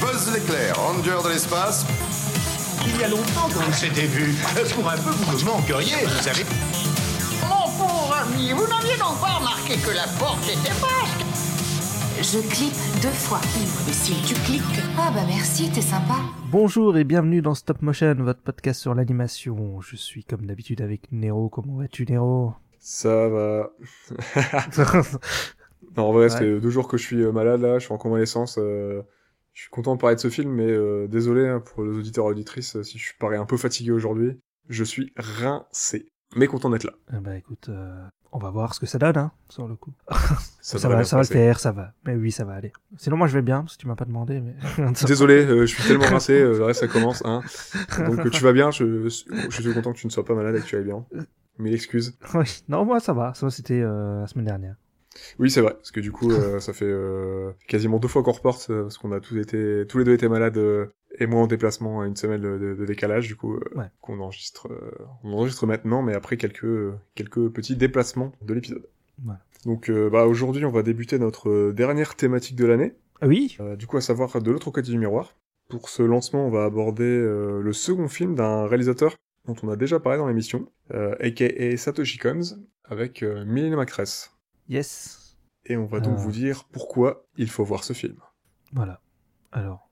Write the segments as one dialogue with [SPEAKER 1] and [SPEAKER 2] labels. [SPEAKER 1] Miles l'éclair, ranger de l'espace.
[SPEAKER 2] Il y a longtemps qu'on s'est débuts. Pour un peu, vous me manqueriez, vous savez.
[SPEAKER 3] Mon pauvre ami, vous n'aviez donc pas remarqué que la porte était basque
[SPEAKER 4] Je clique deux fois. Imbécile, tu cliques. Ah bah merci, t'es sympa.
[SPEAKER 5] Bonjour et bienvenue dans Stop Motion, votre podcast sur l'animation. Je suis comme d'habitude avec Nero. Comment vas-tu, Nero
[SPEAKER 6] Ça va. non, en vrai,
[SPEAKER 5] Ouais.
[SPEAKER 6] ça fait deux jours que je suis euh, malade là, je suis en convalescence. euh, je suis content de parler de ce film, mais euh, désolé hein, pour les auditeurs et auditrices euh, si je parais un peu fatigué aujourd'hui. Je suis rincé, mais content d'être là.
[SPEAKER 5] Eh bah écoute, euh, on va voir ce que ça donne, hein, sur le coup. Ça,
[SPEAKER 6] devrait
[SPEAKER 5] va,
[SPEAKER 6] bien
[SPEAKER 5] ça va le
[SPEAKER 6] se passer.
[SPEAKER 5] faire, ça va. Mais oui, ça va aller. Sinon, moi, je vais bien, parce que tu m'as pas demandé, mais...
[SPEAKER 6] Désolé, euh, je suis tellement rincé, euh, le reste ça commence. Hein. Donc euh, tu vas bien, je, je suis content que tu ne sois pas malade et que tu ailles bien. Mille excuses.
[SPEAKER 5] Oui. Non, moi, ça va. Ça, va, c'était euh, la semaine dernière.
[SPEAKER 6] Oui, c'est vrai, parce que du coup, euh, ça fait euh, quasiment deux fois qu'on reporte, euh, parce qu'on a tous été, tous les deux été malades, euh, et moi en déplacement à une semaine de, de- de décalage, du coup, euh,
[SPEAKER 5] Ouais.
[SPEAKER 6] qu'on enregistre, euh, on enregistre maintenant, mais après quelques, euh, quelques petits déplacements de l'épisode.
[SPEAKER 5] Voilà.
[SPEAKER 6] Donc, euh, bah, aujourd'hui, on va débuter notre euh, dernière thématique de l'année,
[SPEAKER 5] Ah oui
[SPEAKER 6] euh, du coup, à savoir de l'autre côté du miroir. Pour ce lancement, on va aborder euh, le second film d'un réalisateur dont on a déjà parlé dans l'émission, euh, aka Satoshi Kons, avec euh, Milena Macress
[SPEAKER 5] Yes.
[SPEAKER 6] et on va donc
[SPEAKER 5] Ah.
[SPEAKER 6] vous dire pourquoi il faut voir ce film.
[SPEAKER 5] Voilà. Alors,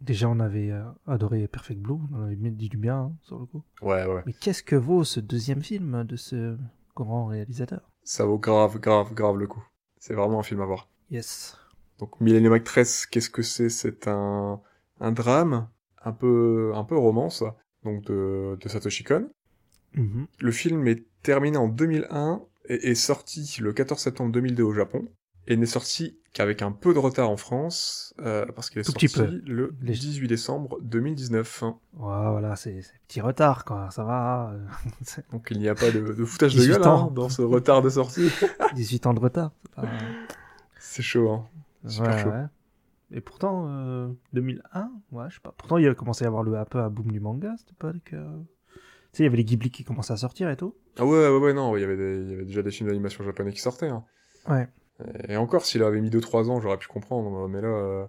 [SPEAKER 5] déjà, on avait euh, adoré Perfect Blue. On avait dit du bien, hein, sur le coup.
[SPEAKER 6] Ouais, ouais.
[SPEAKER 5] Mais qu'est-ce que vaut ce deuxième film de ce grand réalisateur
[SPEAKER 6] Ça vaut grave, grave, grave le coup. C'est vraiment un film à voir.
[SPEAKER 5] Yes.
[SPEAKER 6] Donc Millennium Actress, qu'est-ce que c'est C'est un, un drame, un peu, un peu romance, donc de, de Satoshi Kon.
[SPEAKER 5] Mhm.
[SPEAKER 6] Le film est terminé en 2001 et est sorti le 14 septembre 2002 au Japon et n'est sorti qu'avec un peu de retard en France euh, parce qu'il est
[SPEAKER 5] Tout
[SPEAKER 6] sorti
[SPEAKER 5] petit peu.
[SPEAKER 6] le
[SPEAKER 5] Les-
[SPEAKER 6] 18 décembre 2019.
[SPEAKER 5] Ouais, voilà, c'est c'est petit retard, quoi. Ça va. euh,
[SPEAKER 6] Donc il n'y a pas de, de foutage de
[SPEAKER 5] 18
[SPEAKER 6] gueule hein,
[SPEAKER 5] ans.
[SPEAKER 6] dans ce retard de sortie.
[SPEAKER 5] 18 ans de retard. c'est pas-
[SPEAKER 6] C'est chaud, hein. Super chaud.
[SPEAKER 5] ouais. Et pourtant, euh, 2001, ouais, je sais pas. Pourtant, il y a commencé à y avoir le, un peu un boom du manga, c'était pas que. euh. Tu sais, il y avait les Ghibli qui commençaient à sortir et tout.
[SPEAKER 6] Ah ouais, ouais, ouais, non, il y avait, des- il y avait déjà des films d'animation japonais qui sortaient. hein.
[SPEAKER 5] Ouais.
[SPEAKER 6] Et encore, s'il avait mis 2-3 ans, j'aurais pu comprendre, mais là... euh,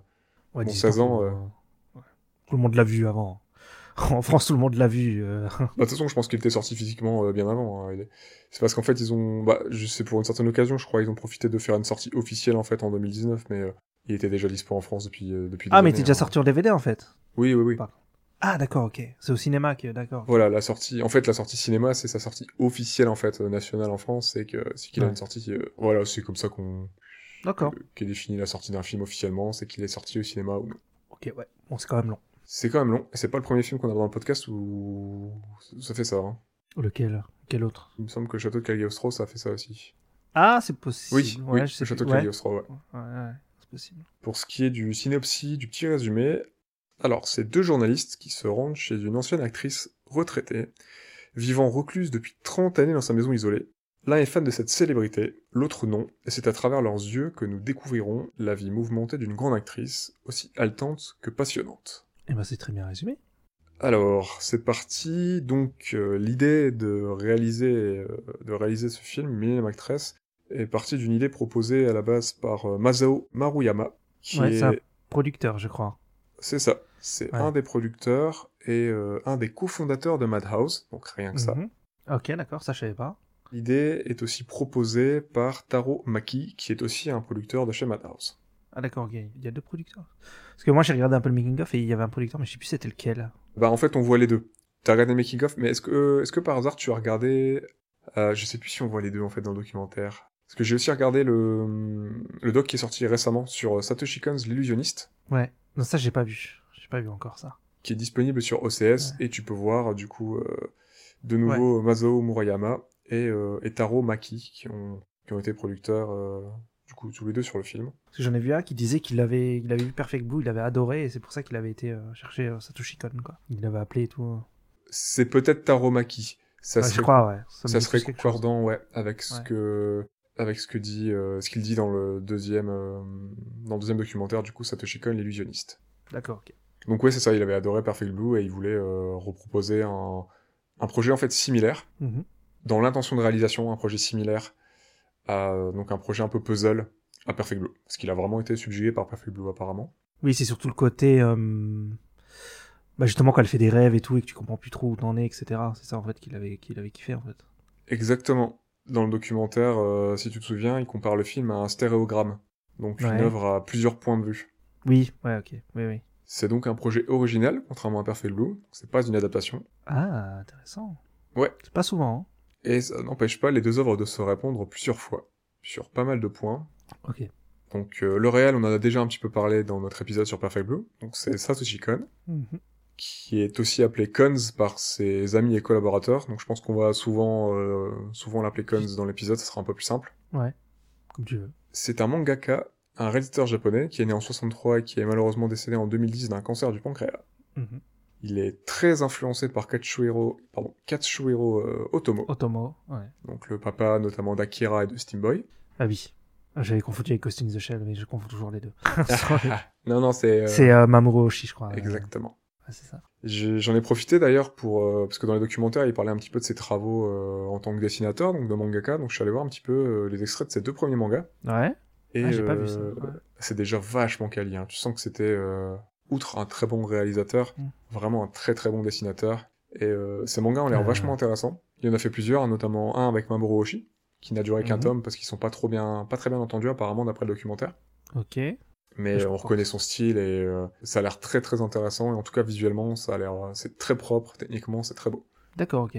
[SPEAKER 5] Ouais,
[SPEAKER 6] Bon,
[SPEAKER 5] 18
[SPEAKER 6] 16 ans,
[SPEAKER 5] tout le
[SPEAKER 6] euh.
[SPEAKER 5] monde, ouais. Tout le monde l'a vu avant. en France, tout le monde l'a vu. euh.
[SPEAKER 6] bah, de toute façon, je pense qu'il était sorti physiquement euh, bien avant. hein. Il est- C'est parce qu'en fait, ils ont... Bah, je sais, pour une certaine occasion, je crois qu'ils ont profité de faire une sortie officielle, en fait, en 2019, mais euh, il était déjà dispo en France depuis, euh, depuis des
[SPEAKER 5] Ah, mais
[SPEAKER 6] années,
[SPEAKER 5] t'es déjà
[SPEAKER 6] hein.
[SPEAKER 5] sorti en DVD en fait.
[SPEAKER 6] Oui, oui, oui.
[SPEAKER 5] Pardon. Ah, d'accord, ok. C'est au cinéma que, d'accord.
[SPEAKER 6] Voilà, la sortie... En fait, la sortie cinéma, c'est sa sortie officielle, en fait, euh, nationale en France, c'est que c'est qu'il a
[SPEAKER 5] Ouais.
[SPEAKER 6] une sortie... euh, Voilà, c'est comme ça qu'on...
[SPEAKER 5] D'accord.
[SPEAKER 6] que- qu'est définie la sortie d'un film officiellement, c'est qu'il est sorti au cinéma ou non.
[SPEAKER 5] Ok, ouais. Bon, c'est quand même long.
[SPEAKER 6] C'est quand même long. et C'est pas le premier film qu'on a dans le podcast où ça fait ça. hein.
[SPEAKER 5] Lequel Quel autre
[SPEAKER 6] Il me semble que Château de Cagliostro, ça a fait ça aussi.
[SPEAKER 5] Ah, c'est possible.
[SPEAKER 6] Oui,
[SPEAKER 5] ouais,
[SPEAKER 6] oui,
[SPEAKER 5] je sais
[SPEAKER 6] Château
[SPEAKER 5] plus.
[SPEAKER 6] de
[SPEAKER 5] Ouais,
[SPEAKER 6] Cagliostro, ouais.
[SPEAKER 5] ouais, ouais, c'est possible.
[SPEAKER 6] Pour ce qui est du synopsis, du petit résumé, alors c'est deux journalistes qui se rendent chez une ancienne actrice retraitée, vivant recluse depuis 30 années dans sa maison isolée. L'un est fan de cette célébrité, l'autre non, et c'est à travers leurs yeux que nous découvrirons la vie mouvementée d'une grande actrice, aussi haletante que passionnante.
[SPEAKER 5] Eh ben, c'est très bien résumé.
[SPEAKER 6] Alors, c'est parti. Donc, euh, l'idée de réaliser, euh, de réaliser ce film, Millennium Actress, est partie d'une idée proposée à la base par euh, Masao Maruyama, qui
[SPEAKER 5] Ouais,
[SPEAKER 6] est...
[SPEAKER 5] c'est un producteur, je crois.
[SPEAKER 6] C'est ça. C'est
[SPEAKER 5] Ouais.
[SPEAKER 6] un des producteurs et euh, un des cofondateurs de Madhouse, donc rien que ça.
[SPEAKER 5] Mhm. Ok, d'accord, ça je savais pas.
[SPEAKER 6] L'idée est aussi proposée par Taro Maki, qui est aussi un producteur de chez Madhouse.
[SPEAKER 5] Ah d'accord, ok, il y a deux producteurs. Parce que moi j'ai regardé un peu le making of et il y avait un producteur, mais je sais plus c'était lequel.
[SPEAKER 6] Bah, en fait, on voit les deux. T'as regardé Making of, mais est-ce que, est-ce que par hasard tu as regardé. euh, je sais plus si on voit les deux en fait dans le documentaire. Parce que j'ai aussi regardé le, le doc qui est sorti récemment sur euh, Satoshi Kon's L'illusionniste,
[SPEAKER 5] Ouais, non ça j'ai pas vu, j'ai pas vu encore ça.
[SPEAKER 6] qui est disponible sur OCS et tu peux voir euh, du coup euh, de nouveau Masao Murayama et, euh, et Taro Maki qui ont, qui ont été producteurs euh, du coup tous les deux sur le film.
[SPEAKER 5] Parce que j'en ai vu un qui disait qu'il avait, il avait vu Perfect Blue, il avait adoré et c'est pour ça qu'il avait été euh, chercher euh, Satoshi Kon quoi. Il l'avait appelé et tout.
[SPEAKER 6] C'est peut-être Taro Maki. Ça
[SPEAKER 5] Ouais,
[SPEAKER 6] serait
[SPEAKER 5] je crois ouais. me
[SPEAKER 6] ça
[SPEAKER 5] dit
[SPEAKER 6] serait
[SPEAKER 5] plus quelque chose.
[SPEAKER 6] concordant ouais avec ce
[SPEAKER 5] Ouais.
[SPEAKER 6] que avec ce que dit euh, ce qu'il dit dans le deuxième euh, dans le deuxième documentaire du coup Satoshi Kon l'illusionniste
[SPEAKER 5] D'accord, ok.
[SPEAKER 6] donc ouais c'est ça il avait adoré Perfect Blue et il voulait euh, reproposer un, un projet en fait similaire
[SPEAKER 5] Mhm.
[SPEAKER 6] dans l'intention de réalisation un projet similaire à euh, donc un projet un peu puzzle à Perfect Blue parce qu'il a vraiment été subjugué par Perfect Blue apparemment
[SPEAKER 5] Oui, c'est surtout le côté. euh, Bah justement, quand elle fait des rêves et tout, et que tu comprends plus trop où t'en es, etc. C'est ça, en fait, qu'il avait, qu'il avait kiffé, en fait.
[SPEAKER 6] Exactement. Dans le documentaire, euh, si tu te souviens, il compare le film à un stéréogramme, donc une
[SPEAKER 5] Ouais.
[SPEAKER 6] œuvre à plusieurs points de vue.
[SPEAKER 5] Oui, ouais, ok. Oui, oui.
[SPEAKER 6] C'est donc un projet original, contrairement à Perfect Blue, c'est pas une adaptation,
[SPEAKER 5] Ah, intéressant.
[SPEAKER 6] Ouais.
[SPEAKER 5] C'est pas souvent, hein.
[SPEAKER 6] et ça n'empêche pas les deux œuvres de se répondre plusieurs fois, sur pas mal de points.
[SPEAKER 5] hein. Ok.
[SPEAKER 6] Donc euh, le réel, on en a déjà un petit peu parlé dans notre épisode sur Perfect Blue, donc c'est Satoshi Kon,
[SPEAKER 5] Mhm.
[SPEAKER 6] qui est aussi appelé Cons par ses amis et collaborateurs. Donc je pense qu'on va souvent, euh, souvent l'appeler Cons dans l'épisode, ça sera un peu plus simple.
[SPEAKER 5] Comme tu veux.
[SPEAKER 6] C'est un mangaka, un réalisateur japonais qui est né en 63 et qui est malheureusement décédé en 2010 d'un cancer du pancréas.
[SPEAKER 5] Mhm.
[SPEAKER 6] Il est très influencé par Katsuhiro, pardon, Katsuhiro euh, Otomo,
[SPEAKER 5] Otomo, ouais.
[SPEAKER 6] donc le papa notamment d'Akira et de Steam Boy.
[SPEAKER 5] Ah oui. Ah, J'avais confondu avec Austin the Shell, mais je confonds toujours les deux.
[SPEAKER 6] non, non, c'est... euh,
[SPEAKER 5] Ah, C'est euh, Mamoru Oshii, je crois. euh,
[SPEAKER 6] Exactement.
[SPEAKER 5] ouais, c'est ça.
[SPEAKER 6] J'ai- J'en ai profité d'ailleurs pour euh, parce que dans les documentaires, il parlait un petit peu de ses travaux euh, en tant que dessinateur, donc de mangaka. Donc je suis allé voir un petit peu euh, les extraits de ses deux premiers mangas.
[SPEAKER 5] Ouais.
[SPEAKER 6] Et
[SPEAKER 5] Ah, j'ai pas vu ça.
[SPEAKER 6] euh,
[SPEAKER 5] ouais.
[SPEAKER 6] c'est déjà vachement quali. hein. Tu sens que c'était euh, outre un très bon réalisateur,
[SPEAKER 5] Mm.
[SPEAKER 6] vraiment un très très bon dessinateur. Et euh, ces mangas ont l'air
[SPEAKER 5] Euh.
[SPEAKER 6] vachement intéressants. Il y en a fait plusieurs, hein, notamment un avec Mamoru Oshii, qui n'a duré qu'un
[SPEAKER 5] Mhm.
[SPEAKER 6] tome parce qu'ils sont pas trop bien, pas très bien entendus apparemment d'après le documentaire
[SPEAKER 5] Ok.
[SPEAKER 6] mais euh,
[SPEAKER 5] Je
[SPEAKER 6] on
[SPEAKER 5] comprends.
[SPEAKER 6] reconnaît son style et euh, ça a l'air très très intéressant et en tout cas visuellement ça a l'air euh, c'est très propre techniquement c'est très beau
[SPEAKER 5] D'accord, ok.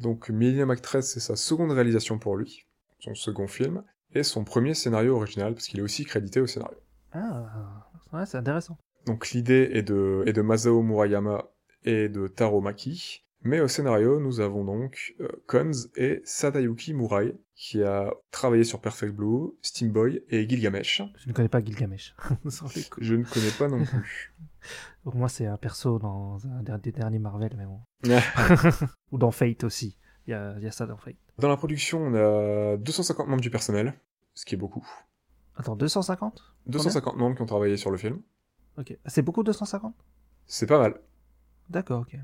[SPEAKER 6] donc Millennium Actress c'est sa seconde réalisation pour lui son second film et son premier scénario original parce qu'il est aussi crédité au scénario
[SPEAKER 5] Ah, ouais, c'est intéressant.
[SPEAKER 6] donc l'idée est de est de Masao Murayama et de Taro Maki mais au scénario nous avons donc euh, Konz et Sadayuki Murai qui a travaillé sur Perfect Blue Steam Boy et Gilgamesh
[SPEAKER 5] Je ne connais pas Gilgamesh. Sans les couilles.
[SPEAKER 6] je ne connais pas non plus
[SPEAKER 5] Pour moi, c'est un perso dans un der- des derniers Marvel, mais bon.
[SPEAKER 6] Ouais.
[SPEAKER 5] Ou dans Fate aussi. Il y a, il y a ça dans Fate.
[SPEAKER 6] Dans la production, on a 250 membres du personnel, ce qui est beaucoup.
[SPEAKER 5] Attends, 250
[SPEAKER 6] 250 membres qui ont travaillé sur le film.
[SPEAKER 5] Ok. Ah, C'est beaucoup 250
[SPEAKER 6] C'est pas mal.
[SPEAKER 5] D'accord, ok.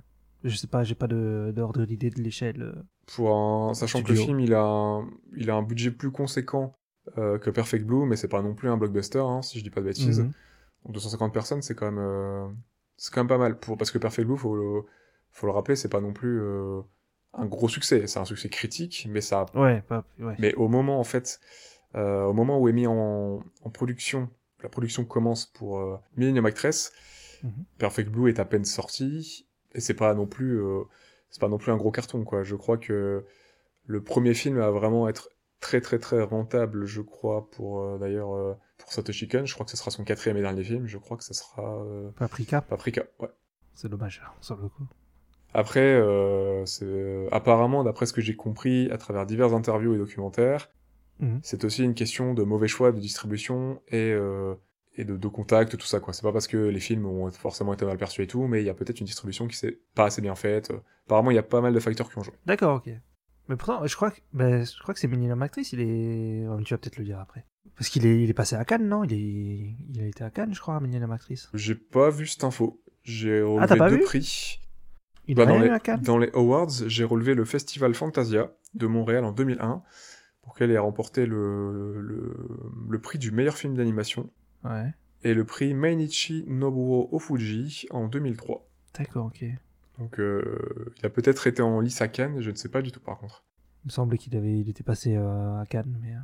[SPEAKER 5] Je sais pas, j'ai pas de- d'ordre d'idée de l'échelle. euh.
[SPEAKER 6] Pour un... Sachant que le
[SPEAKER 5] Studio.
[SPEAKER 6] film, il a un, il a un budget plus conséquent euh, que Perfect Blue, mais c'est pas non plus un blockbuster, hein, si je dis pas de bêtises.
[SPEAKER 5] Mhm.
[SPEAKER 6] Donc 250 personnes, c'est quand même, euh, c'est quand même pas mal. Pour... Parce que Perfect Blue, faut le, faut le rappeler, c'est pas non plus euh, un gros succès. C'est un succès critique, mais ça a
[SPEAKER 5] Ouais, pas, ouais.
[SPEAKER 6] Mais au moment, en fait, euh, au moment où est mis en, en production, la production commence pour euh, Millennium Actress,
[SPEAKER 5] Mhm.
[SPEAKER 6] Perfect Blue est à peine sorti, et c'est pas non plus, euh, c'est pas non plus un gros carton, quoi. Je crois que le premier film va vraiment être très très très rentable, je crois, pour euh, d'ailleurs euh, pour Satoshi Kon. Je crois que ce sera son quatrième et dernier film. Je crois que ce sera euh,
[SPEAKER 5] Paprika,
[SPEAKER 6] Paprika. Ouais.
[SPEAKER 5] c'est dommage, hein, sur le coup.
[SPEAKER 6] Après, euh, c'est- euh, apparemment, d'après ce que j'ai compris à travers diverses interviews et documentaires,
[SPEAKER 5] Mhm.
[SPEAKER 6] c'est aussi une question de mauvais choix de distribution et, euh, et de, de contact, tout ça. quoi. C'est pas parce que les films ont forcément été mal perçus et tout, mais il y a peut-être une distribution qui s'est pas assez bien faite. Apparemment, il y a pas mal de facteurs qui ont joué.
[SPEAKER 5] D'accord, ok. Mais pourtant, je crois que, ben, je crois que c'est Minimum Actrice, il est... oh, mais tu vas peut-être le dire après. Parce qu'il est, il est passé à Cannes, non il, est... il a été à Cannes, je crois, Minimum Actrice.
[SPEAKER 6] J'ai pas vu cette info. J'ai
[SPEAKER 5] Ah, t'as
[SPEAKER 6] relevé
[SPEAKER 5] pas
[SPEAKER 6] deux
[SPEAKER 5] vu
[SPEAKER 6] prix.
[SPEAKER 5] Il
[SPEAKER 6] Bah,
[SPEAKER 5] est
[SPEAKER 6] dans,
[SPEAKER 5] allé
[SPEAKER 6] les,
[SPEAKER 5] à Cannes
[SPEAKER 6] dans les awards, j'ai relevé le Festival Fantasia de Montréal en 2001, pour qu'elle ait remporté le- le- le prix du meilleur film d'animation.
[SPEAKER 5] Ouais,
[SPEAKER 6] et le prix Mainichi Nobuo Ofuji en 2003.
[SPEAKER 5] d'accord, ok. Il
[SPEAKER 6] Donc euh, il a peut-être été en lice à Cannes, je ne sais pas du tout par contre.
[SPEAKER 5] me semble qu'il avait... il était passé euh, à Cannes, mais... euh,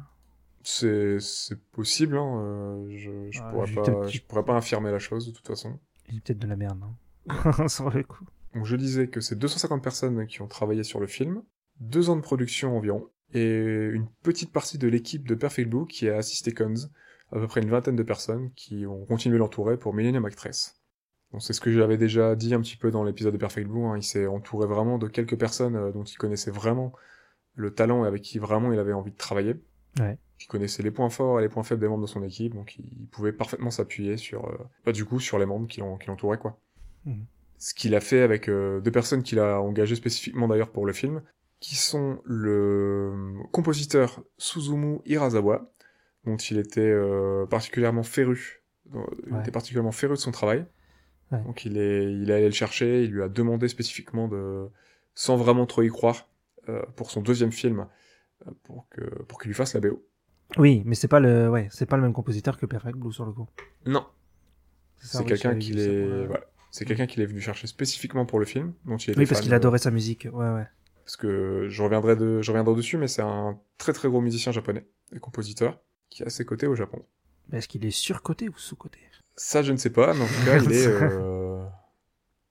[SPEAKER 6] C'est c'est possible, hein, euh, je, je,
[SPEAKER 5] Ouais,
[SPEAKER 6] pourrais
[SPEAKER 5] j'ai
[SPEAKER 6] pas,
[SPEAKER 5] peut-être-
[SPEAKER 6] je pourrais pas infirmer la chose de toute façon.
[SPEAKER 5] Il est peut-être de la merde, non Sur le coup.
[SPEAKER 6] Donc je disais que c'est 250 personnes qui ont travaillé sur le film, deux ans de production environ, et une petite partie de l'équipe de Perfect Blue qui a assisté Cons, à peu près une vingtaine de personnes qui ont continué l'entourer pour Millennium Actress. Bon, c'est ce que j'avais déjà dit un petit peu dans l'épisode de Perfect Blue, hein, il s'est entouré vraiment de quelques personnes euh, dont il connaissait vraiment le talent et avec qui vraiment il avait envie de travailler.
[SPEAKER 5] Ouais.
[SPEAKER 6] Il connaissait les points forts et les points faibles des membres de son équipe, donc il pouvait parfaitement s'appuyer sur, euh, bah, du coup, sur les membres qui l'ont- qui l'entouraient, quoi ce qu'il a fait avec euh, deux personnes qu'il a engagées spécifiquement d'ailleurs pour le film, qui sont le euh, compositeur Suzumu Hirasawa, dont il était euh, particulièrement féru, dont il
[SPEAKER 5] Ouais.
[SPEAKER 6] était particulièrement féru de son travail.
[SPEAKER 5] Ouais.
[SPEAKER 6] Donc il est, il est allé le chercher, il lui a demandé spécifiquement de, sans vraiment trop y croire, euh, pour son deuxième film, euh, pour que, pour qu'il lui fasse la BO.
[SPEAKER 5] Oui, mais c'est pas le, ouais, c'est pas le même compositeur que Perfect Blue sur le coup.
[SPEAKER 6] Non.
[SPEAKER 5] ça,
[SPEAKER 6] C'est
[SPEAKER 5] oui,
[SPEAKER 6] quelqu'un
[SPEAKER 5] j'avais
[SPEAKER 6] qui
[SPEAKER 5] vu ça, ouais.
[SPEAKER 6] l'est voilà. C'est quelqu'un qui l'est venu chercher spécifiquement pour le film, dont il est
[SPEAKER 5] Oui, parce qu'il
[SPEAKER 6] adore
[SPEAKER 5] adorait sa musique. Ouais, ouais.
[SPEAKER 6] parce que je reviendrai, de, je reviendrai dessus, mais c'est un très très gros musicien japonais et compositeur qui est à ses côtés au Japon.
[SPEAKER 5] Mais est-ce qu'il est surcoté ou sous-coté
[SPEAKER 6] Ça, je ne sais pas, mais en tout cas, il est. euh,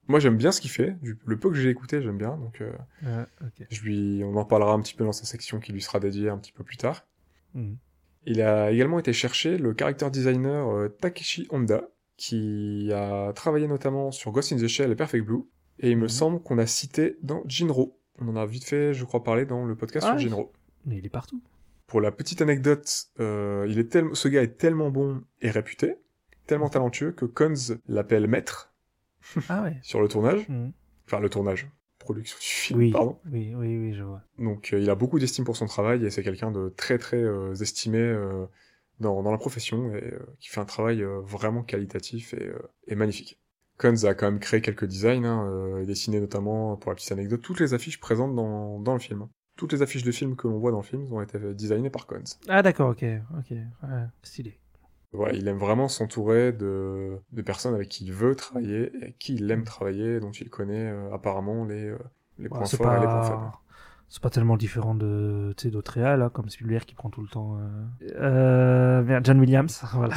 [SPEAKER 6] Moi, j'aime bien ce qu'il fait. Du- Le peu que j'ai écouté, j'aime bien. Donc, euh,
[SPEAKER 5] Ouais, ok.
[SPEAKER 6] je lui... on en parlera un petit peu dans sa section qui lui sera dédiée un petit peu plus tard.
[SPEAKER 5] Mhm.
[SPEAKER 6] Il a également été chercher le character designer euh, Takeshi Honda, qui a travaillé notamment sur Ghost in the Shell et Perfect Blue. Et
[SPEAKER 5] Mhm.
[SPEAKER 6] il me semble qu'on a cité dans Jinro. On en a vite fait, je crois, parler dans le podcast
[SPEAKER 5] Ah
[SPEAKER 6] sur
[SPEAKER 5] oui.
[SPEAKER 6] Jinro.
[SPEAKER 5] Mais il est partout.
[SPEAKER 6] Pour la petite anecdote, euh, il est tel- ce gars est tellement bon et réputé, tellement talentueux que Cons l'appelle maître
[SPEAKER 5] Ah ouais.
[SPEAKER 6] sur le tournage,
[SPEAKER 5] Mhm.
[SPEAKER 6] enfin le tournage, production du film,
[SPEAKER 5] Oui.
[SPEAKER 6] pardon.
[SPEAKER 5] oui, oui, oui, je vois.
[SPEAKER 6] Donc euh, il a beaucoup d'estime pour son travail et c'est quelqu'un de très très euh, estimé euh, dans, dans la profession et euh, qui fait un travail euh, vraiment qualitatif et, euh, et magnifique. Cons a quand même créé quelques designs, hein, euh, et dessiné notamment, pour la petite anecdote, toutes les affiches présentes dans, dans le film. Toutes les affiches de films que l'on voit dans le film ont été euh, designées par Cons.
[SPEAKER 5] Ah d'accord, ok, ok, ouais, stylé.
[SPEAKER 6] Voilà, il aime vraiment s'entourer de, de personnes avec qui il veut travailler, et avec qui il aime travailler, dont il connaît euh, apparemment les, euh, les
[SPEAKER 5] Ouais,
[SPEAKER 6] points
[SPEAKER 5] c'est
[SPEAKER 6] forts et les points faibles.
[SPEAKER 5] pas, c'est pas tellement différent de, tu sais, d'autres réals, hein, comme Spielberg qui prend tout le temps. euh, euh, merde, John Williams, voilà.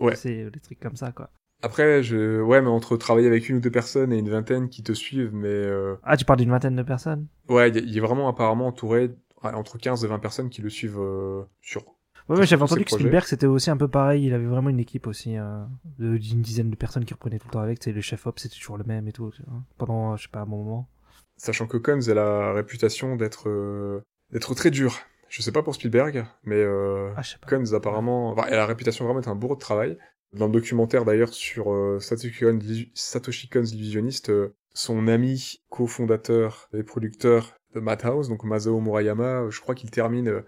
[SPEAKER 6] Ouais.
[SPEAKER 5] C'est des trucs comme ça, quoi.
[SPEAKER 6] Après, je... ouais, mais entre travailler avec une ou deux personnes et une vingtaine qui te suivent, mais euh,
[SPEAKER 5] Ah, tu parles d'une vingtaine de personnes.
[SPEAKER 6] ouais, il est- il est vraiment apparemment entouré ouais, entre 15 et 20 personnes qui le suivent euh, sur.
[SPEAKER 5] Ouais,
[SPEAKER 6] Tous-
[SPEAKER 5] ouais, j'avais
[SPEAKER 6] tous ces
[SPEAKER 5] entendu que
[SPEAKER 6] projets.
[SPEAKER 5] Spielberg c'était aussi un peu pareil. Il avait vraiment une équipe aussi euh, de- d'une dizaine de personnes qui reprenaient tout le temps avec. Tu sais, le chef op c'était toujours le même et tout. tu vois, pendant, euh, je sais pas, un bon moment.
[SPEAKER 6] Sachant que Combs a la réputation d'être euh, d'être très dur. Je sais pas pour Spielberg, mais euh,
[SPEAKER 5] Ah, je sais pas.
[SPEAKER 6] Combs apparemment, enfin, elle a la réputation vraiment d'être un bourreau de travail. Dans le documentaire d'ailleurs sur euh, Satoshi Kon, Satoshi Kon's l'illusionniste, euh, son ami cofondateur et producteur de Madhouse, donc Masao Murayama, euh, je crois qu'il termine euh,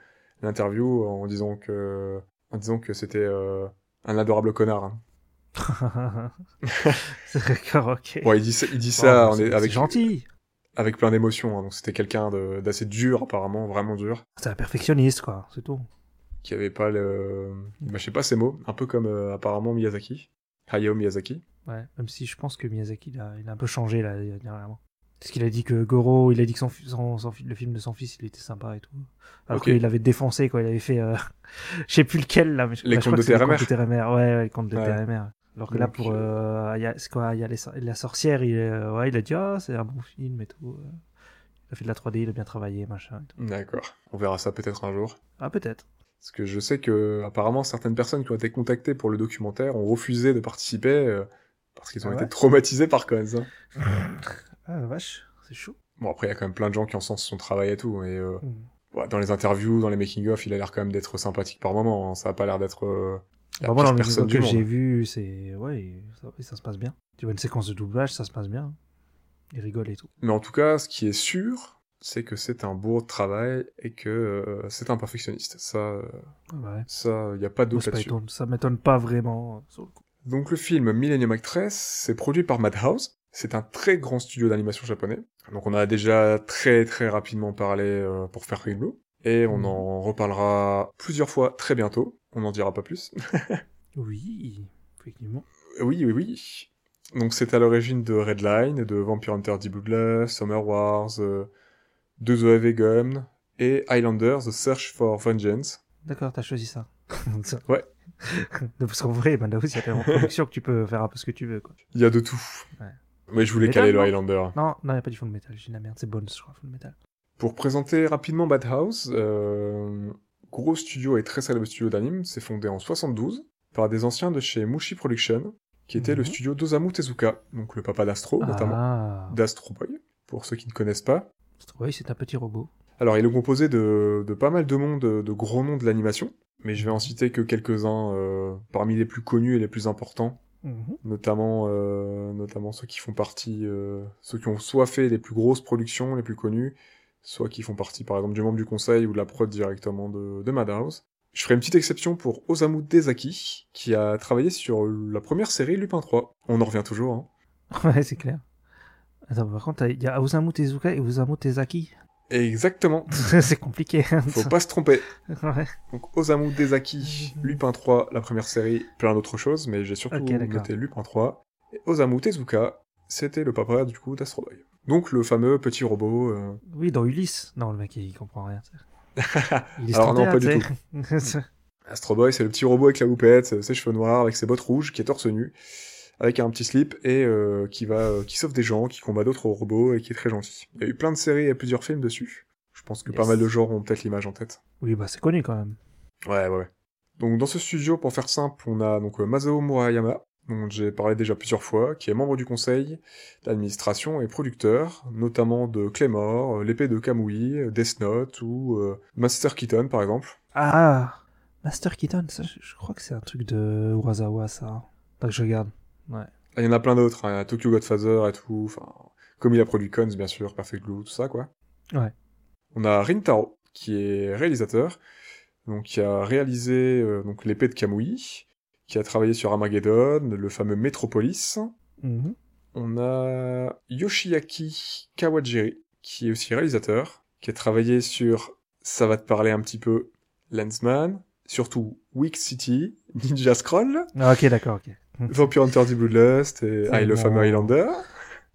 [SPEAKER 6] l'interview en disant que en disant que c'était euh, un adorable connard. hein.
[SPEAKER 5] c'est d'accord, ok.
[SPEAKER 6] Bon, il dit ça, il dit ça
[SPEAKER 5] Oh,
[SPEAKER 6] on
[SPEAKER 5] c'est-
[SPEAKER 6] est avec
[SPEAKER 5] C'est gentil.
[SPEAKER 6] avec plein d'émotions, hein, donc c'était quelqu'un de- d'assez dur apparemment, vraiment dur,
[SPEAKER 5] C'est un perfectionniste, quoi. C'est tout.
[SPEAKER 6] qui avait pas le, bah, je sais pas ses mots, un peu comme euh, apparemment Miyazaki, Hayao Miyazaki.
[SPEAKER 5] Ouais, même si je pense que Miyazaki, il a, il a un peu changé là, dernièrement. Parce qu'il a dit que Goro, il a dit que son, fi- son- son fi- le film de son fils, il était sympa et tout. Alors
[SPEAKER 6] Ok.
[SPEAKER 5] qu'il avait défoncé, quoi. Il avait fait, euh, je sais plus lequel là, mais je,
[SPEAKER 6] Les
[SPEAKER 5] bah, je
[SPEAKER 6] Contes
[SPEAKER 5] crois
[SPEAKER 6] de
[SPEAKER 5] que c'est les
[SPEAKER 6] Terre-Mère.
[SPEAKER 5] Contes de Terre-Mère. Ouais, ouais, les contes de
[SPEAKER 6] Ouais.
[SPEAKER 5] Terre-Mère. Alors que là,
[SPEAKER 6] Donc,
[SPEAKER 5] pour euh, Aya- c'est quoi, Aya les sor- la sorcière, il, euh, ouais, il a dit ah c'est un bon film et tout. euh. Il a fait de la 3D, il a bien travaillé, machin. et tout.
[SPEAKER 6] D'accord. On verra ça peut-être un jour.
[SPEAKER 5] Ah peut-être.
[SPEAKER 6] Parce que je sais que apparemment certaines personnes qui ont été contactées pour le documentaire ont refusé de participer euh, parce qu'ils ont
[SPEAKER 5] Ah ouais
[SPEAKER 6] été traumatisés par Cones. hein.
[SPEAKER 5] Ah la vache, c'est chaud.
[SPEAKER 6] Bon après il y a quand même plein de gens qui encensent son travail et tout. Et euh,
[SPEAKER 5] Mm.
[SPEAKER 6] ouais, dans les interviews, dans les making of, il a l'air quand même d'être sympathique par moment. hein. Ça a pas l'air d'être euh, la
[SPEAKER 5] Bah, moi,
[SPEAKER 6] pire
[SPEAKER 5] dans les vidéos
[SPEAKER 6] personne du
[SPEAKER 5] que
[SPEAKER 6] monde.
[SPEAKER 5] j'ai vu, c'est. Ouais, ça, ça se passe bien. Tu vois une séquence de doublage, ça se passe bien. Ils rigolent et tout.
[SPEAKER 6] Mais en tout cas, ce qui est sûr, c'est que c'est un bourreau de travail et que euh, c'est un perfectionniste. Ça, euh,
[SPEAKER 5] Ouais, bah ouais.
[SPEAKER 6] ça, il n'y a pas de
[SPEAKER 5] Moi,
[SPEAKER 6] doute
[SPEAKER 5] c'est pas
[SPEAKER 6] là-dessus.
[SPEAKER 5] étonnant. ça m'étonne pas vraiment. euh, sur le coup.
[SPEAKER 6] Donc le film Millennium Actress, c'est produit par Madhouse. C'est un très grand studio d'animation japonais. Donc on a déjà très très rapidement parlé euh, pour faire Blue. Et on
[SPEAKER 5] Mhm.
[SPEAKER 6] en reparlera plusieurs fois très bientôt. On n'en dira pas plus.
[SPEAKER 5] Oui, effectivement.
[SPEAKER 6] oui, oui, oui. Donc c'est à l'origine de Redline, de Vampire Hunter D. Bloodlust, Summer Wars, euh, de The Heavy Gun et Highlander The Search for Vengeance.
[SPEAKER 5] D'accord, t'as choisi ça. Ça-
[SPEAKER 6] Ouais.
[SPEAKER 5] Non, Parce qu'en vrai, Manda House, il y a tellement de production que tu peux faire un peu ce que tu veux. Quoi.
[SPEAKER 6] Il y a de tout.
[SPEAKER 5] Ouais.
[SPEAKER 6] Mais je voulais
[SPEAKER 5] Mais
[SPEAKER 6] caler le
[SPEAKER 5] non.
[SPEAKER 6] Highlander.
[SPEAKER 5] Non, non, il n'y a pas du full metal. J'ai de la merde, c'est Bones, je crois, full metal.
[SPEAKER 6] Pour présenter rapidement Bad House, euh, gros studio et très célèbre studio d'anime, c'est fondé en 72 par des anciens de chez Mushi Production, qui était le
[SPEAKER 5] Mhm.
[SPEAKER 6] studio d'Osamu Tezuka, donc le papa d'Astro Oh, notamment,
[SPEAKER 5] Ah,
[SPEAKER 6] d'Astro Boy, pour ceux qui ne connaissent pas.
[SPEAKER 5] oui, c'est un petit robot.
[SPEAKER 6] Alors il est composé de, de pas mal de monde, de gros noms de l'animation, mais je vais en citer que quelques-uns euh, parmi les plus connus et les plus importants,
[SPEAKER 5] Mhm.
[SPEAKER 6] notamment, euh, notamment ceux qui font partie, euh, ceux qui ont soit fait les plus grosses productions, les plus connues, soit qui font partie par exemple du membre du conseil ou de la prod directement de, de Madhouse. Je ferai une petite exception pour Osamu Dezaki, qui a travaillé sur la première série Lupin 3. On en revient toujours, hein.
[SPEAKER 5] Ouais, c'est clair. Attends, par contre, il y a Osamu Tezuka et Osamu Tezaki.
[SPEAKER 6] Exactement.
[SPEAKER 5] c'est compliqué. hein,
[SPEAKER 6] Faut pas se tromper.
[SPEAKER 5] Ouais.
[SPEAKER 6] Donc Osamu Dezaki, Lupin 3, la première série, plein d'autres choses, mais j'ai surtout
[SPEAKER 5] Ok, d'accord.
[SPEAKER 6] noté Lupin 3. Et Osamu Tezuka, c'était le papa du coup d'Astro Boy. Donc le fameux petit robot. euh,
[SPEAKER 5] Oui, dans Ulysse. Non, le mec, il comprend rien. tu sais. Il
[SPEAKER 6] Alors non, pas du
[SPEAKER 5] tout.
[SPEAKER 6] Astro Boy, c'est le petit robot avec la loupette, euh, ses cheveux noirs, avec ses bottes rouges, qui est torse nu, avec un petit slip et euh, qui va, euh, qui sauve des gens, qui combat d'autres robots et qui est très gentil. Il y a eu plein de séries et plusieurs films dessus. Je pense que pas
[SPEAKER 5] Yes.
[SPEAKER 6] mal de genres ont peut-être l'image en tête.
[SPEAKER 5] oui, bah c'est connu quand même.
[SPEAKER 6] Ouais, ouais, ouais. Donc dans ce studio, pour faire simple, on a donc euh, Masao Murayama, dont j'ai parlé déjà plusieurs fois, qui est membre du conseil d'administration et producteur, notamment de Claymore, euh, l'épée de Kamui, euh, Death Note ou euh, Master Keaton par exemple.
[SPEAKER 5] Ah Master Keaton, ça, je, je crois que c'est un truc de Urasawa, ça. Attends que je regarde.
[SPEAKER 6] Ah, Il y en a plein d'autres, hein, Tokyo Godfather et tout, enfin, comme il a produit Cons, bien sûr, Perfect Blue, tout ça, quoi.
[SPEAKER 5] Ouais.
[SPEAKER 6] On a Rintaro, qui est réalisateur, donc qui a réalisé euh, donc l'épée de Kamui, qui a travaillé sur Armageddon, le fameux Metropolis.
[SPEAKER 5] Mhm.
[SPEAKER 6] On a Yoshiaki Kawajiri, qui est aussi réalisateur, qui a travaillé sur, ça va te parler un petit peu, Lensman, surtout Weak City, Ninja Scroll,
[SPEAKER 5] Ah, ok, d'accord, ok.
[SPEAKER 6] Vampire Hunter D. Bloodlust et
[SPEAKER 5] C'est
[SPEAKER 6] I Love
[SPEAKER 5] bon.
[SPEAKER 6] Family Highlander.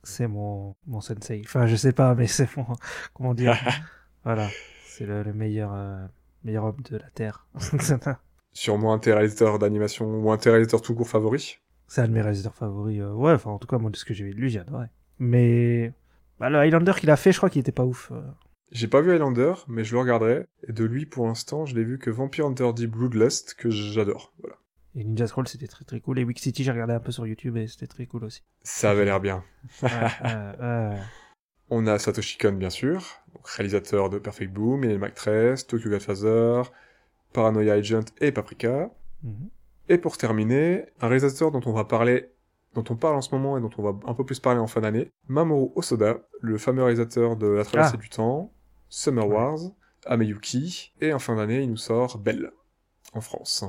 [SPEAKER 5] C'est mon, mon sensei. Enfin, je sais pas, mais c'est mon. Comment dire Voilà. C'est le, le meilleur, euh, meilleur homme de la Terre.
[SPEAKER 6] sûrement un de tes réalisateurs d'animation ou un de tes réalisateurs tout court favori.
[SPEAKER 5] C'est un de mes réalisateurs favoris. euh, ouais, enfin, en tout cas, moi, de ce que j'ai vu de lui, j'ai adoré. Mais. Bah, le Highlander qu'il a fait, je crois qu'il était pas ouf. euh.
[SPEAKER 6] J'ai pas vu Highlander, mais je le regarderai. Et de lui, pour l'instant, je l'ai vu que Vampire Hunter D. Bloodlust, que j'adore. Voilà.
[SPEAKER 5] Et Ninja Scroll, c'était très très cool. Et Wick City, j'ai regardé un peu sur YouTube et c'était très cool aussi.
[SPEAKER 6] Ça avait l'air bien.
[SPEAKER 5] Ouais, ouais, ouais.
[SPEAKER 6] On a Satoshi Kon, bien sûr, donc réalisateur de Perfect Blue, Millennium Actress, Tokyo Godfather, Paranoia Agent et Paprika.
[SPEAKER 5] Mhm.
[SPEAKER 6] Et pour terminer, un réalisateur dont on va parler, dont on parle en ce moment et dont on va un peu plus parler en fin d'année, Mamoru Osoda, le fameux réalisateur de La traversée
[SPEAKER 5] Ah.
[SPEAKER 6] du temps, Summer
[SPEAKER 5] Ouais.
[SPEAKER 6] Wars, Ameyuki, et en fin d'année, il nous sort Belle, en France.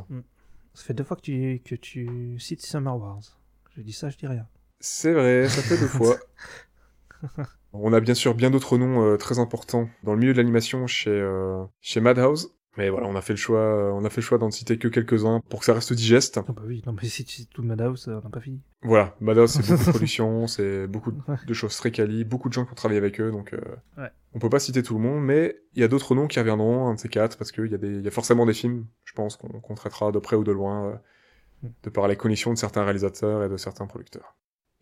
[SPEAKER 5] Ça fait deux fois que tu, que tu cites Summer Wars. Je dis ça, je dis rien.
[SPEAKER 6] C'est vrai, ça fait deux fois. On a bien sûr bien d'autres noms euh, très importants dans le milieu de l'animation chez, euh, chez Madhouse. Mais voilà, on a fait le choix, euh, on a fait le choix d'en citer que quelques-uns pour que ça reste digeste.
[SPEAKER 5] Ah bah oui, non, mais si tu cites tout Madhouse, on n'a pas fini.
[SPEAKER 6] Voilà, Madhouse, c'est beaucoup de production, c'est beaucoup de choses très quali, beaucoup de gens qui ont travaillé avec eux, donc euh,
[SPEAKER 5] Ouais.
[SPEAKER 6] on peut pas citer tout le monde, mais il y a d'autres noms qui reviendront, un de ces quatre, parce qu'il y, a des- il y a forcément des films, je pense, qu'on qu'on traitera de près ou de loin, euh,
[SPEAKER 5] Mm.
[SPEAKER 6] de par les conditions de certains réalisateurs et de certains producteurs.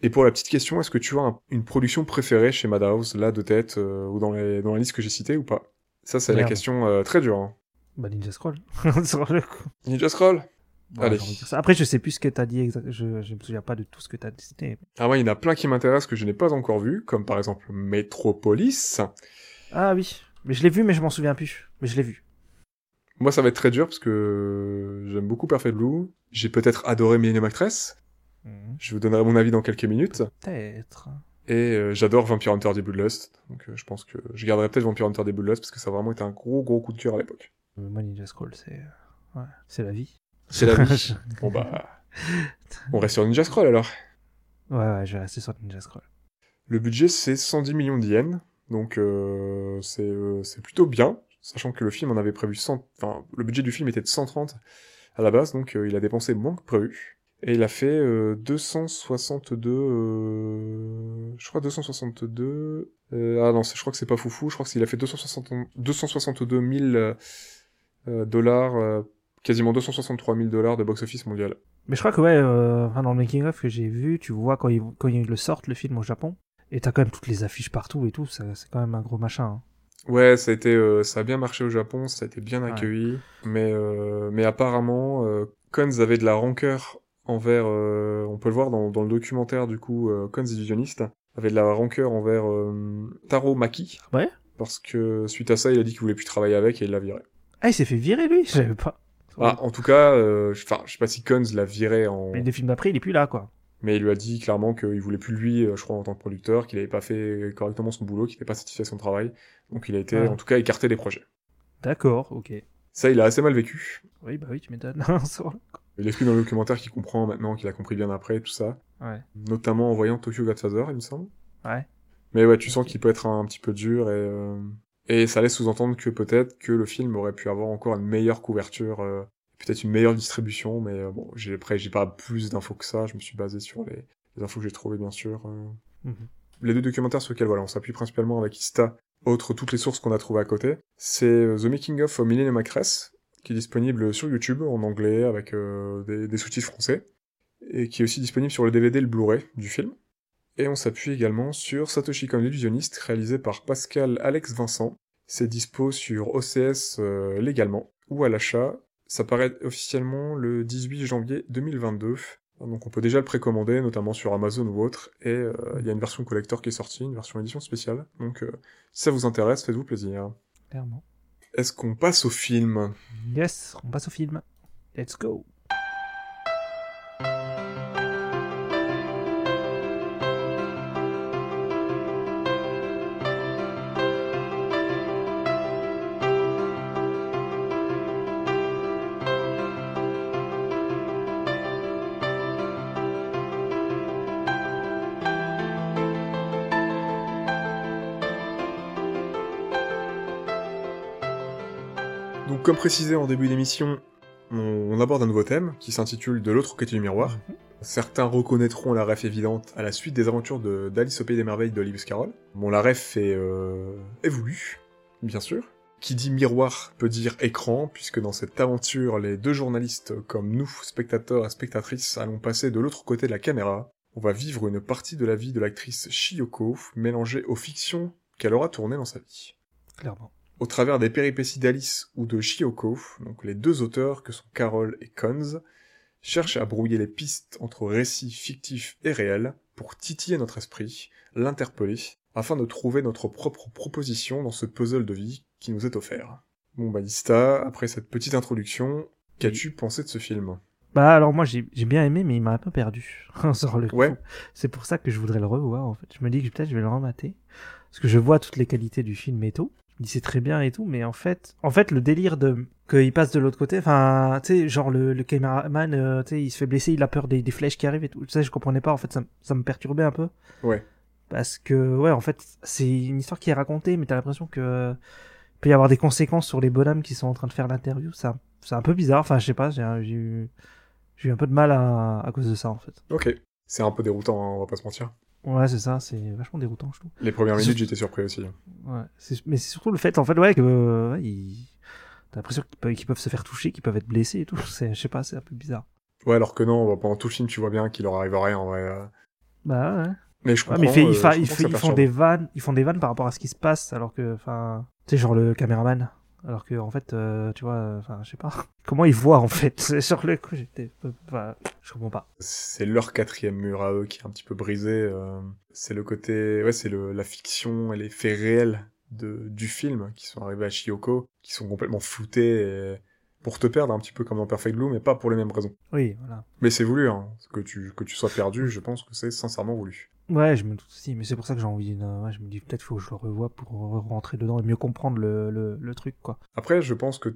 [SPEAKER 6] Et pour la petite question, est-ce que tu as un- une production préférée chez Madhouse, là, de tête, euh, ou dans, les, dans la liste que j'ai citée, ou pas Ça, c'est la
[SPEAKER 5] Merde.
[SPEAKER 6] question euh, très dure. hein.
[SPEAKER 5] Bah Ninja Scroll. Sur le coup.
[SPEAKER 6] Ninja Scroll
[SPEAKER 5] Bon,
[SPEAKER 6] Allez.
[SPEAKER 5] j'ai envie de dire ça. Après, je sais plus ce que t'as dit exactement. Je, je me souviens pas de tout ce que t'as cité.
[SPEAKER 6] Ah ouais, il y en a plein qui m'intéressent que je n'ai pas encore vu, comme par exemple Metropolis.
[SPEAKER 5] Ah oui. Mais je l'ai vu, mais je m'en souviens plus. Mais je l'ai vu.
[SPEAKER 6] Moi, ça va être très dur parce que j'aime beaucoup Perfect Blue. J'ai peut-être adoré Millennium Actress.
[SPEAKER 5] Mhm.
[SPEAKER 6] Je vous donnerai mon avis dans quelques minutes.
[SPEAKER 5] Peut-être.
[SPEAKER 6] Et euh, j'adore Vampire Hunter D. Bloodlust. Donc euh, je pense que je garderai peut-être Vampire Hunter D. Bloodlust parce que ça a vraiment été un gros gros coup de cœur à l'époque.
[SPEAKER 5] Mais Euh, moi, Ninja Scroll, c'est. euh, Ouais, c'est la vie.
[SPEAKER 6] C'est la vie. Bon bah, on reste sur Ninja Scroll alors.
[SPEAKER 5] Ouais, ouais, je vais rester sur Ninja Scroll.
[SPEAKER 6] Le budget, c'est 110 millions d'yens. Donc euh, c'est euh, c'est plutôt bien, sachant que le film en avait prévu 100... Enfin, le budget du film était de 130 à la base, donc euh, il a dépensé moins que prévu. Et il a fait euh, 262... euh, je crois 262... euh, ah non, c'est- je crois que c'est pas foufou. Je crois qu'il a fait 260, 262 000 euh, euh, dollars, euh, quasiment 263 000 dollars de box-office mondial.
[SPEAKER 5] Mais je crois que ouais, euh, enfin, dans le making of que j'ai vu, tu vois quand ils, quand ils le sortent le film au Japon, et t'as quand même toutes les affiches partout et tout, ça- c'est quand même un gros machin. hein.
[SPEAKER 6] Ouais, ça a été, euh, ça a bien marché au Japon, ça a été bien
[SPEAKER 5] Ouais.
[SPEAKER 6] accueilli, mais euh, mais apparemment, euh, Cons avait de la rancœur envers, euh, on peut le voir dans, dans le documentaire du coup, euh, Cons illusionniste avait de la rancœur envers euh, Taro Maki.
[SPEAKER 5] Ah ouais
[SPEAKER 6] Parce que suite à ça, il a dit qu'il voulait plus travailler avec et il l'a viré.
[SPEAKER 5] Ah, il s'est fait virer lui, je savais pas.
[SPEAKER 6] Ah, en tout cas, euh, je- enfin, je sais pas si Cons l'a viré en,
[SPEAKER 5] Mais les films d'après, il est plus là quoi.
[SPEAKER 6] mais il lui a dit clairement qu'il voulait plus lui, euh, je crois, en tant que producteur, qu'il avait pas fait correctement son boulot, qu'il n'était pas satisfait de son travail, donc il a été,
[SPEAKER 5] Ouais.
[SPEAKER 6] en tout cas, écarté des projets.
[SPEAKER 5] D'accord, ok.
[SPEAKER 6] Ça, il a assez mal vécu.
[SPEAKER 5] Oui, bah oui, tu m'étonnes. Sur le-
[SPEAKER 6] Il explique dans le documentaire qu'il comprend maintenant, qu'il a compris bien après et tout ça.
[SPEAKER 5] ouais.
[SPEAKER 6] Notamment en voyant Tokyo Godfather, il me semble.
[SPEAKER 5] Ouais.
[SPEAKER 6] Mais ouais, tu sens qu'il peut être un, petit peu dur et, euh, Et ça laisse sous-entendre que peut-être que le film aurait pu avoir encore une meilleure couverture, euh, peut-être une meilleure distribution, mais euh, bon, j'ai, après, j'ai pas plus d'infos que ça, je me suis basé sur les, les infos que j'ai trouvées, bien sûr. euh.
[SPEAKER 5] Mhm.
[SPEAKER 6] Les deux documentaires sur lesquels, voilà, on s'appuie principalement avec Ista, autre toutes les sources qu'on a trouvées à côté, c'est euh, The Making of Millennium Actress, qui est disponible sur YouTube en anglais avec euh, des, des sous-titres français, et qui est aussi disponible sur le DVD et le Blu-ray du film. Et on s'appuie également sur Satoshi comme l'illusionniste, réalisé par Pascal Alex Vincent. C'est dispo sur OCS euh, légalement ou à l'achat. Ça paraît officiellement le 18 janvier 2022. Donc on peut déjà le précommander, notamment sur Amazon ou autre. Et euh, il y a une version collector qui est sortie, une version édition spéciale. Donc euh, si ça vous intéresse, faites-vous plaisir.
[SPEAKER 5] clairement.
[SPEAKER 6] Est-ce qu'on passe au film
[SPEAKER 5] Yes, on passe au film. Let's go.
[SPEAKER 6] Donc comme précisé en début d'émission, on, on aborde un nouveau thème qui s'intitule De l'autre côté du miroir. Certains reconnaîtront la ref évidente à la suite des aventures de- d'Alice au Pays des Merveilles d'Olivius Carroll. Bon, la ref est, euh, est voulue, bien sûr. Qui dit miroir peut dire écran, puisque dans cette aventure, les deux journalistes, comme nous, spectateurs et spectatrices, allons passer de l'autre côté de la caméra. On va vivre une partie de la vie de l'actrice Shiyoko, mélangée aux fictions qu'elle aura tournées dans sa vie
[SPEAKER 5] Clairement.
[SPEAKER 6] au travers des péripéties d'Alice ou de Shioko, donc les deux auteurs que sont Carol et Cons, cherchent à brouiller les pistes entre récits fictifs et réels pour titiller notre esprit, l'interpeller, afin de trouver notre propre proposition dans ce puzzle de vie qui nous est offert. Bon bah Lista, après cette petite introduction, qu'as-tu pensé de ce film
[SPEAKER 5] Bah alors moi j'ai j'ai bien aimé mais il m'a un peu perdu. Sur le coup.
[SPEAKER 6] Ouais.
[SPEAKER 5] C'est pour ça que je voudrais le revoir en fait. Je me dis que peut-être je vais le remater parce que je vois toutes les qualités du film et tout. Je me dis c'est très bien et tout mais en fait en fait le délire de qu'il passe de l'autre côté enfin tu sais genre le, le caméraman euh, tu sais il se fait blesser il a peur des, des flèches qui arrivent et tout ça je comprenais pas en fait ça, me- ça me perturbait un peu.
[SPEAKER 6] Ouais.
[SPEAKER 5] Parce que ouais en fait c'est une histoire qui est racontée mais t'as l'impression que il peut y avoir des conséquences sur les bonhommes qui sont en train de faire l'interview ça c'est un peu bizarre enfin je sais pas j'ai j'ai eu j'ai eu un peu de mal à, à cause de ça en fait.
[SPEAKER 6] Ok, c'est un peu déroutant, hein, on va pas se mentir.
[SPEAKER 5] Ouais, c'est ça, c'est vachement déroutant, je trouve.
[SPEAKER 6] Les premières
[SPEAKER 5] Sur-
[SPEAKER 6] minutes j'étais surpris aussi.
[SPEAKER 5] Ouais, c'est- mais c'est surtout le fait, en fait, ouais, que euh, ouais, ils- t'as l'impression qu'ils peuvent, qu'ils peuvent se faire toucher, qu'ils peuvent être blessés et tout. C'est, je sais pas, c'est un peu bizarre.
[SPEAKER 6] Ouais alors que non, pendant tout le film tu vois bien qu'il leur arrive rien en vrai.
[SPEAKER 5] Bah ouais.
[SPEAKER 6] Mais je
[SPEAKER 5] Ouais,
[SPEAKER 6] comprends,
[SPEAKER 5] mais il fait- il
[SPEAKER 6] euh,
[SPEAKER 5] fa- il
[SPEAKER 6] je comprends
[SPEAKER 5] fait- ils
[SPEAKER 6] que ça
[SPEAKER 5] font
[SPEAKER 6] perturbe.
[SPEAKER 5] des vannes, ils font des vannes par rapport à ce qui se passe, alors que, enfin, tu sais, genre le caméraman. Alors que, en fait, euh, tu vois, euh, enfin, je sais pas. Comment ils voient, en fait C'est Sur le coup, j'étais, euh, enfin, je comprends pas.
[SPEAKER 6] c'est leur quatrième mur à eux qui est un petit peu brisé. euh, c'est le côté, ouais, c'est le, la fiction et les faits réels de, du film qui sont arrivés à Shioko, qui sont complètement floutés et- pour te perdre un petit peu comme dans Perfect Blue, mais pas pour les mêmes raisons.
[SPEAKER 5] Oui, voilà.
[SPEAKER 6] Mais c'est voulu, hein. que tu que tu sois perdu, je pense que c'est sincèrement voulu.
[SPEAKER 5] Ouais, je me doute aussi, mais c'est pour ça que j'ai envie d'une. ouais, je me dis peut-être faut que je le revoie pour rentrer dedans et mieux comprendre le, le, le truc, quoi.
[SPEAKER 6] Après, je pense que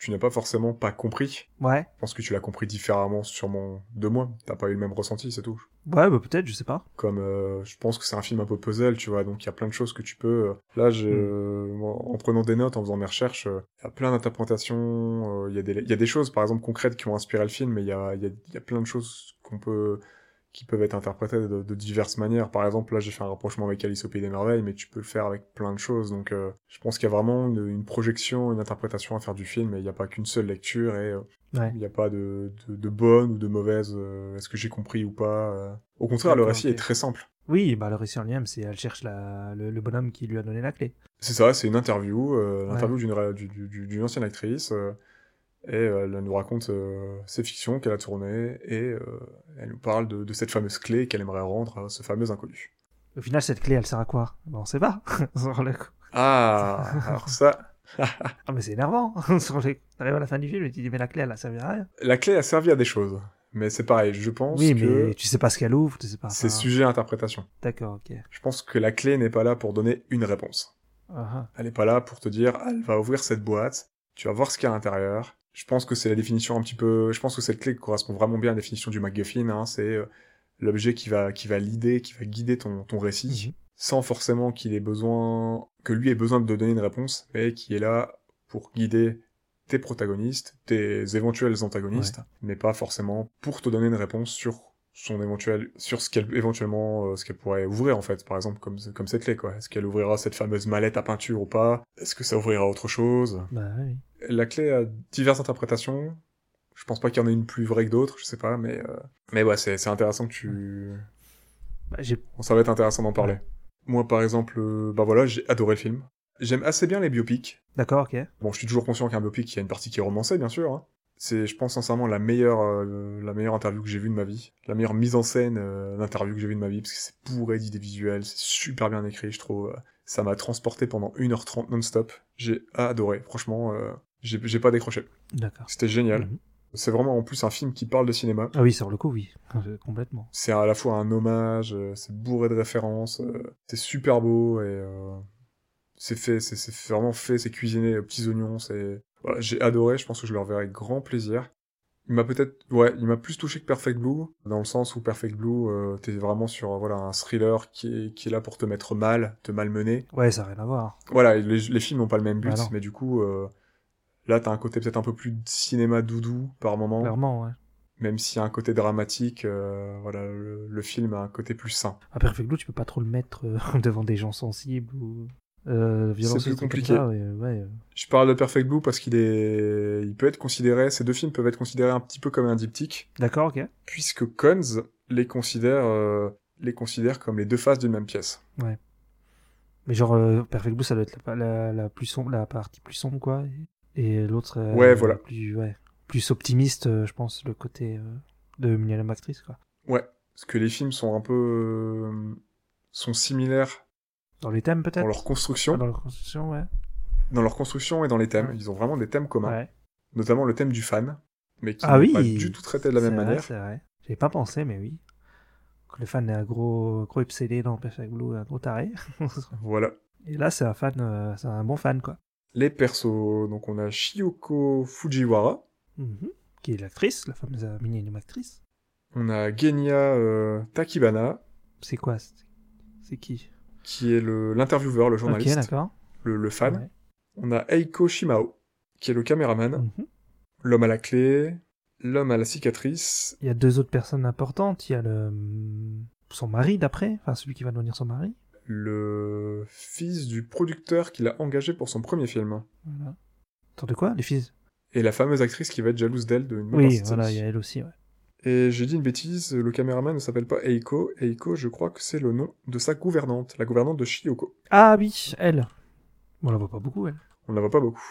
[SPEAKER 6] tu n'as pas forcément pas compris.
[SPEAKER 5] Ouais.
[SPEAKER 6] Je pense que tu l'as compris différemment, sûrement de moi. T'as pas eu le même ressenti, c'est tout.
[SPEAKER 5] Ouais, bah peut-être, je sais pas.
[SPEAKER 6] comme euh, je pense que c'est un film un peu puzzle, tu vois, donc il y a plein de choses que tu peux. euh, Là, j'ai,
[SPEAKER 5] Mm.
[SPEAKER 6] euh, en en prenant des notes, en faisant mes recherches, euh, il y a plein d'interprétations, euh, il y, a des- il y a des choses, par exemple, concrètes qui ont inspiré le film, mais il y a, il y a- il y a plein de choses qu'on peut qui peuvent être interprétées de, de diverses manières. Par exemple, là, j'ai fait un rapprochement avec Alice au Pays des Merveilles, mais tu peux le faire avec plein de choses. Donc, euh, je pense qu'il y a vraiment une, une projection, une interprétation à faire du film, et il n'y a pas qu'une seule lecture, et euh,
[SPEAKER 5] Ouais.
[SPEAKER 6] il n'y a pas de, de, de bonne ou de mauvaise, euh, est-ce que j'ai compris ou pas. euh. Au contraire, le
[SPEAKER 5] D'accord,
[SPEAKER 6] récit
[SPEAKER 5] ok.
[SPEAKER 6] est très simple.
[SPEAKER 5] Oui, bah le récit en lui-même, c'est elle cherche la, le, le bonhomme qui lui a donné la clé.
[SPEAKER 6] C'est ça, c'est une interview, euh,
[SPEAKER 5] Ouais.
[SPEAKER 6] l'interview d'une ra- du- du- du- d'une ancienne actrice, euh, et euh, elle nous raconte euh, ses fictions qu'elle a tournées, et euh, elle nous parle de, de cette fameuse clé qu'elle aimerait rendre à ce fameux inconnu.
[SPEAKER 5] Au final, cette clé, elle sert à quoi Bah on sait pas. Sur le coup.
[SPEAKER 6] Ah, alors ça,
[SPEAKER 5] Ah mais c'est énervant. Sur le coup. T'arrives à la fin du film et tu dis mais la clé, elle a servi à rien.
[SPEAKER 6] la clé a servi à des choses, mais c'est pareil, je pense
[SPEAKER 5] Oui,
[SPEAKER 6] que
[SPEAKER 5] mais tu sais pas ce qu'elle ouvre, tu sais pas.
[SPEAKER 6] c'est
[SPEAKER 5] enfin,
[SPEAKER 6] sujet à interprétation.
[SPEAKER 5] D'accord, ok.
[SPEAKER 6] Je pense que la clé n'est pas là pour donner une réponse.
[SPEAKER 5] Ah,
[SPEAKER 6] Elle n'est pas là pour te dire, Ah, elle va ouvrir cette boîte, tu vas voir ce qu'il y a à l'intérieur. Je pense que c'est la définition un petit peu. Je pense que cette clé correspond vraiment bien à la définition du MacGuffin. Hein. C'est euh, l'objet qui va, qui va l'idée, qui va guider ton, ton récit.
[SPEAKER 5] Mhm.
[SPEAKER 6] sans forcément qu'il ait besoin, que lui ait besoin de donner une réponse, mais qui est là pour guider tes protagonistes, tes éventuels antagonistes, mais pas forcément pour te donner une réponse sur son éventuel, sur ce qu'elle éventuellement euh, ce qu'elle pourrait ouvrir en fait, par exemple comme comme cette clé quoi. Est-ce qu'elle ouvrira cette fameuse mallette à peinture ou pas Est-ce que ça ouvrira autre chose
[SPEAKER 5] Bah oui.
[SPEAKER 6] la clé a diverses interprétations. Je pense pas qu'il y en ait une plus vraie que d'autres, je sais pas, mais euh, mais ouais, c'est c'est intéressant que tu.
[SPEAKER 5] Bah, j'ai
[SPEAKER 6] Ça va être intéressant d'en parler. Moi, par exemple, euh, bah voilà, j'ai adoré le film. J'aime assez bien les biopics.
[SPEAKER 5] D'accord, ok.
[SPEAKER 6] Bon, je suis toujours conscient qu'un biopic, il y a une partie qui est romancée, bien sûr. hein. C'est, je pense sincèrement, la meilleure, euh, la meilleure interview que j'ai vue de ma vie, la meilleure mise en scène euh, d'interview que j'ai vue de ma vie, parce que c'est bourré d'idées visuelles, c'est super bien écrit, je trouve. euh, Ça m'a transporté pendant 1h30 non-stop. J'ai adoré, franchement, euh, j'ai j'ai pas décroché.
[SPEAKER 5] D'accord.
[SPEAKER 6] C'était génial.
[SPEAKER 5] Mhm.
[SPEAKER 6] C'est vraiment en plus un film qui parle de cinéma.
[SPEAKER 5] Ah oui, sur le coup, oui. Euh, Complètement.
[SPEAKER 6] C'est à la fois un hommage, euh, c'est bourré de références, euh, c'est super beau et euh, c'est fait, c'est- c'est vraiment fait, c'est cuisiné aux petits oignons. C'est voilà, j'ai adoré. Je pense que je le reverrai avec grand plaisir. Il m'a peut-être, ouais, il m'a plus touché que Perfect Blue dans le sens où Perfect Blue, euh, t'es vraiment sur euh, voilà un thriller qui est, qui est là pour te mettre mal, te malmener.
[SPEAKER 5] Ouais, ça n'a rien à voir.
[SPEAKER 6] Voilà, et les, les films n'ont pas le même but,
[SPEAKER 5] Bah non.
[SPEAKER 6] mais du coup. euh, Là, t'as un côté peut-être un peu plus de cinéma doudou par moment
[SPEAKER 5] Clairement, ouais.
[SPEAKER 6] même s'il y a un côté dramatique, euh, voilà, le, le film a un côté plus sain.
[SPEAKER 5] À Perfect Blue, tu peux pas trop le mettre euh, devant des gens sensibles ou. Euh, violence,
[SPEAKER 6] C'est plus
[SPEAKER 5] des trucs comme
[SPEAKER 6] compliqué.
[SPEAKER 5] ça, ouais, ouais, euh.
[SPEAKER 6] Je parle de Perfect Blue parce qu'il est, il peut être considéré, ces deux films peuvent être considérés un petit peu comme un diptyque,
[SPEAKER 5] D'accord, ok.
[SPEAKER 6] puisque Cons les considère, euh, les considère comme les deux faces d'une même pièce.
[SPEAKER 5] Mais genre, euh, Perfect Blue, ça doit être la, la, la plus sombre, la partie plus sombre, quoi. Et, et l'autre. euh,
[SPEAKER 6] Ouais, voilà.
[SPEAKER 5] Plus, ouais, plus optimiste, euh, je pense, le côté euh, de Millennium Actrice, quoi.
[SPEAKER 6] Ouais, parce que les films sont un peu, euh, sont similaires
[SPEAKER 5] Dans les thèmes, peut-être
[SPEAKER 6] dans leur
[SPEAKER 5] Ah,
[SPEAKER 6] construction,
[SPEAKER 5] Dans leur construction, ouais.
[SPEAKER 6] dans leur construction et dans les thèmes.
[SPEAKER 5] Ouais.
[SPEAKER 6] Ils ont vraiment des thèmes communs,
[SPEAKER 5] ouais.
[SPEAKER 6] notamment le thème du fan, mais qui
[SPEAKER 5] Ah
[SPEAKER 6] n'est
[SPEAKER 5] oui.
[SPEAKER 6] pas du tout traité de la
[SPEAKER 5] C'est
[SPEAKER 6] même
[SPEAKER 5] vrai,
[SPEAKER 6] manière.
[SPEAKER 5] C'est vrai. J'avais pas pensé, mais oui. Que le fan est un gros, gros obsédé dans Perfect Blue, un gros taré.
[SPEAKER 6] Voilà.
[SPEAKER 5] Et là, c'est un fan, euh, c'est un bon fan, quoi.
[SPEAKER 6] Les persos, donc on a Shiyoko Fujiwara,
[SPEAKER 5] Mhm. Qui est l'actrice, la fameuse euh, Millennium Actrice.
[SPEAKER 6] on a Genya euh, Takibana,
[SPEAKER 5] C'est quoi C'est c'est qui
[SPEAKER 6] qui est le- l'intervieweur, le,
[SPEAKER 5] Ok,
[SPEAKER 6] journaliste,
[SPEAKER 5] d'accord.
[SPEAKER 6] le, le fan.
[SPEAKER 5] Ouais.
[SPEAKER 6] On a Eiko Shimao, qui est le caméraman,
[SPEAKER 5] Mhm.
[SPEAKER 6] l'homme à la clé, l'homme à la cicatrice,
[SPEAKER 5] Il y a deux autres personnes importantes. Il y a le son mari d'après, enfin celui qui va devenir son mari.
[SPEAKER 6] le fils du producteur qu'il a engagé pour son premier film,
[SPEAKER 5] Voilà. Attends, de quoi Les fils
[SPEAKER 6] et la fameuse actrice qui va être jalouse d'elle de une bonne partie
[SPEAKER 5] Oui,
[SPEAKER 6] de sa
[SPEAKER 5] voilà,
[SPEAKER 6] vie.
[SPEAKER 5] il y a elle aussi. Ouais.
[SPEAKER 6] Et j'ai dit une bêtise, le caméraman ne s'appelle pas Eiko. Eiko, je crois que c'est le nom de sa gouvernante, la gouvernante de Shiyoko.
[SPEAKER 5] Ah oui, elle. Bon, on la voit pas beaucoup, elle.
[SPEAKER 6] On la voit pas beaucoup.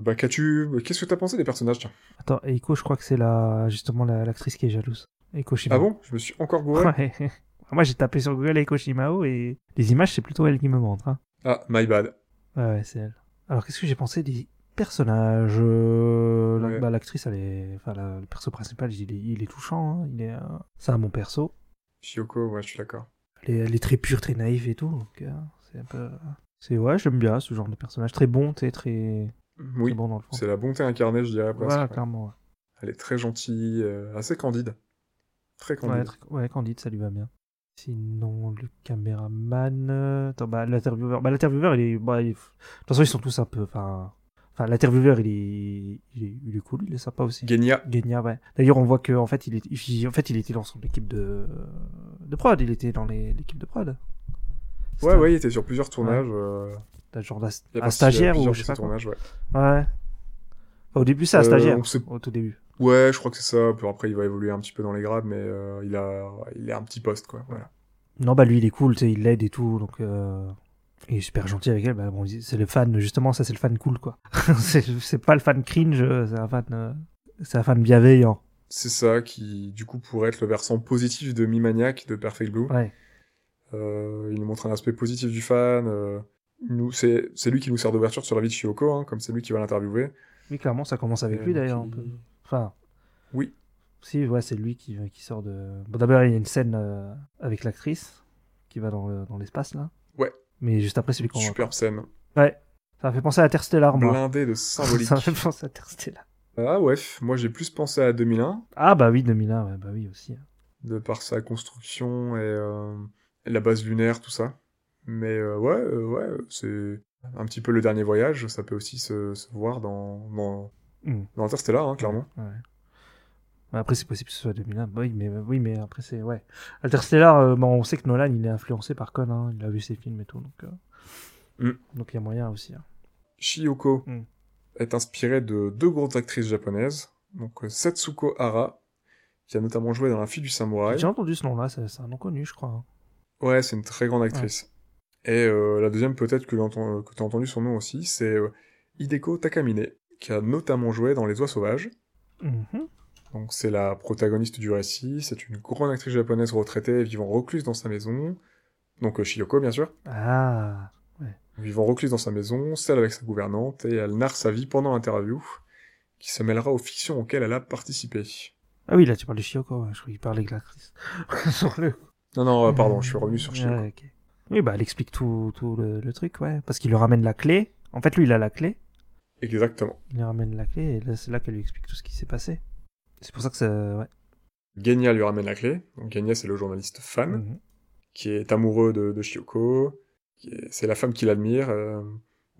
[SPEAKER 6] Bah, qu'as-tu. Qu'est-ce que t'as pensé des personnages, tiens
[SPEAKER 5] Attends, Eiko, je crois que c'est la justement la- l'actrice qui est jalouse. Eiko
[SPEAKER 6] Ah
[SPEAKER 5] Shimao.
[SPEAKER 6] bon Je me suis encore gouré
[SPEAKER 5] Ouais. Moi, j'ai tapé sur Google Eiko Shimao et les images, c'est plutôt elle qui me montre. hein.
[SPEAKER 6] Ah, my bad.
[SPEAKER 5] Ouais, ouais, c'est elle. Alors, qu'est-ce que j'ai pensé des personnages Euh, la-
[SPEAKER 6] Ouais.
[SPEAKER 5] bah, L'actrice, elle est, enfin, la- le perso principal, il est, il est touchant. hein. Il est, euh, c'est un bon perso.
[SPEAKER 6] Shiyoko, ouais, je suis d'accord.
[SPEAKER 5] Elle est, elle est très pure, très naïve et tout. donc, euh, c'est un peu. C'est ouais, j'aime bien ce genre de personnage. Très bon, t'es très, très
[SPEAKER 6] Oui,
[SPEAKER 5] bon dans le fond.
[SPEAKER 6] c'est la bonté incarnée, je dirais presque.
[SPEAKER 5] Voilà,
[SPEAKER 6] ouais.
[SPEAKER 5] clairement. ouais.
[SPEAKER 6] Elle est très gentille, euh, assez candide. Très
[SPEAKER 5] Ouais,
[SPEAKER 6] candide.
[SPEAKER 5] très- ouais, Candide, ça lui va bien. Sinon, le caméraman. euh, Attends, bah, l'intervieweur. Bah, l'intervieweur, il est. bah, il est- De toute façon, ils sont tous un peu. Enfin, enfin l'intervieweur, il est... il est. il est cool, il est sympa aussi.
[SPEAKER 6] Genya.
[SPEAKER 5] Gagna, ouais. D'ailleurs, on voit que en fait, il est, il- en fait, il était dans son équipe de de prod. Il était dans les- l'équipe de prod. C'était
[SPEAKER 6] Ouais,
[SPEAKER 5] un-
[SPEAKER 6] ouais, il était sur plusieurs tournages. euh,
[SPEAKER 5] un Genre d'un-
[SPEAKER 6] il a
[SPEAKER 5] un
[SPEAKER 6] participé à
[SPEAKER 5] stagiaire ou
[SPEAKER 6] plusieurs
[SPEAKER 5] je sais
[SPEAKER 6] de
[SPEAKER 5] pas.
[SPEAKER 6] ces
[SPEAKER 5] quoi.
[SPEAKER 6] tournages, ouais.
[SPEAKER 5] Ouais. Au début, c'est un
[SPEAKER 6] Euh,
[SPEAKER 5] stagiaire.
[SPEAKER 6] on sait-
[SPEAKER 5] Au tout début.
[SPEAKER 6] Ouais, je crois que c'est ça. Puis après, il va évoluer un petit peu dans les grades, mais euh, il, a... il a un petit poste, quoi. Voilà.
[SPEAKER 5] Non, bah lui, il est cool, tu sais, il l'aide et tout, donc. euh, Il est super gentil avec elle. Bah, bon, c'est le fan, justement, ça, c'est le fan cool, quoi. c'est c'est pas le fan cringe, euh, c'est un fan. euh, C'est un fan bienveillant.
[SPEAKER 6] C'est ça qui, du coup, pourrait être le versant positif de Mimaniac de Perfect Blue.
[SPEAKER 5] Ouais.
[SPEAKER 6] Euh, il nous montre un aspect positif du fan. euh, il nous, c'est, c'est lui qui nous sert d'ouverture sur la vie de Shiyoko, hein, comme c'est lui qui va l'interviewer.
[SPEAKER 5] Oui, clairement, ça commence avec
[SPEAKER 6] Euh,
[SPEAKER 5] lui,
[SPEAKER 6] donc,
[SPEAKER 5] d'ailleurs.
[SPEAKER 6] il-
[SPEAKER 5] un peu. Enfin.
[SPEAKER 6] Oui.
[SPEAKER 5] Si, ouais, c'est lui qui, qui sort de. Bon, d'abord, il y a une scène euh, avec l'actrice qui va dans le- dans l'espace, là.
[SPEAKER 6] Ouais.
[SPEAKER 5] Mais juste après, celui qu'on.
[SPEAKER 6] Superbe scène.
[SPEAKER 5] Ouais. Ça m'a fait penser à Interstellar, moi.
[SPEAKER 6] Blindé de symbolique.
[SPEAKER 5] ça m'a fait penser à Interstellar.
[SPEAKER 6] ah ouais, moi j'ai plus pensé à 2001,
[SPEAKER 5] Ah bah oui, 2001, ouais, bah oui aussi.
[SPEAKER 6] de par sa construction et euh, la base lunaire, tout ça. Mais euh, ouais, euh, ouais, c'est un petit peu le dernier voyage, ça peut aussi se, se voir dans, dans,
[SPEAKER 5] Mm.
[SPEAKER 6] dans Interstellar, hein, clairement.
[SPEAKER 5] Ouais. Ouais, Après, c'est possible que ce soit 2001. Oui, mais, oui, mais après, c'est. Ouais. Interstellar, euh, bon, on sait que Nolan, il est influencé par Con. hein. Il a vu ses films et tout. Donc, euh,
[SPEAKER 6] Mm.
[SPEAKER 5] donc il y a moyen aussi. hein.
[SPEAKER 6] Shiyoko
[SPEAKER 5] Mm.
[SPEAKER 6] est inspirée de deux grandes actrices japonaises, donc euh, Setsuko Hara, qui a notamment joué dans La fille du samouraï.
[SPEAKER 5] J'ai entendu ce nom-là, c'est c'est un nom connu, je crois. hein.
[SPEAKER 6] Ouais, c'est une très grande actrice. Et euh, la deuxième, peut-être que, l'entend- euh, que tu as entendu son nom aussi, c'est euh, Hideko Takamine, qui a notamment joué dans Les Oies Sauvages.
[SPEAKER 5] Mhm.
[SPEAKER 6] Donc c'est la protagoniste du récit, c'est une grande actrice japonaise retraitée vivant recluse dans sa maison. Donc euh, Shiyoko, bien sûr.
[SPEAKER 5] Ah.
[SPEAKER 6] Vivant recluse dans sa maison, seule avec sa gouvernante, et elle narre sa vie pendant l'interview, qui se mêlera aux fictions auxquelles elle a participé.
[SPEAKER 5] Ah oui, là, tu parles de Shiyoko. ouais, Je croyais qu'il parlait de l'actrice. Sur le-
[SPEAKER 6] Non, non, euh, pardon, je suis revenu sur
[SPEAKER 5] Ouais,
[SPEAKER 6] Shiyoko.
[SPEAKER 5] ok. Oui, bah, elle explique tout, tout le, le truc, ouais. Parce qu'il lui ramène la clé. En fait, lui, il a la clé.
[SPEAKER 6] Exactement.
[SPEAKER 5] Il lui ramène la clé et là, c'est là qu'elle lui explique tout ce qui s'est passé. C'est pour ça que ça. Ouais.
[SPEAKER 6] Genya lui ramène la clé. Donc Genya, c'est le journaliste fan.
[SPEAKER 5] Mhm.
[SPEAKER 6] qui est amoureux de, de Shiyoko. qui est- C'est la femme qu'il admire, euh,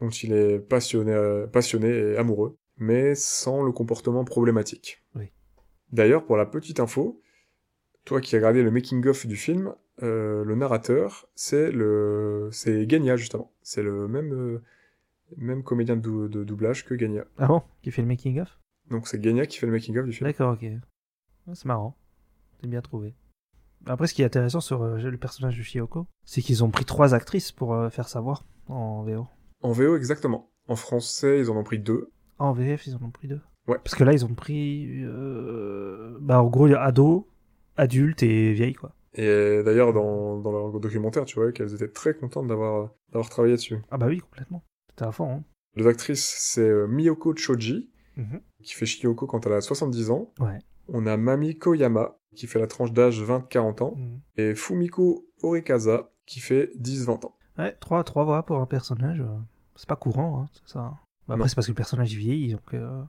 [SPEAKER 6] dont il est passionné, euh, passionné et amoureux, mais sans le comportement problématique.
[SPEAKER 5] Oui.
[SPEAKER 6] D'ailleurs, pour la petite info, toi qui as regardé le making-of du film, euh, le narrateur, c'est le, c'est Genya justement. C'est le même, euh, même comédien de, dou- de doublage que Genya.
[SPEAKER 5] Ah bon Qui fait le making-of
[SPEAKER 6] Donc c'est Genya qui fait le making-of du film.
[SPEAKER 5] D'accord, ok. Ouais, C'est marrant. C'est bien trouvé. Après, ce qui est intéressant sur euh, le personnage de Shiyoko, c'est qu'ils ont pris trois actrices pour euh, faire savoir en VO.
[SPEAKER 6] En VO exactement. En français, ils en ont pris deux.
[SPEAKER 5] Ah, En VF, ils en ont pris deux.
[SPEAKER 6] Ouais.
[SPEAKER 5] Parce que là, ils ont pris. euh, Bah, en gros, il y a ado, adulte et vieille, quoi.
[SPEAKER 6] Et euh, d'ailleurs, dans, dans leur documentaire, tu vois qu'elles étaient très contentes d'avoir, d'avoir travaillé dessus.
[SPEAKER 5] Ah, bah oui, complètement. C'était à fond, hein.
[SPEAKER 6] Les actrices, c'est euh, Miyoko Choji,
[SPEAKER 5] Mhm.
[SPEAKER 6] qui fait Shiyoko quand elle a 70 ans.
[SPEAKER 5] Ouais.
[SPEAKER 6] On a Mami Koyama, qui fait la tranche d'âge 20-40 ans.
[SPEAKER 5] Mhm.
[SPEAKER 6] Et Fumiko Horikaza, qui fait 10-20 ans.
[SPEAKER 5] Ouais, trois, trois voix pour un personnage. euh, C'est pas courant, hein, c'est ça. Bah,
[SPEAKER 6] Non.
[SPEAKER 5] après, c'est parce que le personnage vieillit, donc. euh,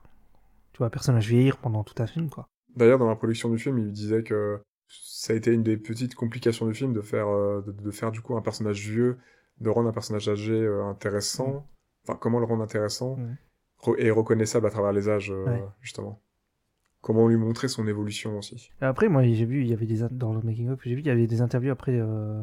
[SPEAKER 5] Tu vois, un personnage vieillir pendant tout un film, quoi.
[SPEAKER 6] D'ailleurs, dans la production du film, il disait que ça a été une des petites complications du film de faire, euh, de, de faire du coup un personnage vieux, de rendre un personnage âgé euh, intéressant. Enfin, comment le rendre intéressant
[SPEAKER 5] Mm. Ouais.
[SPEAKER 6] re- et reconnaissable à travers les âges, euh,
[SPEAKER 5] Ouais.
[SPEAKER 6] justement. Comment lui montrer son évolution aussi.
[SPEAKER 5] Et Après, moi, j'ai vu, il y avait des in- dans le making of, j'ai vu qu'il y avait des interviews après euh,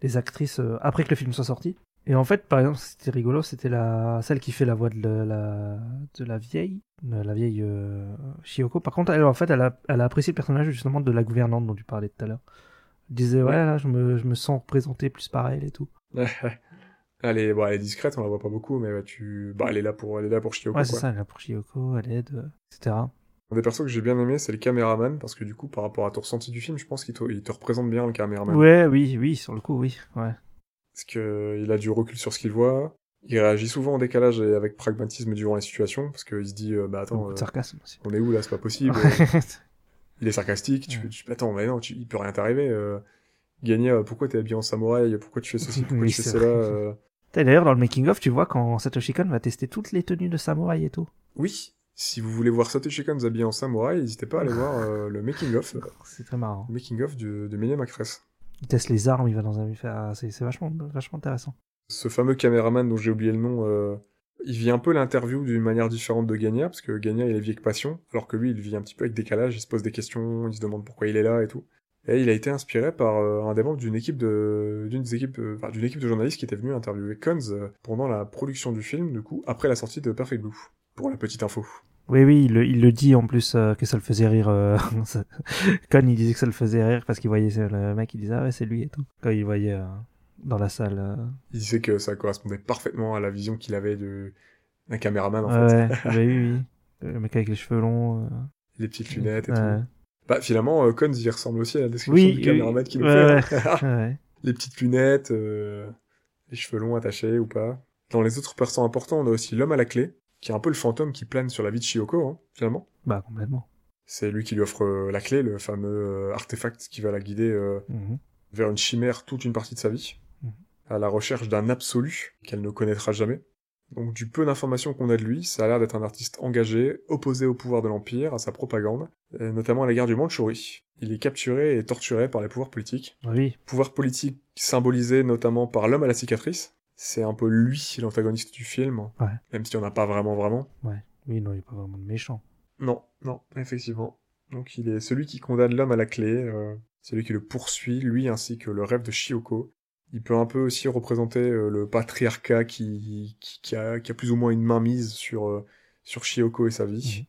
[SPEAKER 5] des actrices euh, après que le film soit sorti. Et en fait, par exemple, c'était rigolo, c'était la celle qui fait la voix de la, la- de la vieille, de la vieille euh, Shiyoko. Par contre, elle, en fait, elle a, elle a apprécié le personnage justement de la gouvernante dont tu parlais tout à l'heure. Elle disait ouais, là, je me, je me sens représentée plus par elle et tout.
[SPEAKER 6] elle, est, bon, elle est discrète, on la voit pas beaucoup, mais bah, tu... bah, elle, est là pour, elle est là pour Shiyoko.
[SPEAKER 5] ouais, c'est
[SPEAKER 6] quoi.
[SPEAKER 5] ça, elle a pour Shiyoko, elle aide, euh, etc.
[SPEAKER 6] Un des persos que j'ai bien aimé, c'est le caméraman, parce que du coup, par rapport à ton ressenti du film, je pense qu'il te, il te représente bien le caméraman.
[SPEAKER 5] Ouais, oui, oui, sur le coup, oui, ouais.
[SPEAKER 6] Parce qu'il a du recul sur ce qu'il voit. Il réagit souvent en décalage et avec pragmatisme durant les situations, parce qu'il se dit, euh, bah attends,
[SPEAKER 5] Beaucoup de
[SPEAKER 6] euh,
[SPEAKER 5] sarcasme aussi.
[SPEAKER 6] on est où là, c'est pas possible. il est sarcastique, tu,
[SPEAKER 5] Ouais.
[SPEAKER 6] tu- attends, mais non, tu, il peut rien t'arriver. Euh, Gagna, pourquoi t'es habillé en samouraï Pourquoi tu fais ceci Pourquoi
[SPEAKER 5] Oui,
[SPEAKER 6] tu fais
[SPEAKER 5] c'est
[SPEAKER 6] cela
[SPEAKER 5] vrai.
[SPEAKER 6] euh,
[SPEAKER 5] T'as D'ailleurs, dans le making-of, tu vois quand Satoshi Kon va tester toutes les tenues de samouraï et tout.
[SPEAKER 6] Oui, si vous voulez voir Satoshi Kon habillé en samouraï, n'hésitez pas à
[SPEAKER 5] Ah.
[SPEAKER 6] aller voir euh, le making-of.
[SPEAKER 5] C'est très marrant.
[SPEAKER 6] making-of de, de Millennium Actress.
[SPEAKER 5] Il teste les armes, il va dans un. il fait- ah, c'est c'est vachement, vachement intéressant.
[SPEAKER 6] Ce fameux caméraman dont j'ai oublié le nom, euh, il vit un peu l'interview d'une manière différente de Gagna, parce que Gagna, il est vie avec passion, alors que lui, il vit un petit peu avec décalage, il se pose des questions, il se demande pourquoi il est là et tout. Et il a été inspiré par euh, un des membres d'une équipe de d'une des équipes euh, enfin, d'une équipe de journalistes qui était venue interviewer Cons euh, pendant la production du film du coup après la sortie de Perfect Blue pour la petite info.
[SPEAKER 5] Oui, oui, il, le- il le dit en plus euh, que ça le faisait rire. euh, ça- Kon, il disait que ça le faisait rire parce qu'il voyait ce- le mec, il disait ah ouais, c'est lui et tout. Quand il voyait euh, dans la salle. euh,
[SPEAKER 6] Il disait que ça correspondait parfaitement à la vision qu'il avait de d'un caméraman en fait,
[SPEAKER 5] ouais, ouais, bah oui, oui. Le mec avec les cheveux longs. euh,
[SPEAKER 6] les petites lunettes et tout.
[SPEAKER 5] ouais.
[SPEAKER 6] Bah finalement, euh, Cons y ressemble aussi à la description
[SPEAKER 5] Oui,
[SPEAKER 6] du
[SPEAKER 5] oui,
[SPEAKER 6] caméraman qui nous
[SPEAKER 5] ouais,
[SPEAKER 6] fait.
[SPEAKER 5] ouais.
[SPEAKER 6] les petites lunettes, euh, les cheveux longs attachés ou pas. Dans les autres personnes importants, on a aussi l'homme à la clé, qui est un peu le fantôme qui plane sur la vie de Shiyoko, hein, finalement.
[SPEAKER 5] Bah complètement.
[SPEAKER 6] C'est lui qui lui offre euh, la clé, le fameux euh, artefact qui va la guider euh,
[SPEAKER 5] Mhm.
[SPEAKER 6] vers une chimère toute une partie de sa vie,
[SPEAKER 5] Mhm.
[SPEAKER 6] à la recherche d'un absolu qu'elle ne connaîtra jamais. Donc du peu d'informations qu'on a de lui, ça a l'air d'être un artiste engagé, opposé au pouvoir de l'Empire, à sa propagande, euh, notamment à la guerre du Mandchourie. Il est capturé et torturé par les pouvoirs politiques,
[SPEAKER 5] Oui,
[SPEAKER 6] pouvoir politique symbolisé notamment par l'homme à la cicatrice. C'est un peu lui l'antagoniste du film,
[SPEAKER 5] Ouais.
[SPEAKER 6] même si on n'a pas vraiment vraiment.
[SPEAKER 5] Oui, non, il n'y a pas vraiment de méchant.
[SPEAKER 6] Non, non, effectivement. Donc il est celui qui condamne l'homme à la clé, euh, celui qui le poursuit, lui ainsi que le rêve de Shioko. Il peut un peu aussi représenter euh, le patriarcat qui, qui, qui a, qui a plus ou moins une main mise sur, euh, sur Shioko et sa vie,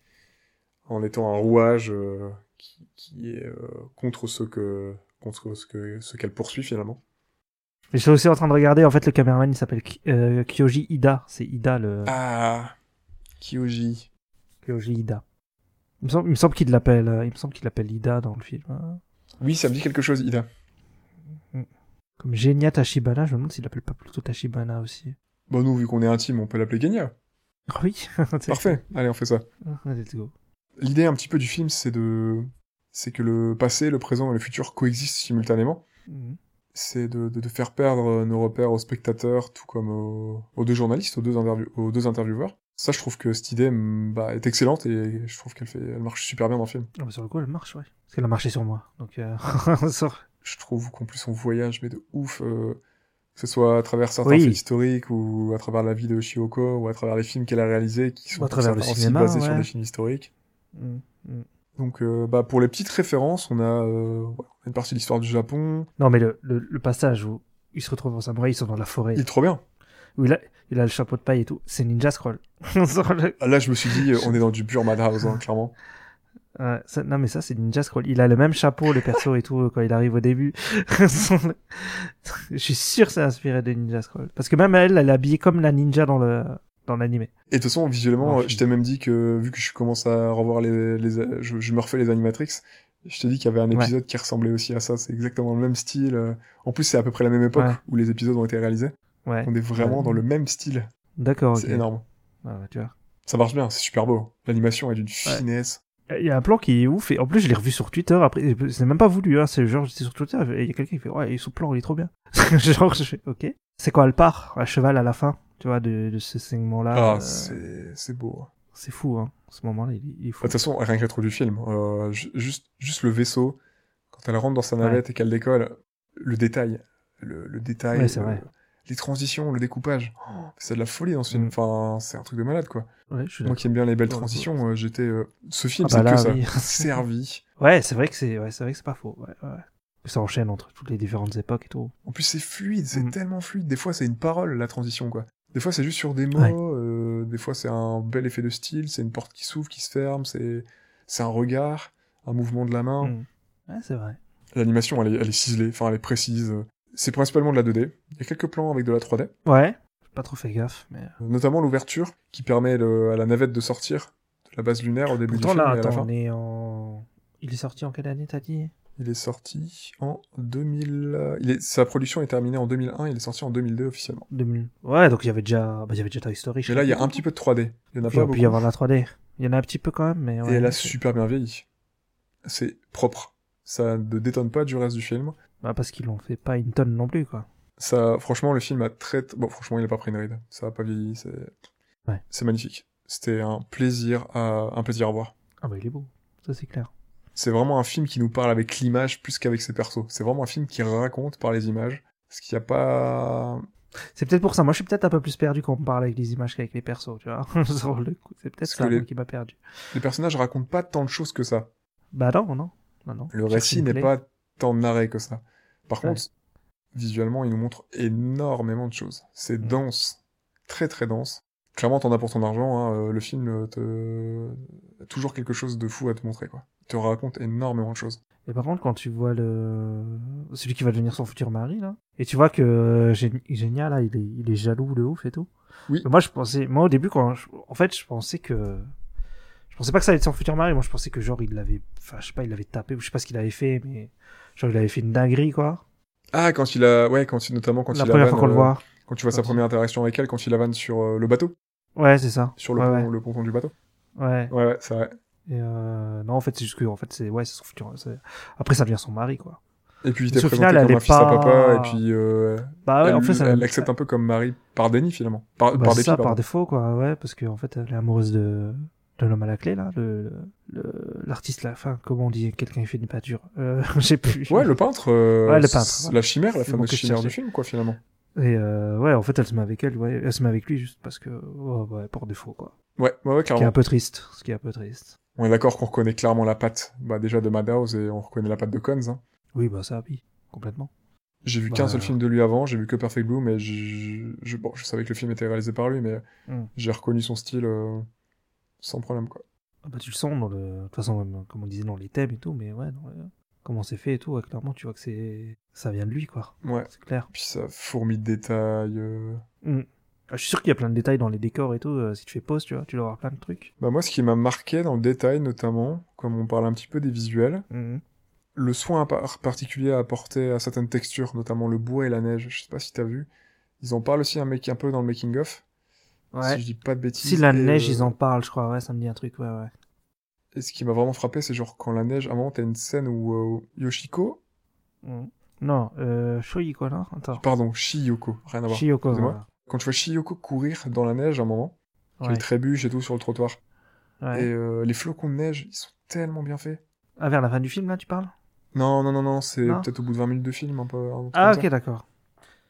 [SPEAKER 6] en étant un rouage euh, qui, qui est euh, contre ce que contre ce que ce qu'elle poursuit finalement.
[SPEAKER 5] Mais je suis aussi en train de regarder, en fait, le caméraman, il s'appelle Ki- euh, Kyoji Ida. C'est Ida, le...
[SPEAKER 6] Ah, Kyoji.
[SPEAKER 5] Kyoji Ida. Il me semble, il me semble qu'il l'appelle, euh, il me semble qu'il l'appelle Ida dans le film. hein.
[SPEAKER 6] Oui, ça me dit quelque chose, Ida.
[SPEAKER 5] Comme Genya Tachibana, je me demande s'il l'appelle pas plutôt Tachibana aussi.
[SPEAKER 6] Bon, nous, vu qu'on est intime, on peut l'appeler Genya.
[SPEAKER 5] Ah Oui, c'est-
[SPEAKER 6] Parfait, allez, on fait ça.
[SPEAKER 5] Ah, Let's go.
[SPEAKER 6] L'idée un petit peu du film, c'est de, c'est que le passé, le présent et le futur coexistent simultanément.
[SPEAKER 5] Mhm.
[SPEAKER 6] C'est de, de- de faire perdre euh, nos repères aux spectateurs, tout comme aux, aux deux journalistes, aux deux, interview- aux deux intervieweurs. Ça, je trouve que cette idée mm, bah, est excellente et je trouve qu'elle fait, elle marche super bien dans le film.
[SPEAKER 5] Ah, bah, sur le coup, elle marche, ouais. Parce qu'elle a marché sur moi. Donc, euh... sur-
[SPEAKER 6] Je trouve qu'en plus on voyage, mais de ouf, euh, que ce soit à travers certains
[SPEAKER 5] Oui.
[SPEAKER 6] faits historiques ou à travers la vie de Shioko ou à travers les films qu'elle a réalisés qui sont
[SPEAKER 5] Ou à travers le
[SPEAKER 6] certains aussi
[SPEAKER 5] cinéma,
[SPEAKER 6] basés
[SPEAKER 5] ouais.
[SPEAKER 6] sur des films historiques. Mm.
[SPEAKER 5] Mhm.
[SPEAKER 6] Donc euh, bah, pour les petites références, on a euh, voilà, une partie de l'histoire du Japon.
[SPEAKER 5] Non, mais le, le, le passage où ils se retrouvent en samouraï, ils sont dans la forêt,
[SPEAKER 6] Il est trop bien.
[SPEAKER 5] où il a, il a le chapeau de paille et tout, c'est Ninja Scroll. Sur le-
[SPEAKER 6] Ah, Là, je me suis dit, euh, on est dans du pur Madhouse, hein, clairement.
[SPEAKER 5] Ouais, ça- non, mais ça, c'est Ninja Scroll. Il a le même chapeau, le perso et tout, quand il arrive au début. Son- Je suis sûr que c'est inspiré de Ninja Scroll. Parce que même elle, elle est habillée comme la ninja dans le dans l'animé.
[SPEAKER 6] Et de toute façon, visuellement,
[SPEAKER 5] Ouais,
[SPEAKER 6] euh, je t'ai même dit que, vu que je commence à revoir les... les je, je me refais les Animatrix, je t'ai dit qu'il y avait un
[SPEAKER 5] Ouais.
[SPEAKER 6] épisode qui ressemblait aussi à ça. C'est exactement le même style. euh. En plus, c'est à peu près la même époque
[SPEAKER 5] Ouais.
[SPEAKER 6] où les épisodes ont été réalisés.
[SPEAKER 5] Ouais.
[SPEAKER 6] On est vraiment dans le même style.
[SPEAKER 5] D'accord. ok.
[SPEAKER 6] C'est énorme.
[SPEAKER 5] Ouais, ouais, tu vois.
[SPEAKER 6] Ça marche bien, c'est super beau. L'animation est d'une finesse.
[SPEAKER 5] Il y a un plan qui est ouf. Et en plus, je l'ai revu sur Twitter. Après, c'est même pas voulu. Hein. C'est genre, j'étais sur Twitter et il y a quelqu'un qui fait ouais, ce plan, il est trop bien. genre, je fais ok. C'est quand elle part à cheval à la fin, tu vois, de, de ce segment-là.
[SPEAKER 6] Ah,
[SPEAKER 5] euh,
[SPEAKER 6] c'est c'est beau.
[SPEAKER 5] c'est fou, hein. Ce moment-là, il, il est
[SPEAKER 6] Bah,
[SPEAKER 5] fou.
[SPEAKER 6] De toute façon, rien que l'intro du film, euh, ju- juste, juste le vaisseau, quand elle rentre dans sa navette et qu'elle décolle, le détail, le, le détail,
[SPEAKER 5] Ouais, c'est
[SPEAKER 6] le-
[SPEAKER 5] vrai.
[SPEAKER 6] les transitions, le découpage, oh, c'est de la folie dans ce film.
[SPEAKER 5] Mm.
[SPEAKER 6] Enfin, c'est un truc de malade, quoi.
[SPEAKER 5] Ouais, je suis
[SPEAKER 6] Moi
[SPEAKER 5] d'accord.
[SPEAKER 6] qui aime bien les belles
[SPEAKER 5] Ouais,
[SPEAKER 6] transitions, euh, j'étais. euh, Ce film,
[SPEAKER 5] Ah bah là,
[SPEAKER 6] c'est que
[SPEAKER 5] oui.
[SPEAKER 6] ça. Servi.
[SPEAKER 5] Ouais, c'est vrai que c'est ouais, c'est vrai que c'est pas faux. Ouais, ouais. Ça enchaîne entre toutes les différentes époques et tout.
[SPEAKER 6] En plus, c'est fluide, c'est
[SPEAKER 5] Mm.
[SPEAKER 6] tellement fluide. Des fois, c'est une parole, la transition, quoi. Des fois, c'est juste sur des mots,
[SPEAKER 5] Ouais.
[SPEAKER 6] euh, des fois, c'est un bel effet de style, c'est une porte qui s'ouvre, qui se ferme, c'est c'est un regard, un mouvement de la main.
[SPEAKER 5] Mm. Ouais, c'est vrai.
[SPEAKER 6] L'animation, elle est, elle est ciselée, enfin, elle est précise. C'est principalement de la 2D. Il y a quelques plans avec de la 3D,
[SPEAKER 5] Ouais, j'ai pas trop fait gaffe, mais
[SPEAKER 6] notamment l'ouverture qui permet le- à la navette de sortir de la base lunaire au début
[SPEAKER 5] pourtant
[SPEAKER 6] du film
[SPEAKER 5] là,
[SPEAKER 6] et à la
[SPEAKER 5] attends,
[SPEAKER 6] fin.
[SPEAKER 5] on est en. Il est sorti en quelle année t'as dit
[SPEAKER 6] Il est sorti en 2000. euh, Il est... Sa production est terminée en 2001, il est sorti en 2002 officiellement.
[SPEAKER 5] 2000. Ouais, donc il y avait déjà, bah, il y avait déjà Toy Story. je
[SPEAKER 6] Et là, il y a
[SPEAKER 5] crois.
[SPEAKER 6] un petit peu de 3D. Il y en a
[SPEAKER 5] Puis il
[SPEAKER 6] pas
[SPEAKER 5] aurait pu y
[SPEAKER 6] beaucoup.
[SPEAKER 5] avoir la 3D. Il y en a un petit peu quand même, mais Ah ouais.
[SPEAKER 6] Et elle a
[SPEAKER 5] c'est-
[SPEAKER 6] super bien vieilli. C'est propre. Ça ne détonne pas du reste du film.
[SPEAKER 5] Bah, parce qu'ils l'ont fait pas une tonne non plus, quoi.
[SPEAKER 6] Ça, franchement, le film a très... Bon, franchement, il a pas pris une ride. Ça a pas vieilli, c'est...
[SPEAKER 5] Ouais.
[SPEAKER 6] C'est magnifique. C'était un plaisir à... un plaisir à voir.
[SPEAKER 5] Ah bah il est beau, ça c'est clair.
[SPEAKER 6] C'est vraiment un film qui nous parle avec l'image plus qu'avec ses persos. C'est vraiment un film qui raconte par les images. Ce qu'il n'y a pas...
[SPEAKER 5] C'est peut-être pour ça, moi je suis peut-être un peu plus perdu quand on me parle avec les images qu'avec les persos, tu vois. Sur le coup, c'est peut-être
[SPEAKER 6] Parce
[SPEAKER 5] ça
[SPEAKER 6] que les-
[SPEAKER 5] moi, qui m'a perdu.
[SPEAKER 6] Les personnages racontent pas tant de choses que ça.
[SPEAKER 5] Bah non, non. non, non.
[SPEAKER 6] Le
[SPEAKER 5] Sur
[SPEAKER 6] récit
[SPEAKER 5] Simplé.
[SPEAKER 6] n'est pas tant narré que ça. Par
[SPEAKER 5] Ouais.
[SPEAKER 6] contre, visuellement, il nous montre énormément de choses. C'est
[SPEAKER 5] Mm.
[SPEAKER 6] dense. Très très dense. Clairement, t'en as pour ton argent. hein. Euh, Le film euh, te... a toujours quelque chose de fou à te montrer. quoi. Il te raconte énormément de choses.
[SPEAKER 5] Et par contre, quand tu vois le celui qui va devenir son futur mari là, et tu vois que euh, Gé- Génia là, il est, il est jaloux de ouf et tout.
[SPEAKER 6] Oui.
[SPEAKER 5] Mais moi, je pensais, moi au début, quand je- en fait, je pensais que je pensais pas que ça allait être son futur mari. Moi, je pensais que genre il l'avait, enfin, je sais pas, il l'avait tapé ou je sais pas ce qu'il avait fait, mais genre il avait fait une dinguerie quoi.
[SPEAKER 6] Ah, quand il a... Ouais, quand il... notamment quand
[SPEAKER 5] la
[SPEAKER 6] il a...
[SPEAKER 5] première
[SPEAKER 6] vanne,
[SPEAKER 5] fois qu'on le
[SPEAKER 6] euh,
[SPEAKER 5] voit.
[SPEAKER 6] Quand tu vois sa
[SPEAKER 5] Quand il-
[SPEAKER 6] première interaction avec elle, quand il la vanne sur euh, le bateau.
[SPEAKER 5] Ouais, c'est ça.
[SPEAKER 6] Sur le,
[SPEAKER 5] Ouais,
[SPEAKER 6] pont- le ponton du bateau.
[SPEAKER 5] Ouais. ouais.
[SPEAKER 6] Ouais, ouais, c'est vrai.
[SPEAKER 5] Et euh, non, en fait, c'est juste que en fait, c'est ouais, c'est son futur. c'est- Après, ça devient son mari quoi.
[SPEAKER 6] Et puis il
[SPEAKER 5] Parce
[SPEAKER 6] t'est
[SPEAKER 5] qu'au
[SPEAKER 6] présenté
[SPEAKER 5] final, elle
[SPEAKER 6] comme un
[SPEAKER 5] est
[SPEAKER 6] fils à papa,
[SPEAKER 5] pas-
[SPEAKER 6] et puis euh,
[SPEAKER 5] Bah ouais,
[SPEAKER 6] elle,
[SPEAKER 5] en fait, ça
[SPEAKER 6] elle l'accepte un peu comme Marie par déni finalement. Par,
[SPEAKER 5] Bah,
[SPEAKER 6] par
[SPEAKER 5] c'est
[SPEAKER 6] dépit,
[SPEAKER 5] ça,
[SPEAKER 6] pardon.
[SPEAKER 5] par défaut, quoi, ouais, parce qu'en fait, elle est amoureuse de. de l'homme à la clé, là, le, le- l'artiste, là, enfin, comment on dit, quelqu'un qui fait des peintures, euh, j'ai plus.
[SPEAKER 6] Ouais, le peintre. euh,
[SPEAKER 5] Ouais, le peintre, ouais.
[SPEAKER 6] La chimère, la
[SPEAKER 5] C'est mon
[SPEAKER 6] fameuse
[SPEAKER 5] que je
[SPEAKER 6] chimère du
[SPEAKER 5] cherchais.
[SPEAKER 6] film, quoi, finalement.
[SPEAKER 5] Et euh, ouais, en fait, elle se met avec elle, ouais, elle se met avec lui juste parce que, oh, ouais, pour défaut, quoi.
[SPEAKER 6] Ouais, ouais, ouais,
[SPEAKER 5] Ce qui est
[SPEAKER 6] carrément.
[SPEAKER 5] un peu triste, ce qui est un peu triste.
[SPEAKER 6] On est d'accord qu'on reconnaît clairement la patte. Bah, déjà de Madhouse et on reconnaît la patte de Cons. hein.
[SPEAKER 5] Oui, bah ça, oui, complètement.
[SPEAKER 6] J'ai vu
[SPEAKER 5] Bah,
[SPEAKER 6] qu'un seul film de lui avant, j'ai vu que Perfect Blue, mais je, je- bon, je savais que le film était réalisé par lui, mais
[SPEAKER 5] Hmm.
[SPEAKER 6] j'ai reconnu son style euh, sans problème, quoi.
[SPEAKER 5] Ah bah tu le sens dans le, de toute façon, même, comme on disait, dans les thèmes et tout, mais ouais, dans le- comment c'est fait et tout, ouais, clairement, tu vois que c'est, ça vient de lui, quoi.
[SPEAKER 6] Ouais.
[SPEAKER 5] C'est clair.
[SPEAKER 6] Puis ça fourmille de détails. euh.
[SPEAKER 5] Ah, Je suis sûr qu'il y a plein de détails dans les décors et tout, euh, si tu fais pause, tu vois, tu dois avoir plein de trucs.
[SPEAKER 6] Bah, moi, ce qui m'a marqué dans le détail, notamment, comme on parle un petit peu des visuels, le soin par- particulier apporté à certaines textures, notamment le bois et la neige. Je sais pas si t'as vu. Ils en parlent aussi un, mec, un peu dans le making-of. Si
[SPEAKER 5] Ouais.
[SPEAKER 6] je dis pas de bêtises.
[SPEAKER 5] Si la
[SPEAKER 6] Et,
[SPEAKER 5] neige,
[SPEAKER 6] euh,
[SPEAKER 5] ils en parlent, je crois, ouais, ça me dit un truc, ouais, ouais.
[SPEAKER 6] Et ce qui m'a vraiment frappé, c'est genre quand la neige, à un moment, t'as une scène où euh, Yoshiko,
[SPEAKER 5] Mhm. Non, euh, Shoyi, quoi, non Attends.
[SPEAKER 6] pardon, Shiyoko, rien à voir.
[SPEAKER 5] Shiyoko,
[SPEAKER 6] excusez-moi. Quand tu vois Shiyoko courir dans la neige à un moment,
[SPEAKER 5] voilà.
[SPEAKER 6] elle
[SPEAKER 5] Ouais,
[SPEAKER 6] trébuche et tout sur le trottoir,
[SPEAKER 5] ouais.
[SPEAKER 6] et euh, les flocons de neige, ils sont tellement bien faits.
[SPEAKER 5] Ah, vers la fin du film, là, tu parles
[SPEAKER 6] Non, non, non, non, c'est
[SPEAKER 5] Non.
[SPEAKER 6] peut-être au bout de 20 minutes de film, un peu. un truc
[SPEAKER 5] Ah,
[SPEAKER 6] comme
[SPEAKER 5] ok,
[SPEAKER 6] ça.
[SPEAKER 5] d'accord.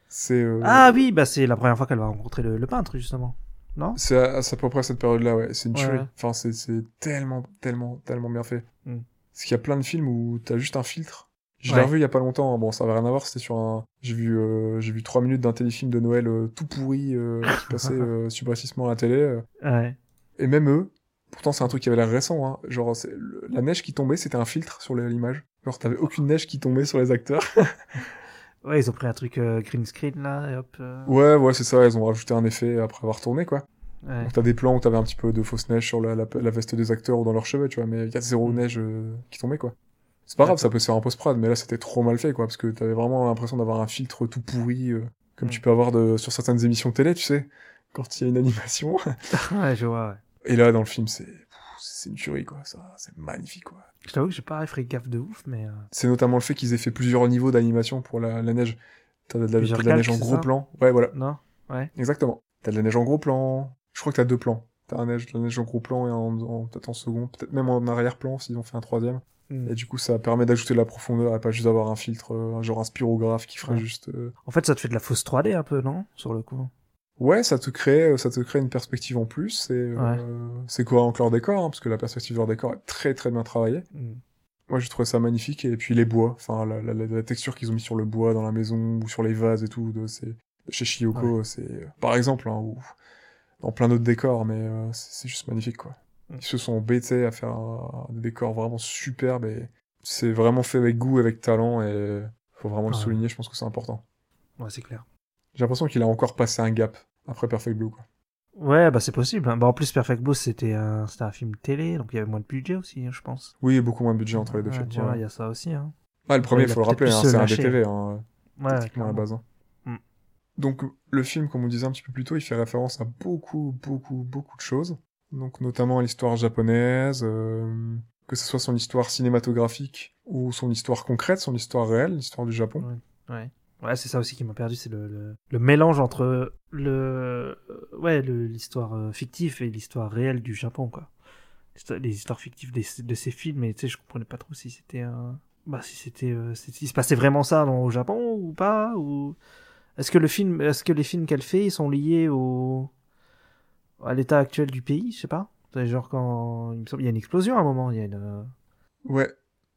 [SPEAKER 6] C'est euh,
[SPEAKER 5] Ah oui, bah c'est la première fois qu'elle va rencontrer le, le peintre, justement. Non
[SPEAKER 6] c'est à, à peu près à cette période-là, ouais. C'est une
[SPEAKER 5] Ouais,
[SPEAKER 6] tuerie.
[SPEAKER 5] ouais.
[SPEAKER 6] Enfin, c'est- c'est tellement, tellement, tellement bien fait.
[SPEAKER 5] Mm.
[SPEAKER 6] Parce qu'il y a plein de films où t'as juste un filtre. Je l'ai
[SPEAKER 5] Ouais.
[SPEAKER 6] revu il y a pas longtemps. hein. Bon, ça avait rien à voir. C'était sur un. J'ai vu, euh, j'ai vu trois minutes d'un téléfilm de Noël euh, tout pourri euh, qui passait euh, subrepticement à la télé. euh.
[SPEAKER 5] Ouais.
[SPEAKER 6] Et même eux. Pourtant, c'est un truc qui avait l'air récent. Hein. Genre, c'est- le- la neige qui tombait, c'était un filtre sur les- l'image. Genre, t'avais aucune neige qui tombait sur les acteurs.
[SPEAKER 5] Ouais, ils ont pris un truc euh, green screen, là, et hop. euh,
[SPEAKER 6] ouais, ouais, c'est ça. Ils ont rajouté un effet après avoir tourné, quoi.
[SPEAKER 5] ouais.
[SPEAKER 6] Donc t'as des plans où t'avais un petit peu de fausse neige sur la, la- la veste des acteurs ou dans leurs cheveux, tu vois, mais il y a
[SPEAKER 5] Mm.
[SPEAKER 6] zéro neige euh, qui tombait, quoi. C'est pas grave, ça peut se faire en post-prod, mais là c'était trop mal fait, quoi, parce que t'avais vraiment l'impression d'avoir un filtre tout pourri, euh, comme
[SPEAKER 5] Mm.
[SPEAKER 6] tu peux avoir de, sur certaines émissions télé, tu sais, quand il y a une animation.
[SPEAKER 5] Ouais, je vois, ouais.
[SPEAKER 6] Et là, dans le film, c'est pff, c'est une tuerie, quoi, ça, c'est magnifique, quoi.
[SPEAKER 5] Je t'avoue que j'ai pas fait gaffe de ouf, mais. euh,
[SPEAKER 6] C'est notamment le fait qu'ils aient fait plusieurs niveaux d'animation pour la, la neige. T'as de la,
[SPEAKER 5] Plusieurs
[SPEAKER 6] t'as de la neige en
[SPEAKER 5] calques, c'est
[SPEAKER 6] gros
[SPEAKER 5] ça
[SPEAKER 6] plan. Ouais, voilà,
[SPEAKER 5] Non
[SPEAKER 6] Exactement. T'as de la neige en gros plan. Je crois que t'as deux plans. T'as un neige, de la neige en gros plan et en, en- peut-être en second, peut-être même en arrière-plan s'ils ont fait un troisième.
[SPEAKER 5] Mm.
[SPEAKER 6] Et du coup, ça permet d'ajouter de la profondeur et pas juste d'avoir un filtre, euh, un genre un spirographe qui ferait
[SPEAKER 5] Ouais.
[SPEAKER 6] juste. euh,
[SPEAKER 5] En fait, ça te fait de la fausse 3D un peu, non Sur le coup.
[SPEAKER 6] Ouais, ça te crée, euh, ça te crée une perspective en plus. Et euh, c'est cohérent avec leur décor, hein, parce que la perspective de leur décor est très très bien travaillée.
[SPEAKER 5] Mm.
[SPEAKER 6] Moi, j'ai trouvé ça magnifique. Et puis les bois, enfin la, la- la- la texture qu'ils ont mis sur le bois dans la maison ou sur les vases et tout, de, c'est chez Shiyoko, c'est euh, par exemple, hein, ou dans plein d'autres décors, mais euh, c'est c'est juste magnifique quoi.
[SPEAKER 5] Mm.
[SPEAKER 6] Ils se sont embêtés à faire un, des décors vraiment superbes et c'est vraiment fait avec goût, avec talent et euh, faut vraiment le
[SPEAKER 5] Ouais.
[SPEAKER 6] souligner. Je pense que c'est important.
[SPEAKER 5] Ouais, c'est clair.
[SPEAKER 6] J'ai l'impression qu'il a encore passé un gap après Perfect Blue quoi.
[SPEAKER 5] Ouais, bah c'est possible. hein. Bah en plus, Perfect Blue, c'était un... c'était un film télé, donc il y avait moins de budget aussi, hein, je pense.
[SPEAKER 6] Oui, beaucoup moins de budget entre les deux
[SPEAKER 5] Ouais,
[SPEAKER 6] films.
[SPEAKER 5] tu vois,
[SPEAKER 6] ouais.
[SPEAKER 5] il y a ça aussi. Hein.
[SPEAKER 6] Ah, le premier,
[SPEAKER 5] il a
[SPEAKER 6] faut le
[SPEAKER 5] peut-être
[SPEAKER 6] rappeler,
[SPEAKER 5] pu
[SPEAKER 6] hein,
[SPEAKER 5] se
[SPEAKER 6] c'est un
[SPEAKER 5] lâcher.
[SPEAKER 6] DTV. Hein.
[SPEAKER 5] Ouais,
[SPEAKER 6] techniquement, à la
[SPEAKER 5] clairement.
[SPEAKER 6] base. hein.
[SPEAKER 5] Mm.
[SPEAKER 6] Donc le film, comme on disait un petit peu plus tôt, il fait référence à beaucoup, beaucoup, beaucoup de choses. Donc notamment à l'histoire japonaise, euh, que ce soit son histoire cinématographique ou son histoire concrète, son histoire réelle, l'histoire du Japon.
[SPEAKER 5] Ouais, c'est ça aussi qui m'a perdu, c'est le, le, le mélange entre euh, le euh, ouais le- l'histoire euh, fictive et l'histoire réelle du Japon, quoi. L'histo- Les histoires fictives des- de ces films, et tu sais, je comprenais pas trop si c'était un. Bah, si c'était. euh, si- s'il se passait vraiment ça dans- au Japon ou pas, ou. Est-ce que, le film, est-ce que les films qu'elle fait ils sont liés au. à l'état actuel du pays, je sais pas. C'est Genre quand. Il me semble, il y a une explosion à un moment, il y a une. euh,
[SPEAKER 6] Ouais.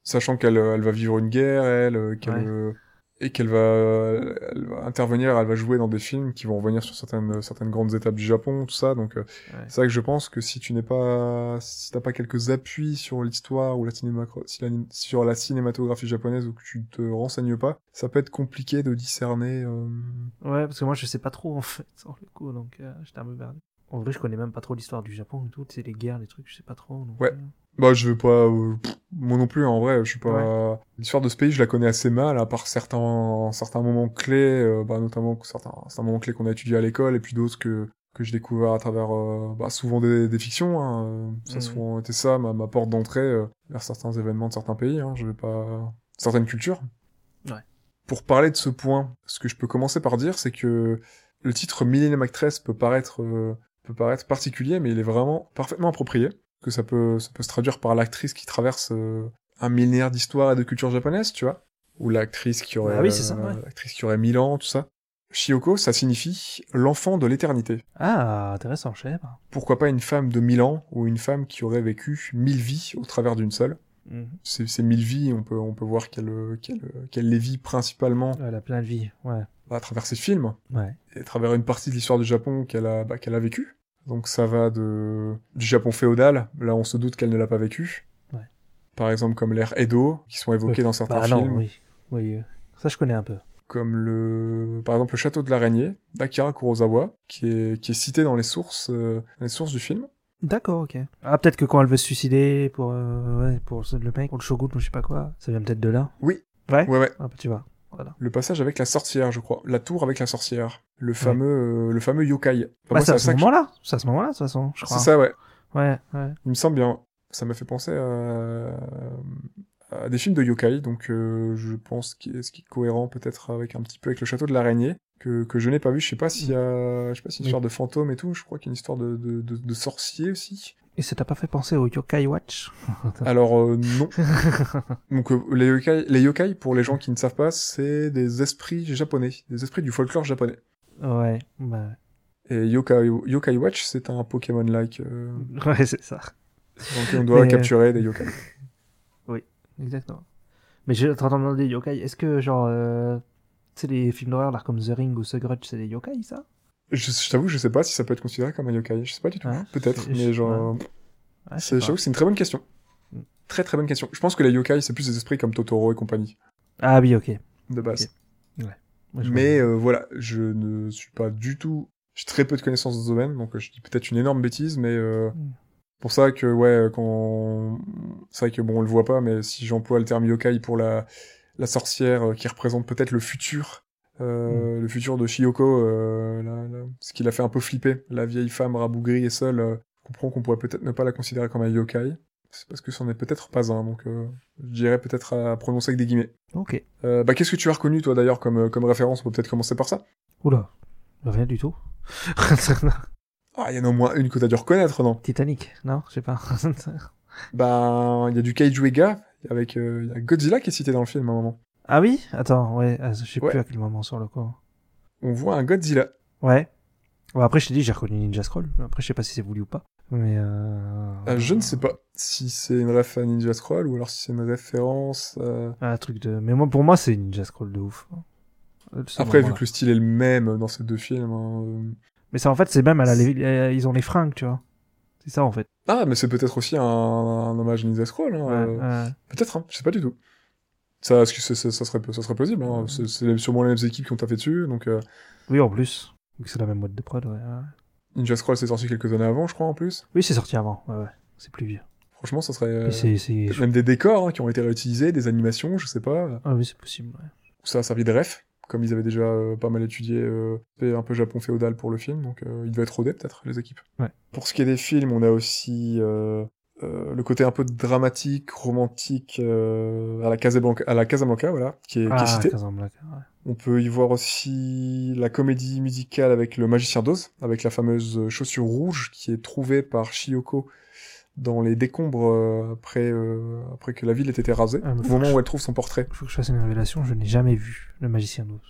[SPEAKER 6] Sachant qu'elle euh, elle va vivre une guerre, elle, euh, qu'elle,
[SPEAKER 5] Ouais.
[SPEAKER 6] euh, et qu'elle va, euh, elle va intervenir, elle va jouer dans des films qui vont revenir sur certaines, euh, certaines grandes étapes du Japon, tout ça. Donc euh,
[SPEAKER 5] Ouais.
[SPEAKER 6] c'est vrai que je pense que si tu n'es pas, si t'as pas quelques appuis sur l'histoire ou la cinéma, si la- sur la cinématographie japonaise ou que tu te renseignes pas, ça peut être compliqué de discerner. euh,
[SPEAKER 5] Ouais, parce que moi je sais pas trop en fait, sur le coup, donc euh, j'étais un peu perdu. En vrai, je connais même pas trop l'histoire du Japon et tout, c'est les guerres, les trucs, je sais pas trop. donc,
[SPEAKER 6] Ouais.
[SPEAKER 5] euh,
[SPEAKER 6] Bah je veux pas, euh, pff, moi non plus. hein, En vrai, je suis pas. L'histoire de ce pays, je la connais assez mal, à part certains, certains moments clés, euh, bah, notamment que certains, certains moments clés qu'on a étudiés à l'école, et puis d'autres que que j'ai découvert à travers euh, bah, souvent des, des fictions. hein, euh, Ça a
[SPEAKER 5] Mhm.
[SPEAKER 6] souvent été ça ma, ma porte d'entrée euh, vers certains événements de certains pays. Hein, je vais pas certaines cultures.
[SPEAKER 5] Ouais.
[SPEAKER 6] Pour parler de ce point, ce que je peux commencer par dire, c'est que le titre Millennium Actress peut paraître euh, peut paraître particulier, mais il est vraiment parfaitement approprié. que ça peut, ça peut se traduire par l'actrice qui traverse euh, un millénaire d'histoire et de culture japonaise, tu vois. Ou l'actrice qui aurait, euh,
[SPEAKER 5] Ah oui, c'est ça, ouais.
[SPEAKER 6] l'actrice qui aurait mille ans, tout ça. Shioko, ça signifie l'enfant de l'éternité.
[SPEAKER 5] Ah, intéressant, je savais pas.
[SPEAKER 6] Pourquoi pas une femme de mille ans ou une femme qui aurait vécu mille vies au travers d'une seule.
[SPEAKER 5] Mhm.
[SPEAKER 6] Ces, ces mille vies, on peut, on peut voir qu'elle, euh, qu'elle, euh, qu'elle les vit principalement
[SPEAKER 5] Elle a plein de vie, ouais.
[SPEAKER 6] à travers ses films
[SPEAKER 5] Ouais.
[SPEAKER 6] et à travers une partie de l'histoire du Japon qu'elle a, bah, qu'elle a vécue. Donc ça va de du Japon féodal, là on se doute qu'elle ne l'a pas vécu.
[SPEAKER 5] Ouais.
[SPEAKER 6] Par exemple comme l'ère Edo, qui sont évoqués
[SPEAKER 5] Ouais.
[SPEAKER 6] dans certains
[SPEAKER 5] Bah
[SPEAKER 6] films,
[SPEAKER 5] non, oui. oui. euh, Ça, je connais un peu.
[SPEAKER 6] comme le par exemple le château de l'araignée d'Akira Kurosawa, qui est, qui est cité dans les sources, euh, dans les sources du film.
[SPEAKER 5] D'accord, ok. Ah, peut-être que quand elle veut se suicider pour, euh, ouais, pour ce- le mec, pour le shogun ou je sais pas quoi, ça vient peut-être de là.
[SPEAKER 6] Oui.
[SPEAKER 5] Ouais.
[SPEAKER 6] Ouais ouais.
[SPEAKER 5] Ah, bah, tu vois.
[SPEAKER 6] Le passage avec la sorcière, je crois, la tour avec la sorcière, le fameux euh, le fameux yokai. Enfin,
[SPEAKER 5] bah,
[SPEAKER 6] moi,
[SPEAKER 5] c'est à
[SPEAKER 6] à
[SPEAKER 5] ce
[SPEAKER 6] ça que-
[SPEAKER 5] moment-là. C'est à ce moment-là, de toute façon, je crois.
[SPEAKER 6] C'est ça ouais.
[SPEAKER 5] Ouais, ouais.
[SPEAKER 6] Il me semble bien. Ça m'a fait penser à, euh, à des films de yokai, donc euh, je pense que ce qui est cohérent peut-être avec un petit peu avec le château de l'araignée que, que je n'ai pas vu. Je sais pas s'il y a, je sais pas s'il y a une
[SPEAKER 5] Oui.
[SPEAKER 6] histoire de fantôme et tout. Je crois qu'il y a une histoire de, de, de, de sorcier aussi.
[SPEAKER 5] Et ça t'a pas fait penser au Yokai Watch
[SPEAKER 6] Alors euh, non. donc euh, les yokai, les yokai pour les gens qui ne savent pas, c'est des esprits japonais, des esprits du folklore japonais.
[SPEAKER 5] Ouais, bah.
[SPEAKER 6] Et yokai, yokai watch, c'est un Pokémon-like euh,
[SPEAKER 5] Ouais, c'est ça.
[SPEAKER 6] dans lequel on doit
[SPEAKER 5] Mais, euh,
[SPEAKER 6] capturer des yokai.
[SPEAKER 5] Exactement. Mais je t'entends demander yokai. Est-ce que, genre, euh, tu sais, les films d'horreur, là, comme The Ring ou The Grudge, c'est des yokai, ça
[SPEAKER 6] Je, je t'avoue, je sais pas si ça peut être considéré comme un yokai. Je sais pas du tout.
[SPEAKER 5] Ouais,
[SPEAKER 6] Peut-être,
[SPEAKER 5] Hein? je-
[SPEAKER 6] mais genre,
[SPEAKER 5] Ouais, je
[SPEAKER 6] c'est-
[SPEAKER 5] sais pas.
[SPEAKER 6] j'avoue que c'est une très bonne question.
[SPEAKER 5] Mm.
[SPEAKER 6] Très très bonne question. Je pense que les yokai, c'est plus des esprits comme Totoro et compagnie,
[SPEAKER 5] Ah oui, ok.
[SPEAKER 6] de base.
[SPEAKER 5] Moi, je
[SPEAKER 6] Mais euh, voilà, je ne suis pas du tout. J'ai très peu de connaissances dans ce domaine, donc euh, je dis peut-être une énorme bêtise, mais euh,
[SPEAKER 5] Mm.
[SPEAKER 6] pour ça que, ouais, euh, quand. C'est vrai que bon, on le voit pas, mais si j'emploie le terme yokai pour la, la sorcière euh, qui représente peut-être le futur. euh,
[SPEAKER 5] Mm.
[SPEAKER 6] Le futur de Shiyoko, euh, la- la- ce qui l'a fait un peu flipper, la vieille femme rabougrie et seule, euh, je comprends qu'on pourrait peut-être ne pas la considérer comme un yokai. C'est parce que c'en est peut-être pas un, donc euh, je dirais peut-être à prononcer avec des guillemets.
[SPEAKER 5] comprends. Ok.
[SPEAKER 6] Euh, bah, qu'est-ce que tu as reconnu, toi, d'ailleurs, comme, euh, comme référence On peut peut-être commencer par ça.
[SPEAKER 5] Oula. Rien du tout.
[SPEAKER 6] Ah, il y en a au moins une que t'as dû reconnaître, non
[SPEAKER 5] Titanic, non Je sais pas.
[SPEAKER 6] Bah, il y a du Kaiju Ega, avec euh, il y a Godzilla qui est cité dans le film à un moment.
[SPEAKER 5] ah oui Attends, ouais, ah, je sais
[SPEAKER 6] Ouais.
[SPEAKER 5] plus à quel moment sur le coup.
[SPEAKER 6] On voit un Godzilla.
[SPEAKER 5] Ouais. Bon, après, je t'ai dit, j'ai reconnu Ninja Scroll. Après, je sais pas si c'est voulu ou pas. Mais. Euh...
[SPEAKER 6] Euh, je ne sais pas si c'est une ref à Ninja Scroll ou alors si c'est une référence. euh,
[SPEAKER 5] Un truc de. Mais moi, pour moi, c'est Ninja Scroll de ouf. Euh, ce
[SPEAKER 6] Après, vu
[SPEAKER 5] moment-là.
[SPEAKER 6] que le style est le même dans ces deux films. hein, euh,
[SPEAKER 5] Mais ça, en fait, c'est même à la. euh, Ils ont les fringues, tu vois. C'est ça, en fait.
[SPEAKER 6] Ah, mais c'est peut-être aussi un, un hommage à Ninja Scroll. hein,
[SPEAKER 5] Ouais,
[SPEAKER 6] euh,
[SPEAKER 5] ouais.
[SPEAKER 6] Peut-être, hein, je sais pas du tout. Ça, ça, ça, ça serait, ça serait plausible. hein, C'est c'est sûrement les mêmes équipes qui ont taffé dessus, donc. euh,
[SPEAKER 5] Oui, en plus. Vu que c'est la même mode de prod, ouais. ouais.
[SPEAKER 6] Ninja Scroll s'est sorti quelques années avant, je crois, en plus.
[SPEAKER 5] Oui, c'est sorti avant, ouais, ouais. C'est plus vieux.
[SPEAKER 6] Franchement, ça serait. euh,
[SPEAKER 5] Et c'est, c'est...
[SPEAKER 6] Peut-être même des décors hein, qui ont été réutilisés, des animations, je sais pas.
[SPEAKER 5] Ah oui, c'est possible, ouais.
[SPEAKER 6] Ça a servi de ref, comme ils avaient déjà euh, pas mal étudié euh, fait un peu Japon féodal pour le film, donc euh, il devait être rodé peut-être, les équipes.
[SPEAKER 5] Ouais.
[SPEAKER 6] Pour ce qui est des films, on a aussi euh, euh, le côté un peu dramatique, romantique euh, à, la Casablanca, à la Casablanca, voilà, qui est, qui est
[SPEAKER 5] ah,
[SPEAKER 6] cité.
[SPEAKER 5] Casablanca, ouais.
[SPEAKER 6] On peut y voir aussi la comédie musicale avec le magicien d'Oz, avec la fameuse chaussure rouge qui est trouvée par Shiyoko dans les décombres euh, après, euh, après que la ville ait été rasée,
[SPEAKER 5] Ah, mais
[SPEAKER 6] au
[SPEAKER 5] faut
[SPEAKER 6] moment
[SPEAKER 5] que je-
[SPEAKER 6] où elle trouve son portrait.
[SPEAKER 5] Faut que je fasse une révélation, je n'ai jamais vu le magicien d'Oz.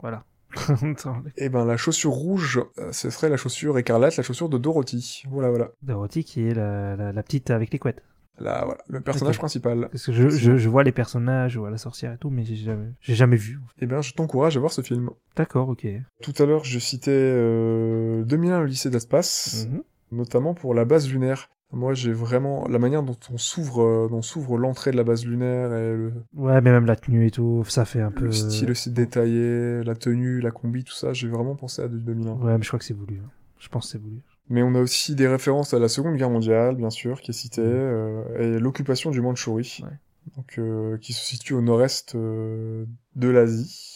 [SPEAKER 5] Voilà. Attends,
[SPEAKER 6] Et ben la chaussure rouge, euh, ce serait la chaussure écarlate, la chaussure de Dorothy. Voilà, voilà.
[SPEAKER 5] Dorothy qui est la, la, la petite avec les couettes.
[SPEAKER 6] Là, voilà, le personnage
[SPEAKER 5] Ok.
[SPEAKER 6] principal.
[SPEAKER 5] Parce que je, je, je vois les personnages, je vois la sorcière et tout, mais j'ai jamais, j'ai jamais vu.
[SPEAKER 6] Eh ben, je t'encourage à voir ce film.
[SPEAKER 5] D'accord, ok.
[SPEAKER 6] Tout à l'heure, je citais euh, 2001, le lycée d'espace.
[SPEAKER 5] Mhm.
[SPEAKER 6] notamment pour la base lunaire. Moi, j'ai vraiment la manière dont on s'ouvre, euh, dont s'ouvre l'entrée de la base lunaire et le,
[SPEAKER 5] Ouais, mais même la tenue et tout, ça fait un peu... euh,
[SPEAKER 6] le style aussi détaillé, la tenue, la combi, tout ça. J'ai vraiment pensé à du 2001.
[SPEAKER 5] Ouais, mais je crois que c'est voulu. hein. Je pense que c'est voulu.
[SPEAKER 6] Mais on a aussi des références à la Seconde Guerre mondiale, bien sûr, qui est citée, euh, et l'occupation du Mandchourie,
[SPEAKER 5] Ouais.
[SPEAKER 6] donc euh, qui se situe au nord-est euh, de l'Asie.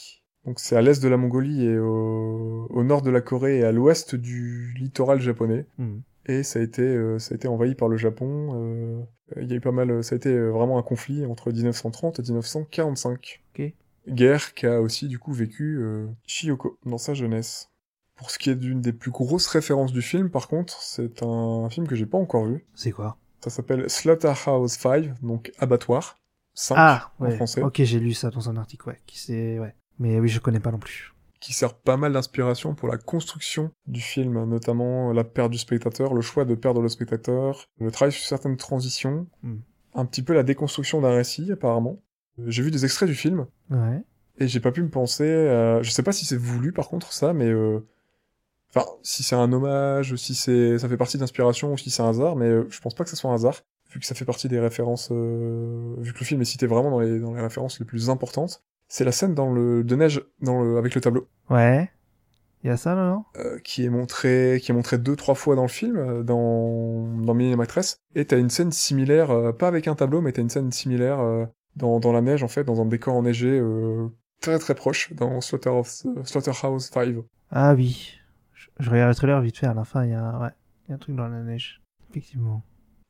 [SPEAKER 6] Donc c'est à l'est de la Mongolie et au, au nord de la Corée et à l'ouest du littoral japonais.
[SPEAKER 5] Mhm.
[SPEAKER 6] et ça a été euh, ça a été envahi par le Japon. euh, Il y a eu pas mal, ça a été euh, vraiment un conflit entre 1930 et 1945.
[SPEAKER 5] Ok.
[SPEAKER 6] Guerre qu'a aussi du coup vécu euh, Shiyoko dans sa jeunesse. Pour ce qui est d'une des plus grosses références du film, par contre, c'est un film que j'ai pas encore vu.
[SPEAKER 5] C'est quoi
[SPEAKER 6] Ça s'appelle Slaughterhouse 5, donc Abattoir 5
[SPEAKER 5] Ah,
[SPEAKER 6] en
[SPEAKER 5] ouais.
[SPEAKER 6] français,
[SPEAKER 5] Ok, j'ai lu ça dans un article, ouais. Qui c'est, ouais. Mais oui, je connais pas non plus.
[SPEAKER 6] qui sert pas mal d'inspiration pour la construction du film, notamment la perte du spectateur, le choix de perdre le spectateur, le travail sur certaines transitions,
[SPEAKER 5] Hmm.
[SPEAKER 6] un petit peu la déconstruction d'un récit, apparemment. Euh, J'ai vu des extraits du film,
[SPEAKER 5] Ouais.
[SPEAKER 6] Et j'ai pas pu me penser. euh, Je sais pas si c'est voulu par contre ça, mais euh, enfin si c'est un hommage, si c'est ça fait partie d'inspiration ou si c'est un hasard, mais euh, je pense pas que ce soit un hasard vu que ça fait partie des références, euh, vu que le film est cité vraiment dans les dans les références les plus importantes. C'est la scène dans le de neige dans le avec le tableau
[SPEAKER 5] Ouais. Il y a ça, là, non
[SPEAKER 6] euh, qui est montrée qui est montrée deux trois fois dans le film euh, dans dans Millennium Actress et t'as une scène similaire euh, pas avec un tableau mais t'as une scène similaire euh, dans dans la neige en fait dans un décor enneigé euh, très très proche dans Slaughterhouse euh, Slaughterhouse 5
[SPEAKER 5] Ah oui. Je, je regarde le trailer vite fait, à la fin, il y a, un- ouais. Il y a un truc dans la neige. Effectivement.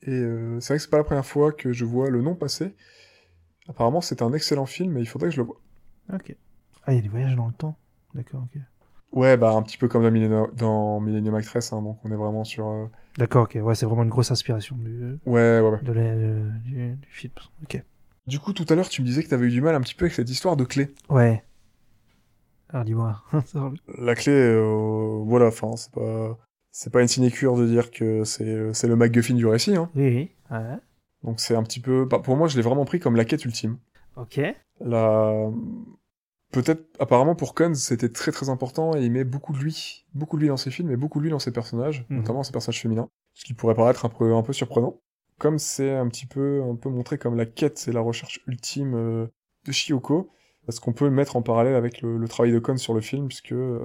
[SPEAKER 6] et euh, c'est vrai que c'est pas la première fois que je vois le nom passer apparemment c'est un excellent film et il faudrait que je le voie
[SPEAKER 5] Ok. Ah, il y a des voyages dans le temps. D'accord, ok.
[SPEAKER 6] ouais bah un petit peu comme dans Millennium, dans Millennium Actress hein, donc on est vraiment sur euh,
[SPEAKER 5] D'accord, ok. Ouais, c'est vraiment une grosse inspiration du,
[SPEAKER 6] ouais ouais ouais
[SPEAKER 5] de la- euh, du, du film. Ok.
[SPEAKER 6] du coup tout à l'heure tu me disais que t'avais eu du mal un petit peu avec cette histoire de clé
[SPEAKER 5] Ouais. Alors, Ah, dis-moi. Ça va
[SPEAKER 6] la clé, euh, voilà, enfin, c'est pas, c'est pas une sinécure de dire que c'est, c'est le MacGuffin du récit, hein.
[SPEAKER 5] oui, oui. Ouais.
[SPEAKER 6] Donc c'est un petit peu, bah, pour moi, je l'ai vraiment pris comme la quête ultime.
[SPEAKER 5] Ok.
[SPEAKER 6] La, peut-être, apparemment pour Cohn, c'était très très important et il met beaucoup de lui, beaucoup de lui dans ses films et beaucoup de lui dans ses personnages,
[SPEAKER 5] Mhm.
[SPEAKER 6] notamment ses personnages féminins. Ce qui pourrait paraître un peu, un peu surprenant. Comme c'est un petit peu, un peu montré comme la quête et la recherche ultime euh, de Shiyoko, parce qu'on peut le mettre en parallèle avec le, le travail de Cohn sur le film, puisque euh,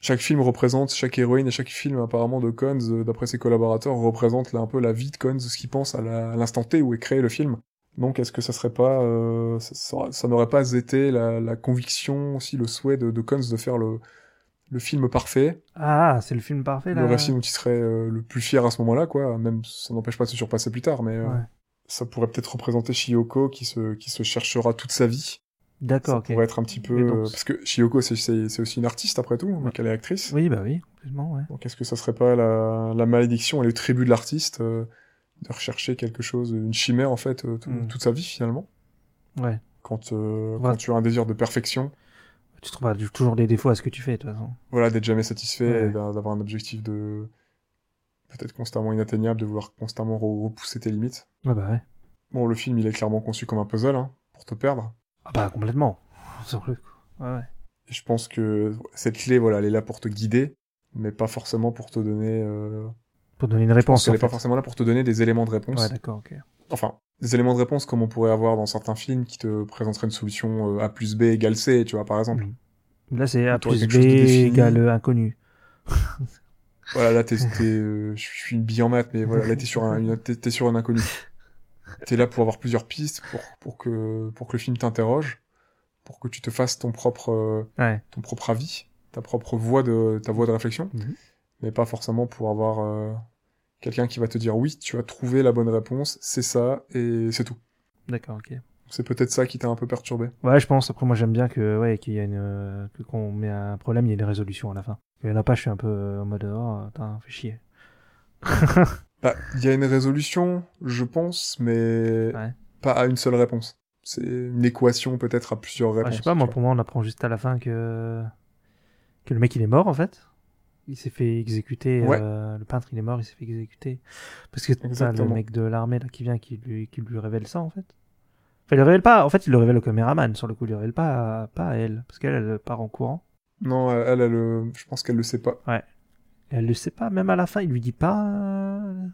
[SPEAKER 6] chaque film représente chaque héroïne et chaque film apparemment de Cohn, euh, d'après ses collaborateurs, représente là, un peu la vie de Cohn, ce qu'il pense à la- à l'instant T où est créé le film. Donc est-ce que ça serait pas, euh, ça, ça- ça n'aurait pas été la, la conviction aussi, le souhait de, de Cohn de faire le, le film parfait,
[SPEAKER 5] Ah, c'est le film parfait, là.
[SPEAKER 6] le récit dont il serait euh, le plus fier à ce moment-là, quoi. Même ça n'empêche pas de se surpasser plus tard, mais euh,
[SPEAKER 5] Ouais.
[SPEAKER 6] ça pourrait peut-être représenter Shiyoko qui se, qui se cherchera toute sa vie.
[SPEAKER 5] D'accord,
[SPEAKER 6] Ça
[SPEAKER 5] ok.
[SPEAKER 6] pourrait être un petit peu,
[SPEAKER 5] Et donc-
[SPEAKER 6] euh, parce que Shiyoko c'est- c'est c'est aussi une artiste après tout,
[SPEAKER 5] Ouais.
[SPEAKER 6] donc elle est actrice.
[SPEAKER 5] Oui, bah oui, complètement, ouais.
[SPEAKER 6] Donc est-ce que ça serait pas la, la malédiction et le tribut de l'artiste euh, de rechercher quelque chose, une chimère en fait, euh, tout-
[SPEAKER 5] Mm.
[SPEAKER 6] toute sa vie finalement
[SPEAKER 5] Ouais.
[SPEAKER 6] quand, euh,
[SPEAKER 5] Ouais.
[SPEAKER 6] quand tu as un désir de perfection,
[SPEAKER 5] Tu trouveras du- toujours des défauts à ce que tu fais, de toute façon.
[SPEAKER 6] voilà, d'être jamais satisfait
[SPEAKER 5] Ouais.
[SPEAKER 6] et d'a- d'avoir un objectif de peut-être constamment inatteignable, de vouloir constamment re- repousser tes limites.
[SPEAKER 5] Ah bah ouais.
[SPEAKER 6] Bon, le film, il est clairement conçu comme un puzzle, hein, pour te perdre.
[SPEAKER 5] Ah bah complètement. Sur le coup. Ouais, ouais.
[SPEAKER 6] Et je pense que cette clé, voilà, elle est là pour te guider, mais pas forcément pour te donner... Euh...
[SPEAKER 5] Pour donner une
[SPEAKER 6] Je pense
[SPEAKER 5] réponse.
[SPEAKER 6] qu'elle
[SPEAKER 5] en
[SPEAKER 6] est pas
[SPEAKER 5] fait.
[SPEAKER 6] forcément là pour te donner des éléments de réponse.
[SPEAKER 5] Ouais, d'accord, ok.
[SPEAKER 6] enfin, des éléments de réponse comme on pourrait avoir dans certains films qui te présenteraient une solution euh, A plus B égale C, tu vois, par exemple.
[SPEAKER 5] Là, c'est A
[SPEAKER 6] T'aurais
[SPEAKER 5] plus
[SPEAKER 6] quelque
[SPEAKER 5] B
[SPEAKER 6] chose de défini.
[SPEAKER 5] égale inconnu.
[SPEAKER 6] Voilà, là, t'es, t'es, euh, je suis une bille en maths, mais voilà, là, t'es sur un, une- t'es, t'es sur un inconnu. T'es là pour avoir plusieurs pistes, pour, pour que, pour que le film t'interroge, pour que tu te fasses ton propre, euh,
[SPEAKER 5] Ouais.
[SPEAKER 6] ton propre avis, ta propre voie de, ta voie de réflexion,
[SPEAKER 5] Mhm.
[SPEAKER 6] mais pas forcément pour avoir euh, quelqu'un qui va te dire oui, tu as trouvé la bonne réponse, c'est ça, et c'est tout.
[SPEAKER 5] D'accord, ok.
[SPEAKER 6] C'est peut-être ça qui t'a un peu perturbé.
[SPEAKER 5] Ouais, je pense. Après, moi, j'aime bien que, ouais, qu'il y a une, euh, que quand on met un problème, il y a une résolution à la fin. Il y en a pas, je suis un peu euh, en mode, oh, putain, fais chier.
[SPEAKER 6] Bah, il y a une résolution, je pense, mais
[SPEAKER 5] Ouais.
[SPEAKER 6] pas à une seule réponse. C'est une équation peut-être à plusieurs
[SPEAKER 5] Ouais,
[SPEAKER 6] réponses.
[SPEAKER 5] Ah, je sais pas, moi,
[SPEAKER 6] tu
[SPEAKER 5] pour moi, on apprend juste à la fin que, que le mec, il est mort, en fait. Il s'est fait exécuter.
[SPEAKER 6] Ouais.
[SPEAKER 5] euh, le peintre, il est mort, il s'est fait exécuter. Parce que t'as le
[SPEAKER 6] Exactement.
[SPEAKER 5] mec de l'armée, là, qui vient, qui lui, qui lui révèle ça, en fait. Enfin, il le révèle pas. En fait, il le révèle au caméraman, sur le coup. Il le révèle pas à, pas à elle. Parce qu'elle, elle part en courant.
[SPEAKER 6] vois. Non, elle, elle, elle, je pense qu'elle le sait pas.
[SPEAKER 5] Et elle le sait pas. Même à la fin, il lui dit pas. euh,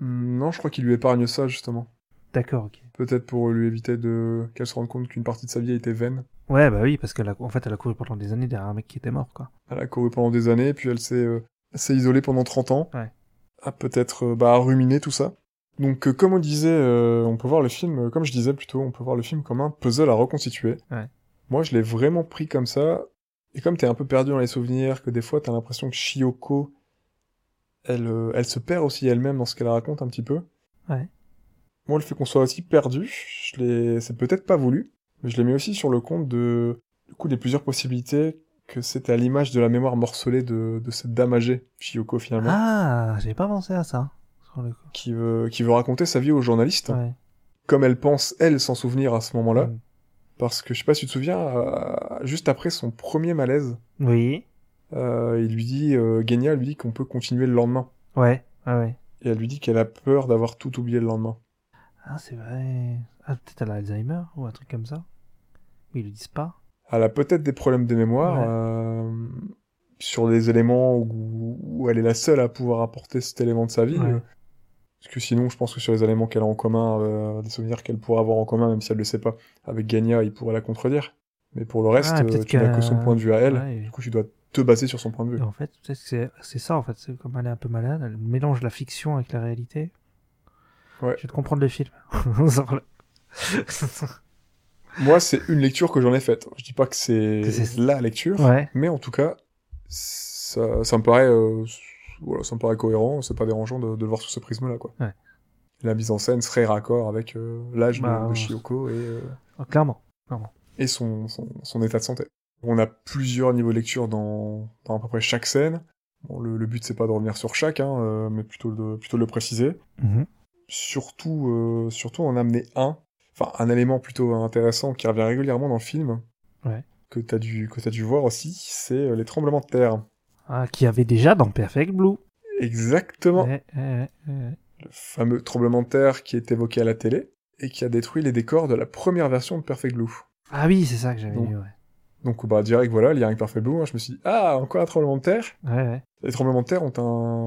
[SPEAKER 6] Hmm, Non, je crois qu'il lui épargne ça, justement.
[SPEAKER 5] D'accord, ok.
[SPEAKER 6] Peut-être pour lui éviter de qu'elle se rende compte qu'une partie de sa vie a été vaine.
[SPEAKER 5] Ouais, bah oui, parce qu'elle a, en fait, elle a couru pendant des années derrière un mec qui était mort, quoi.
[SPEAKER 6] Elle a couru pendant des années, puis elle s'est euh, elle s'est isolée pendant 30 ans.
[SPEAKER 5] Ouais.
[SPEAKER 6] À peut-être euh, bah, à ruminer tout ça. Donc, euh, comme on disait, euh, on peut voir le film, euh, comme je disais plutôt, on peut voir le film comme un puzzle à reconstituer.
[SPEAKER 5] Ouais.
[SPEAKER 6] Moi, je l'ai vraiment pris comme ça. Et comme t'es un peu perdu dans les souvenirs, que des fois t'as l'impression que Shiyoko, elle, euh, elle se perd aussi elle-même dans ce qu'elle raconte un petit peu.
[SPEAKER 5] Ouais.
[SPEAKER 6] Moi, le fait qu'on soit aussi perdu, je l'ai, c'est peut-être pas voulu, mais je l'ai mis aussi sur le compte de, du coup, des plusieurs possibilités que c'est à l'image de la mémoire morcelée de, de cette dame âgée, Chiyoko finalement,
[SPEAKER 5] Ah, j'avais pas pensé à ça. Sur le coup.
[SPEAKER 6] qui, veut, qui veut raconter sa vie aux journalistes,
[SPEAKER 5] Ouais.
[SPEAKER 6] comme elle pense, elle, s'en souvenir à ce moment-là.
[SPEAKER 5] Mm.
[SPEAKER 6] Parce que je sais pas si tu te souviens, euh, juste après son premier malaise,
[SPEAKER 5] Oui.
[SPEAKER 6] euh, il lui dit, euh, Genya lui dit qu'on peut continuer le lendemain.
[SPEAKER 5] Ouais. Ouais. ouais.
[SPEAKER 6] Et elle lui dit qu'elle a peur d'avoir tout oublié le lendemain.
[SPEAKER 5] Ah, c'est vrai. Ah, peut-être elle a Alzheimer ou un truc comme ça. Ils le disent pas.
[SPEAKER 6] Elle a peut-être des problèmes de mémoire
[SPEAKER 5] Ouais.
[SPEAKER 6] euh, sur des éléments où, où elle est la seule à pouvoir apporter cet élément de sa vie.
[SPEAKER 5] Ouais.
[SPEAKER 6] euh, Parce que sinon, je pense que sur les éléments qu'elle a en commun, euh, des souvenirs qu'elle pourrait avoir en commun, même si elle le sait pas, avec Gagna, il pourrait la contredire. Mais pour le reste,
[SPEAKER 5] Ah,
[SPEAKER 6] euh,
[SPEAKER 5] peut-être
[SPEAKER 6] tu n'as
[SPEAKER 5] que-
[SPEAKER 6] que son point de vue à elle.
[SPEAKER 5] Ouais.
[SPEAKER 6] Du coup, tu dois te baser sur son point de vue.
[SPEAKER 5] Et en fait, peut-être que c'est- c'est ça, en fait. C'est comme elle est un peu malade, elle mélange la fiction avec la réalité.
[SPEAKER 6] Ouais.
[SPEAKER 5] Je vais te comprendre le film. Sur le-
[SPEAKER 6] Moi, c'est une lecture que j'en ai faite. Je dis pas que c'est
[SPEAKER 5] Que c'est-
[SPEAKER 6] la lecture,
[SPEAKER 5] ouais.
[SPEAKER 6] mais en tout cas, ça, ça me paraît, euh, voilà, ça me paraît cohérent. C'est pas dérangeant de, de le voir sous ce prisme-là, quoi.
[SPEAKER 5] Ouais.
[SPEAKER 6] La mise en scène serait raccord avec euh, l'âge de-
[SPEAKER 5] Bah,
[SPEAKER 6] de,
[SPEAKER 5] on-
[SPEAKER 6] Shioko et, euh,
[SPEAKER 5] Oh, clairement.
[SPEAKER 6] et son, son, son état de santé. On a plusieurs niveaux de lecture dans, dans à peu près chaque scène. Bon, le, le but c'est pas de revenir sur chaque, hein, euh, mais plutôt de, plutôt de le préciser
[SPEAKER 5] Mhm.
[SPEAKER 6] surtout, euh, surtout en amener un, enfin un élément plutôt intéressant qui revient régulièrement dans le film,
[SPEAKER 5] Ouais.
[SPEAKER 6] que t'as dû que t'as dû voir aussi, c'est euh, les tremblements de terre.
[SPEAKER 5] Ah, qui avait déjà dans Perfect Blue.
[SPEAKER 6] Exactement.
[SPEAKER 5] Ouais, ouais, ouais, ouais.
[SPEAKER 6] Le fameux tremblement de terre qui est évoqué à la télé et qui a détruit les décors de la première version de Perfect Blue.
[SPEAKER 5] Ah oui, c'est ça que j'avais
[SPEAKER 6] Donc.
[SPEAKER 5] vu, ouais.
[SPEAKER 6] Donc bah direct voilà, lien avec Perfect Blue, hein, je me suis dit ah encore un tremblement de terre.
[SPEAKER 5] Ouais, ouais.
[SPEAKER 6] Les tremblements de terre ont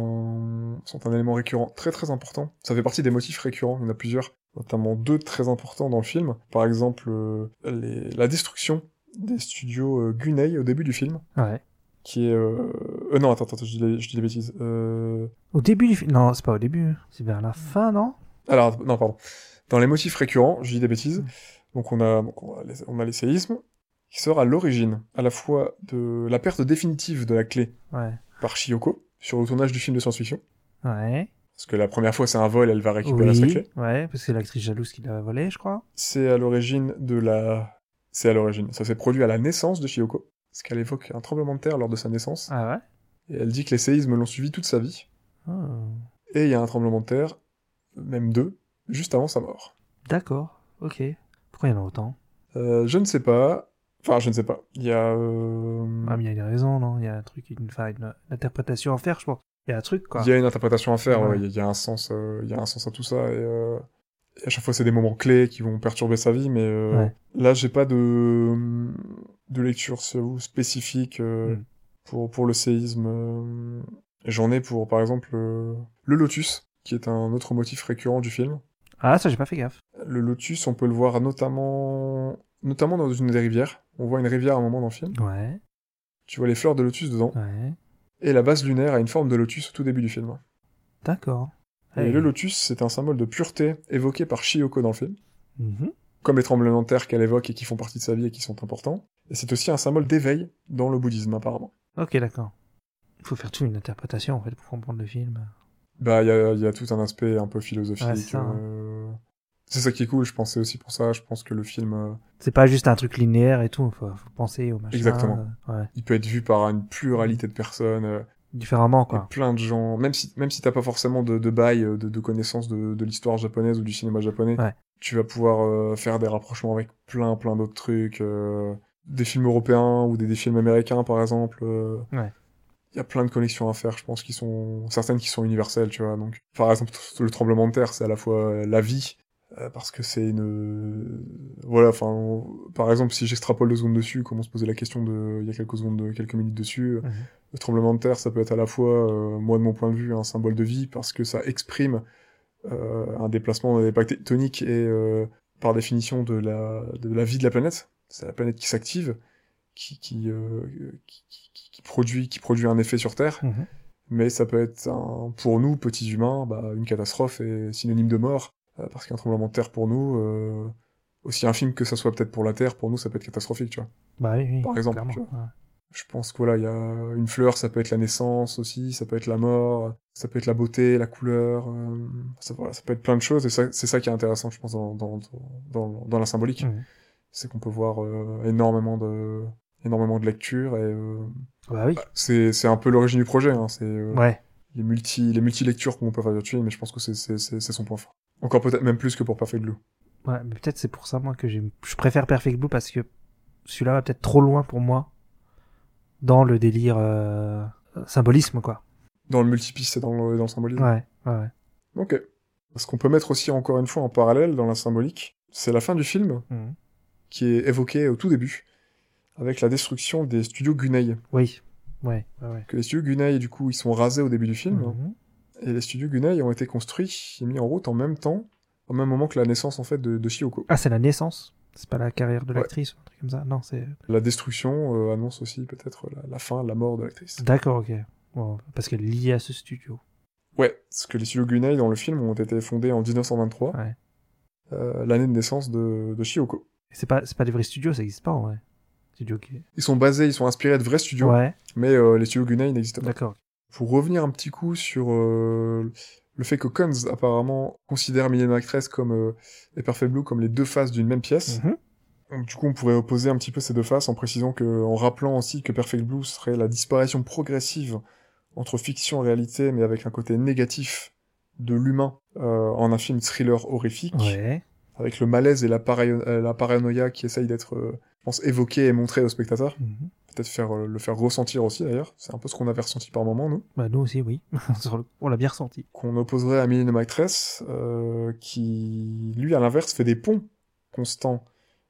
[SPEAKER 6] un... sont un élément récurrent très très important. Ça fait partie des motifs récurrents. Il y en a plusieurs, notamment deux très importants dans le film. Par exemple, euh, les- la destruction des studios euh, Gunei au début du film,
[SPEAKER 5] ouais.
[SPEAKER 6] qui est... euh, euh, non, attends, attends, je dis, des- je dis des bêtises. Euh,
[SPEAKER 5] Au début du film. Non, c'est pas au début. hein. C'est vers la fin, non
[SPEAKER 6] Alors, non, pardon. Dans les motifs récurrents, je dis des
[SPEAKER 5] Mm.
[SPEAKER 6] bêtises. Donc on a, donc on a les- on a les séismes, qui sort à l'origine, à la fois de la perte définitive de la clé
[SPEAKER 5] Ouais.
[SPEAKER 6] par Shiyoko, sur le tournage du film de science-fiction.
[SPEAKER 5] Ouais.
[SPEAKER 6] Parce que la première fois, c'est un vol, elle va récupérer sa
[SPEAKER 5] Oui.
[SPEAKER 6] clé.
[SPEAKER 5] Ouais, parce que c'est l'actrice jalouse qui l'avait volé, je crois.
[SPEAKER 6] C'est à l'origine de la. C'est à l'origine. Ça s'est produit à la naissance de Shiyoko. Parce qu'elle évoque un tremblement de terre lors de sa naissance.
[SPEAKER 5] Ah ouais
[SPEAKER 6] Et elle dit que les séismes l'ont suivi toute sa vie.
[SPEAKER 5] Oh.
[SPEAKER 6] Et il y a un tremblement de terre, même deux, juste avant sa mort.
[SPEAKER 5] D'accord. Ok. Pourquoi il y en a autant
[SPEAKER 6] Euh, je ne sais pas. Enfin, je ne sais pas. Il y a. euh,
[SPEAKER 5] Ah, mais il y a des raisons, non Il y a un truc, une, enfin, une, une interprétation à faire, je pense. Il y a un truc, quoi.
[SPEAKER 6] Il y a une interprétation à faire, ouais.
[SPEAKER 5] Ouais.
[SPEAKER 6] il y a- il y a un sens, euh, il y a un sens à tout ça. Et, euh, et à chaque fois, c'est des moments clés qui vont perturber sa vie, mais euh,
[SPEAKER 5] Ouais.
[SPEAKER 6] là, j'ai pas de, de lecture sur vous, spécifique euh,
[SPEAKER 5] Hmm.
[SPEAKER 6] pour, pour le séisme. euh. J'en ai pour, par exemple, euh, le lotus, qui est un autre motif récurrent du film.
[SPEAKER 5] Ah, ça, j'ai pas fait gaffe.
[SPEAKER 6] Le lotus, on peut le voir notamment, notamment dans une des rivières. On voit une rivière à un moment dans le film.
[SPEAKER 5] Ouais,
[SPEAKER 6] Tu vois les fleurs de lotus dedans.
[SPEAKER 5] ouais.
[SPEAKER 6] Et la base lunaire a une forme de lotus au tout début du film.
[SPEAKER 5] D'accord.
[SPEAKER 6] Et
[SPEAKER 5] Hey.
[SPEAKER 6] le lotus, c'est un symbole de pureté évoqué par Shiyoko dans le film,
[SPEAKER 5] Mhm.
[SPEAKER 6] comme les tremblements de terre qu'elle évoque et qui font partie de sa vie et qui sont importants. Et c'est aussi un symbole d'éveil dans le bouddhisme, apparemment.
[SPEAKER 5] Ok, d'accord. Il faut faire toute une interprétation, en fait, pour comprendre le film.
[SPEAKER 6] Bah, il y a, il y a tout un aspect un peu philosophique.
[SPEAKER 5] Ouais, c'est ça, hein.
[SPEAKER 6] euh, C'est ça qui est cool, je pense, c'est aussi pour ça, je pense que le film, euh,
[SPEAKER 5] C'est pas juste un truc linéaire et tout, faut, faut penser au machin.
[SPEAKER 6] Exactement.
[SPEAKER 5] euh, ouais.
[SPEAKER 6] il peut être vu par une pluralité de personnes, euh,
[SPEAKER 5] Différemment,
[SPEAKER 6] et
[SPEAKER 5] quoi.
[SPEAKER 6] plein de gens, même si, même si t'as pas forcément de, de bail, euh, de, de connaissances de, de l'histoire japonaise ou du cinéma japonais,
[SPEAKER 5] Ouais.
[SPEAKER 6] tu vas pouvoir euh, faire des rapprochements avec plein, plein d'autres trucs, euh, des films européens ou des, des films américains par exemple. euh,
[SPEAKER 5] Ouais.
[SPEAKER 6] Il y a plein de connexions à faire, je pense, qui sont certaines qui sont universelles, tu vois. Donc, par exemple, le tremblement de terre, c'est à la fois euh, la vie, euh, parce que c'est une voilà enfin on- par exemple si j'extrapole deux secondes dessus comme on se posait la question de il y a quelques secondes de- quelques minutes dessus euh,
[SPEAKER 5] Mhm.
[SPEAKER 6] le tremblement de terre ça peut être à la fois euh, moi de mon point de vue un symbole de vie parce que ça exprime euh, un déplacement des plaques tectoniques et euh, par définition de la de la vie de la planète c'est la planète qui s'active qui qui, euh, qui qui- qui produit qui produit un effet sur terre
[SPEAKER 5] Mhm.
[SPEAKER 6] mais ça peut être un- pour nous petits humains bah, une catastrophe et synonyme de mort euh, parce qu'un tremblement de terre pour nous euh, aussi infime que ça soit peut-être pour la terre pour nous ça peut être catastrophique tu vois
[SPEAKER 5] Bah oui, oui.
[SPEAKER 6] Par exemple,
[SPEAKER 5] clairement,
[SPEAKER 6] tu
[SPEAKER 5] ouais.
[SPEAKER 6] je pense que voilà il y a une fleur ça peut être la naissance aussi ça peut être la mort ça peut être la beauté la couleur euh, ça, voilà, ça peut être plein de choses et ça- c'est ça qui est intéressant je pense dans dans dans, dans la symbolique
[SPEAKER 5] Mhm.
[SPEAKER 6] c'est qu'on peut voir euh, énormément de énormément de lectures et euh,
[SPEAKER 5] Bah oui.
[SPEAKER 6] c'est c'est un peu l'origine du projet. Hein, c'est euh,
[SPEAKER 5] Ouais.
[SPEAKER 6] les multi les multi lectures qu'on peut faire virtuelles, mais je pense que c'est c'est c'est c'est son point fort. Encore peut-être même plus que pour Perfect Blue.
[SPEAKER 5] Ouais, mais peut-être c'est pour ça, moi, que j'aime- je préfère Perfect Blue parce que celui-là va peut-être trop loin pour moi dans le délire euh, symbolisme, quoi.
[SPEAKER 6] Dans le multipice et dans le, dans le symbolisme.
[SPEAKER 5] Ouais, ouais, ouais.
[SPEAKER 6] Ok. Ce qu'on peut mettre aussi encore une fois en parallèle dans la symbolique, c'est la fin du film
[SPEAKER 5] Mhm.
[SPEAKER 6] qui est évoquée au tout début avec la destruction des studios Gunei.
[SPEAKER 5] Oui, ouais, ouais, ouais.
[SPEAKER 6] Que les studios Gunei, du coup, ils sont rasés au début du film.
[SPEAKER 5] Mhm.
[SPEAKER 6] Et les studios Gunai ont été construits et mis en route en même temps, au même moment que la naissance en fait de, de Shioko.
[SPEAKER 5] Ah, c'est la naissance. C'est pas la carrière de
[SPEAKER 6] Ouais.
[SPEAKER 5] l'actrice ou un truc comme ça. Non, c'est.
[SPEAKER 6] La destruction euh, annonce aussi peut-être la, la fin, la mort de l'actrice.
[SPEAKER 5] D'accord, ok. Bon, parce qu'elle est liée à ce studio.
[SPEAKER 6] Ouais, parce que les studios Gunai dans le film ont été fondés en 1923,
[SPEAKER 5] Ouais.
[SPEAKER 6] euh, l'année de naissance de, de Shioko.
[SPEAKER 5] Et C'est pas, c'est pas des vrais studios, ça existe pas en vrai. Studio qui.
[SPEAKER 6] Ils sont basés, ils sont inspirés de vrais studios,
[SPEAKER 5] Ouais,
[SPEAKER 6] mais euh, les studios Gunai n'existent pas.
[SPEAKER 5] d'accord.
[SPEAKER 6] Pour revenir un petit coup sur euh, le fait que Kunz apparemment considère Millennium Actress comme euh, et Perfect Blue comme les deux faces d'une même pièce.
[SPEAKER 5] Mhm.
[SPEAKER 6] Donc, Du coup, on pourrait opposer un petit peu ces deux faces en précisant que, en rappelant aussi que Perfect Blue serait la disparition progressive entre fiction et réalité, mais avec un côté négatif de l'humain euh, en un film thriller horrifique,
[SPEAKER 5] Ouais.
[SPEAKER 6] avec le malaise et la, paraio- euh, la paranoïa qui essaye d'être, euh, je pense, évoquée et montrée au spectateur.
[SPEAKER 5] Mhm.
[SPEAKER 6] Peut-être faire euh, le faire ressentir aussi d'ailleurs. C'est un peu ce qu'on avait ressenti par moment, nous.
[SPEAKER 5] Bah, nous aussi, oui. Sur le- On l'a bien ressenti.
[SPEAKER 6] Qu'on opposerait à Millennium Actress, euh, qui, lui, à l'inverse, fait des ponts constants.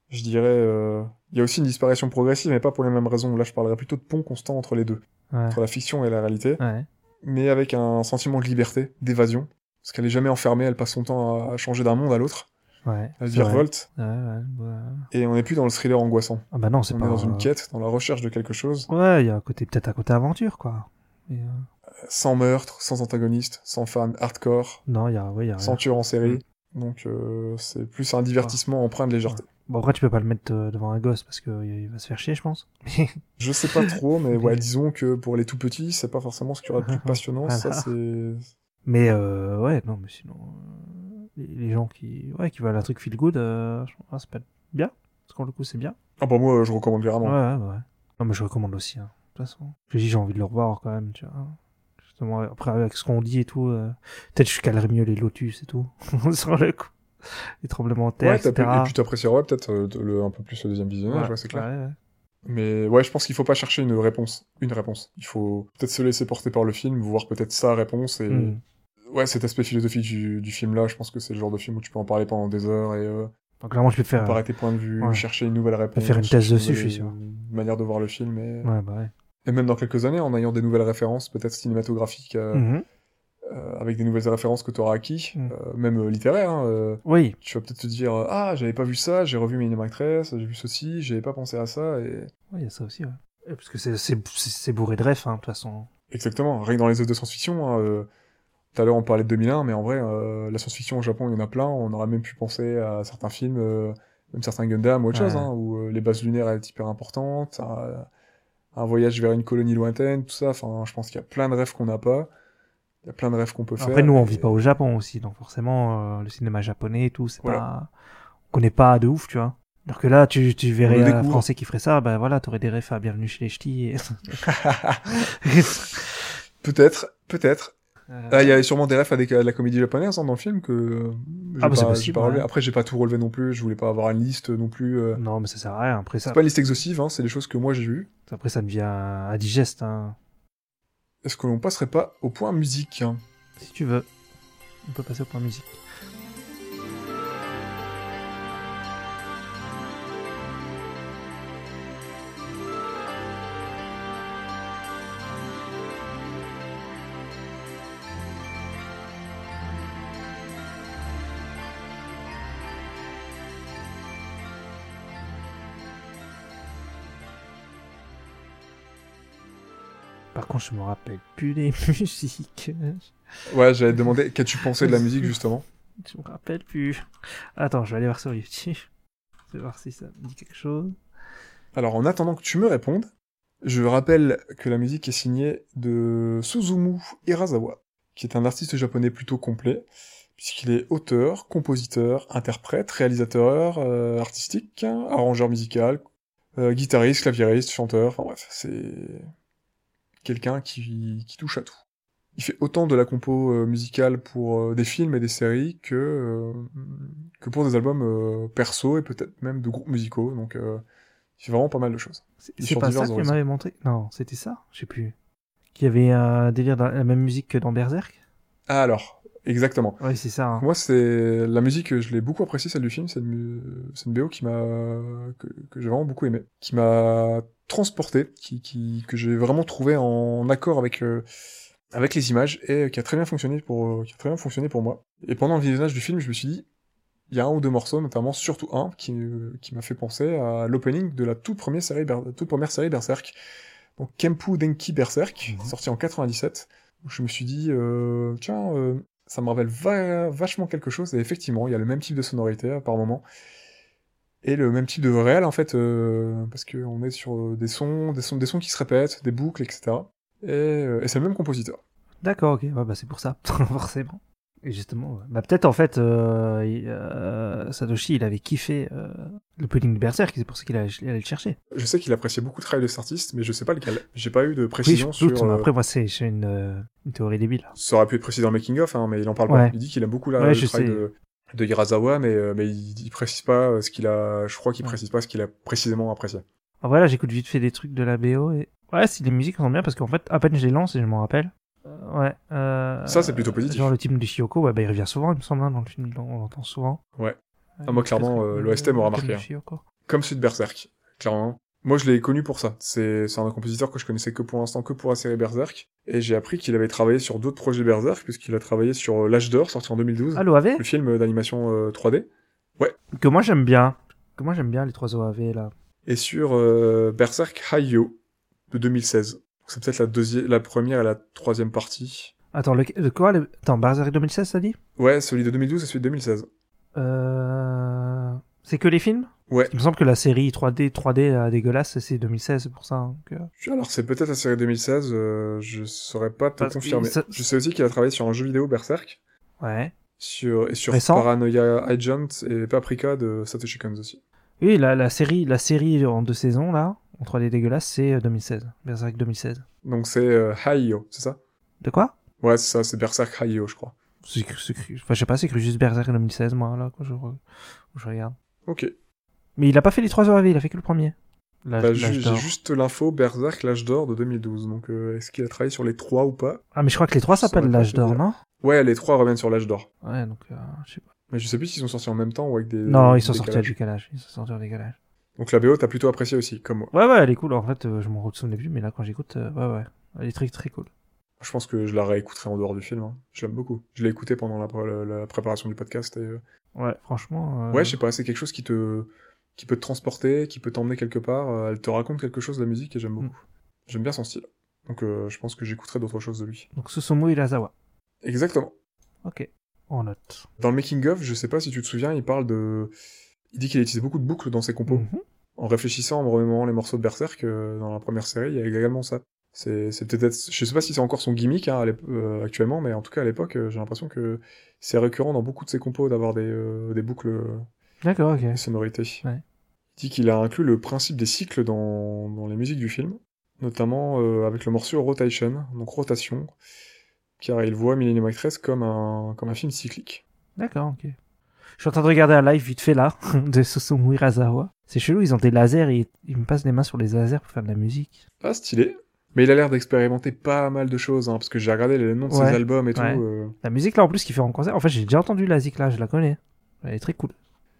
[SPEAKER 6] Je dirais, euh, il y a aussi une disparition progressive, mais pas pour les mêmes raisons. Là, je parlerais plutôt de ponts constants entre les deux,
[SPEAKER 5] Ouais.
[SPEAKER 6] entre la fiction et la réalité,
[SPEAKER 5] Ouais.
[SPEAKER 6] mais avec un sentiment de liberté, d'évasion. Parce qu'elle est jamais enfermée, elle passe son temps à, à changer d'un monde à l'autre.
[SPEAKER 5] Ouais.
[SPEAKER 6] Elle
[SPEAKER 5] c'est vrai.
[SPEAKER 6] virevolte,
[SPEAKER 5] Ouais, ouais, ouais.
[SPEAKER 6] et on n'est plus dans le thriller angoissant.
[SPEAKER 5] Ah bah non, c'est
[SPEAKER 6] On
[SPEAKER 5] pas.
[SPEAKER 6] est dans une
[SPEAKER 5] euh,
[SPEAKER 6] quête, dans la recherche de quelque chose,
[SPEAKER 5] Ouais, il y a un côté peut-être un côté aventure quoi. Et, euh,
[SPEAKER 6] sans meurtre, sans antagoniste, sans fan hardcore,
[SPEAKER 5] Non, il y a, ouais, il y a rien.
[SPEAKER 6] sans tueur en série.
[SPEAKER 5] Mm.
[SPEAKER 6] Donc euh, c'est plus un divertissement empreint de légèreté.
[SPEAKER 5] Bon après tu peux pas le mettre euh, devant un gosse parce que euh, il va se faire chier, je pense.
[SPEAKER 6] Je sais pas trop, mais ouais,
[SPEAKER 5] Mais-
[SPEAKER 6] disons que pour les tout petits, c'est pas forcément ce qu'il y aura de plus passionnant. Ça, c'est.
[SPEAKER 5] Mais euh, ouais, non, mais sinon euh, les, les gens qui ouais qui veulent un truc feel good, euh, je- ah, c'est pas bien. Parce que le coup c'est bien.
[SPEAKER 6] Ah, bah, moi, je recommande
[SPEAKER 5] Ouais,
[SPEAKER 6] vraiment.
[SPEAKER 5] ouais, ouais. Non mais je recommande aussi. Hein. De toute façon, je dis j'ai envie de le revoir quand même, tu vois. Justement après avec ce qu'on dit et tout, euh, peut-être je calerais mieux les lotus et tout sur le coup. Les tremblements de terre,
[SPEAKER 6] Ouais, t'as pu-
[SPEAKER 5] etc.
[SPEAKER 6] et puis t'apprécieras peut-être euh, le- un peu plus le deuxième visionnage, ouais, c'est clair.
[SPEAKER 5] ouais, ouais.
[SPEAKER 6] Mais ouais, je pense qu'il faut pas chercher une réponse. Une réponse. Il faut peut-être se laisser porter par le film, voir peut-être sa réponse. Et
[SPEAKER 5] Hmm.
[SPEAKER 6] ouais, cet aspect philosophique du, du film-là, je pense que c'est le genre de film où tu peux en parler pendant des heures et euh,
[SPEAKER 5] Donc clairement je vais faire.
[SPEAKER 6] comparer tes points de vue,
[SPEAKER 5] ouais.
[SPEAKER 6] chercher une nouvelle réponse.
[SPEAKER 5] faire une thèse
[SPEAKER 6] chercher
[SPEAKER 5] dessus, je
[SPEAKER 6] nouvelle-
[SPEAKER 5] suis sûr.
[SPEAKER 6] Une manière de voir le film. Et,
[SPEAKER 5] Ouais, bah ouais.
[SPEAKER 6] et même dans quelques années, en ayant des nouvelles références, peut-être cinématographiques. euh,
[SPEAKER 5] Mhm.
[SPEAKER 6] euh, avec des nouvelles références que tu auras acquis,
[SPEAKER 5] Mm.
[SPEAKER 6] euh, même euh, littéraires. hein, euh,
[SPEAKER 5] Oui,
[SPEAKER 6] tu vas peut-être te dire euh, Ah, j'avais pas vu ça, j'ai revu Minimum Actress, j'ai vu ceci, j'avais pas pensé à ça. Et...
[SPEAKER 5] il y a ça aussi, ouais. Euh, Parce que c'est- c'est c'est- c'est bourré de refs, hein, de toute façon.
[SPEAKER 6] Exactement, rien que dans les œuvres de science-fiction. hein, euh, Tout à l'heure, on parlait de 2001, mais en vrai, euh, la science-fiction au Japon, il y en a plein. On aurait même pu penser à certains films, euh, même certains Gundam ou autre
[SPEAKER 5] Ouais.
[SPEAKER 6] chose, hein, où euh, les bases lunaires étaient hyper importantes, un, un voyage vers une colonie lointaine, tout ça. Enfin, je pense qu'il y a plein de rêves qu'on n'a pas. Il y a plein de rêves qu'on peut faire.
[SPEAKER 5] Après, nous, on
[SPEAKER 6] et-
[SPEAKER 5] vit pas au Japon aussi, donc forcément, euh, le cinéma japonais et tout, c'est
[SPEAKER 6] Voilà.
[SPEAKER 5] pas. On connaît pas de ouf, tu vois. Alors que là, tu, tu verrais
[SPEAKER 6] le
[SPEAKER 5] un
[SPEAKER 6] découvre.
[SPEAKER 5] Français qui ferait ça, bah voilà, t'aurais des refs à Bienvenue chez les Ch'tis. Et...
[SPEAKER 6] Peut-être, peut-être.
[SPEAKER 5] Euh,
[SPEAKER 6] Ah, il y a sûrement des refs à, des- à la comédie japonaise hein, dans le film que euh, j'ai
[SPEAKER 5] Ah, bah, c'est
[SPEAKER 6] pas-
[SPEAKER 5] possible,
[SPEAKER 6] j'ai pas relevé.
[SPEAKER 5] ouais.
[SPEAKER 6] Après, j'ai pas tout relevé non plus. Je voulais pas avoir une liste non plus. euh.
[SPEAKER 5] Non, mais ça sert à rien. Après, ça,
[SPEAKER 6] C'est pas une liste exhaustive. Hein, c'est des choses que moi j'ai vues.
[SPEAKER 5] après ça devient indigeste, hein.
[SPEAKER 6] Est-ce que l'on passerait pas au point musique hein
[SPEAKER 5] Si tu veux, on peut passer au point musique. Par contre, je me rappelle plus les musiques.
[SPEAKER 6] Ouais, j'allais te demander qu'as-tu pensé de la musique justement
[SPEAKER 5] Je me rappelle plus. Attends, je vais aller voir sur YouTube. Je vais voir si ça me dit quelque chose.
[SPEAKER 6] Alors, en attendant que tu me répondes, je rappelle que la musique est signée de Suzumu Hirasawa, qui est un artiste japonais plutôt complet, puisqu'il est auteur, compositeur, interprète, réalisateur euh, artistique, arrangeur musical, Euh, guitariste, claviériste, chanteur, enfin bref, c'est quelqu'un qui, qui touche à tout. Il fait autant de la compo euh, musicale pour euh, des films et des séries que, euh, que pour des albums euh, perso et peut-être même de groupes musicaux, donc euh, il fait vraiment pas mal de choses.
[SPEAKER 5] C'est
[SPEAKER 6] Ils
[SPEAKER 5] c'est
[SPEAKER 6] sont
[SPEAKER 5] pas
[SPEAKER 6] divers
[SPEAKER 5] ça qu'il
[SPEAKER 6] horizons.
[SPEAKER 5] m'avait montré Non, c'était ça, je sais plus. Qu'il y avait un délire dans la même musique que dans Berserk
[SPEAKER 6] Ah, alors, exactement.
[SPEAKER 5] Ouais, c'est ça. hein.
[SPEAKER 6] Moi, c'est la musique, je l'ai beaucoup appréciée, celle du film. C'est une, mu- c'est une BO qui m'a que, que j'ai vraiment beaucoup aimé, qui m'a transporté, qui, qui que j'ai vraiment trouvé en accord avec euh, avec les images et qui a très bien fonctionné pour euh, qui a très bien fonctionné pour moi. Et pendant le visionnage du film, je me suis dit, il y a un ou deux morceaux, notamment surtout un qui euh, qui m'a fait penser à l'opening de la toute première série Ber- toute première série Berserk, donc Kempu Denki Berserk, sorti en 97. Je me suis dit, euh, tiens. euh, ça me rappelle va- vachement quelque chose. Et effectivement, il y a le même type de sonorité euh, par moment. Et le même type de réel, en fait, euh, parce qu'on est sur euh, des sons, des sons, des sons qui se répètent, des boucles, etc. Et, euh, et c'est le même compositeur.
[SPEAKER 5] D'accord, ok, ouais, bah, c'est pour ça, forcément. Et justement, ouais. bah, peut-être en fait, euh, il- euh, Satoshi, il avait kiffé euh, le pudding de Berserk, c'est pour ça qu'il allait, il allait le chercher.
[SPEAKER 6] Je sais qu'il appréciait beaucoup le travail de cet artiste, mais je sais pas lequel. J'ai pas eu de
[SPEAKER 5] Oui,
[SPEAKER 6] précision
[SPEAKER 5] je
[SPEAKER 6] sur.
[SPEAKER 5] doute, mais
[SPEAKER 6] euh,
[SPEAKER 5] après, moi, c'est c'est une, euh, une théorie débile.
[SPEAKER 6] Ça aurait pu être précis dans le making of, hein, mais il en parle
[SPEAKER 5] Ouais.
[SPEAKER 6] pas. Il dit qu'il aime beaucoup la,
[SPEAKER 5] Ouais,
[SPEAKER 6] le
[SPEAKER 5] je
[SPEAKER 6] travail
[SPEAKER 5] sais.
[SPEAKER 6] de, de Hirasawa, mais, euh, mais il, il précise pas euh, ce qu'il a. Je crois qu'il
[SPEAKER 5] Ouais.
[SPEAKER 6] précise pas ce qu'il a précisément apprécié.
[SPEAKER 5] Ah, voilà, j'écoute vite fait des trucs de la BO. Et... Ouais, si les musiques sont bien, parce qu'en fait, à peine je les lance et je m'en rappelle. Euh, ouais. euh,
[SPEAKER 6] Ça, c'est plutôt positif.
[SPEAKER 5] Genre le thème du Shiyoko, ouais, bah, il revient souvent, il me semble, hein, dans le film, on l'entend souvent.
[SPEAKER 6] Ouais.
[SPEAKER 5] Ouais,
[SPEAKER 6] Ah, moi, clairement,
[SPEAKER 5] peut-être,
[SPEAKER 6] euh, l'OST m'aura
[SPEAKER 5] le thème
[SPEAKER 6] marqué,
[SPEAKER 5] du
[SPEAKER 6] hein.
[SPEAKER 5] Shiyoko.
[SPEAKER 6] comme celui de Berserk, clairement. Moi, je l'ai connu pour ça. C'est c'est un compositeur que je connaissais que pour l'instant, que pour la série Berserk. Et j'ai appris qu'il avait travaillé sur d'autres projets Berserk, puisqu'il a travaillé sur euh, L'Âge d'Or, sorti en 2012,
[SPEAKER 5] Ah, l'OAV
[SPEAKER 6] le film d'animation euh, 3D,
[SPEAKER 5] Que moi, j'aime bien. Que moi, j'aime bien les trois OAV, là.
[SPEAKER 6] et sur euh, Berserk Hayo, de 2016. Donc, C'est peut-être la, deuxième, la première et la troisième partie.
[SPEAKER 5] Attends, le... de quoi le... Attends, Berserk 2016, ça dit
[SPEAKER 6] Ouais, celui de 2012 et celui de 2016.
[SPEAKER 5] euh... C'est que les films
[SPEAKER 6] Ouais.
[SPEAKER 5] Il me semble que la série 3D, 3D là, euh, dégueulasse, c'est 2016, c'est pour ça. hein, que-
[SPEAKER 6] Alors, c'est peut-être la série 2016, euh, je saurais pas te
[SPEAKER 5] Parce que
[SPEAKER 6] confirmer.
[SPEAKER 5] ça-
[SPEAKER 6] Je sais aussi qu'il a travaillé sur un jeu vidéo Berserk,
[SPEAKER 5] Ouais.
[SPEAKER 6] sur, et sur
[SPEAKER 5] Récent
[SPEAKER 6] Paranoia Agent et Paprika de Satoshi Kon aussi.
[SPEAKER 5] Oui, la, la série, la série en deux saisons, là, en 3D dégueulasse, c'est euh, 2016. Berserk 2016.
[SPEAKER 6] Donc c'est euh, Hayo, c'est ça
[SPEAKER 5] De quoi
[SPEAKER 6] Ouais, c'est ça, c'est Berserk Hayo, je crois.
[SPEAKER 5] C'est écrit- c'est écrit- Enfin, je sais pas, c'est écrit juste Berserk 2016, moi, là, quand je, re- je regarde.
[SPEAKER 6] Ok.
[SPEAKER 5] Mais il a pas fait les trois OAV, il a fait que le premier. L'âge-
[SPEAKER 6] Bah,
[SPEAKER 5] l'âge
[SPEAKER 6] ju- J'ai
[SPEAKER 5] d'or.
[SPEAKER 6] juste l'info Berserk, l'âge d'or de 2012. Donc euh, est-ce qu'il a travaillé sur les trois ou pas
[SPEAKER 5] Ah, mais je crois que les trois
[SPEAKER 6] Ça
[SPEAKER 5] s'appellent
[SPEAKER 6] aurait pas
[SPEAKER 5] l'âge
[SPEAKER 6] été
[SPEAKER 5] d'or,
[SPEAKER 6] bien.
[SPEAKER 5] non
[SPEAKER 6] Ouais, les trois reviennent sur l'âge d'or.
[SPEAKER 5] Ouais, donc, euh, je sais pas.
[SPEAKER 6] Mais je sais plus s'ils sont sortis en même temps ou avec des.
[SPEAKER 5] Non,
[SPEAKER 6] des
[SPEAKER 5] ils sont sortis à
[SPEAKER 6] décalages.
[SPEAKER 5] décalage. Ils sont sortis à décalage.
[SPEAKER 6] Donc la BO, t'as plutôt apprécié aussi, comme moi.
[SPEAKER 5] Ouais, ouais, elle est cool. En fait, euh, je m'en souvenais plus, mais là, quand j'écoute, euh, ouais, ouais. Elle est très, très cool.
[SPEAKER 6] Je pense que je la réécouterai en dehors du film. hein. Je l'aime beaucoup. Je l'ai écouté pendant la, la- la préparation du podcast. Et, euh,
[SPEAKER 5] Ouais, franchement. euh,
[SPEAKER 6] Ouais, je sais pas, c'est quelque chose qui te qui peut te transporter, qui peut t'emmener quelque part. euh, Elle te raconte quelque chose, la musique, et j'aime beaucoup. J'aime bien son style. Donc euh, je pense que j'écouterai d'autres choses de lui.
[SPEAKER 5] Donc, Susumu Irasawa.
[SPEAKER 6] Exactement.
[SPEAKER 5] Ok. On note.
[SPEAKER 6] Dans le making of, je sais pas si tu te souviens, il parle de. Il dit qu'il a utilisé beaucoup de boucles dans ses compos.
[SPEAKER 5] Mhm.
[SPEAKER 6] En réfléchissant, en remémorant les morceaux de Berserk euh, dans la première série, il y a également ça. C'est c'est peut-être. Je sais pas si c'est encore son gimmick hein, à l'ép- euh, actuellement, mais en tout cas à l'époque, euh, j'ai l'impression que c'est récurrent dans beaucoup de ses compos d'avoir des, euh, des boucles euh,
[SPEAKER 5] D'accord, ok.
[SPEAKER 6] des sonorités.
[SPEAKER 5] Ouais.
[SPEAKER 6] Il dit qu'il a inclus le principe des cycles dans, dans les musiques du film, notamment euh, avec le morceau Rotation, donc Rotation, car il voit Millennium Actress comme un, comme un film cyclique.
[SPEAKER 5] D'accord, ok. Je suis en train de regarder un live vite fait là, de Susumu Irasawa. C'est chelou, ils ont des lasers et ils me passent les mains sur les lasers pour faire de la musique.
[SPEAKER 6] Ah, stylé. Mais il a l'air d'expérimenter pas mal de choses, hein, parce que j'ai regardé les noms de ses
[SPEAKER 5] Ouais,
[SPEAKER 6] albums et tout.
[SPEAKER 5] ouais.
[SPEAKER 6] euh,
[SPEAKER 5] La musique là en plus qu'il fait en concert, en fait j'ai déjà entendu la zik là, je la connais. Elle est très cool.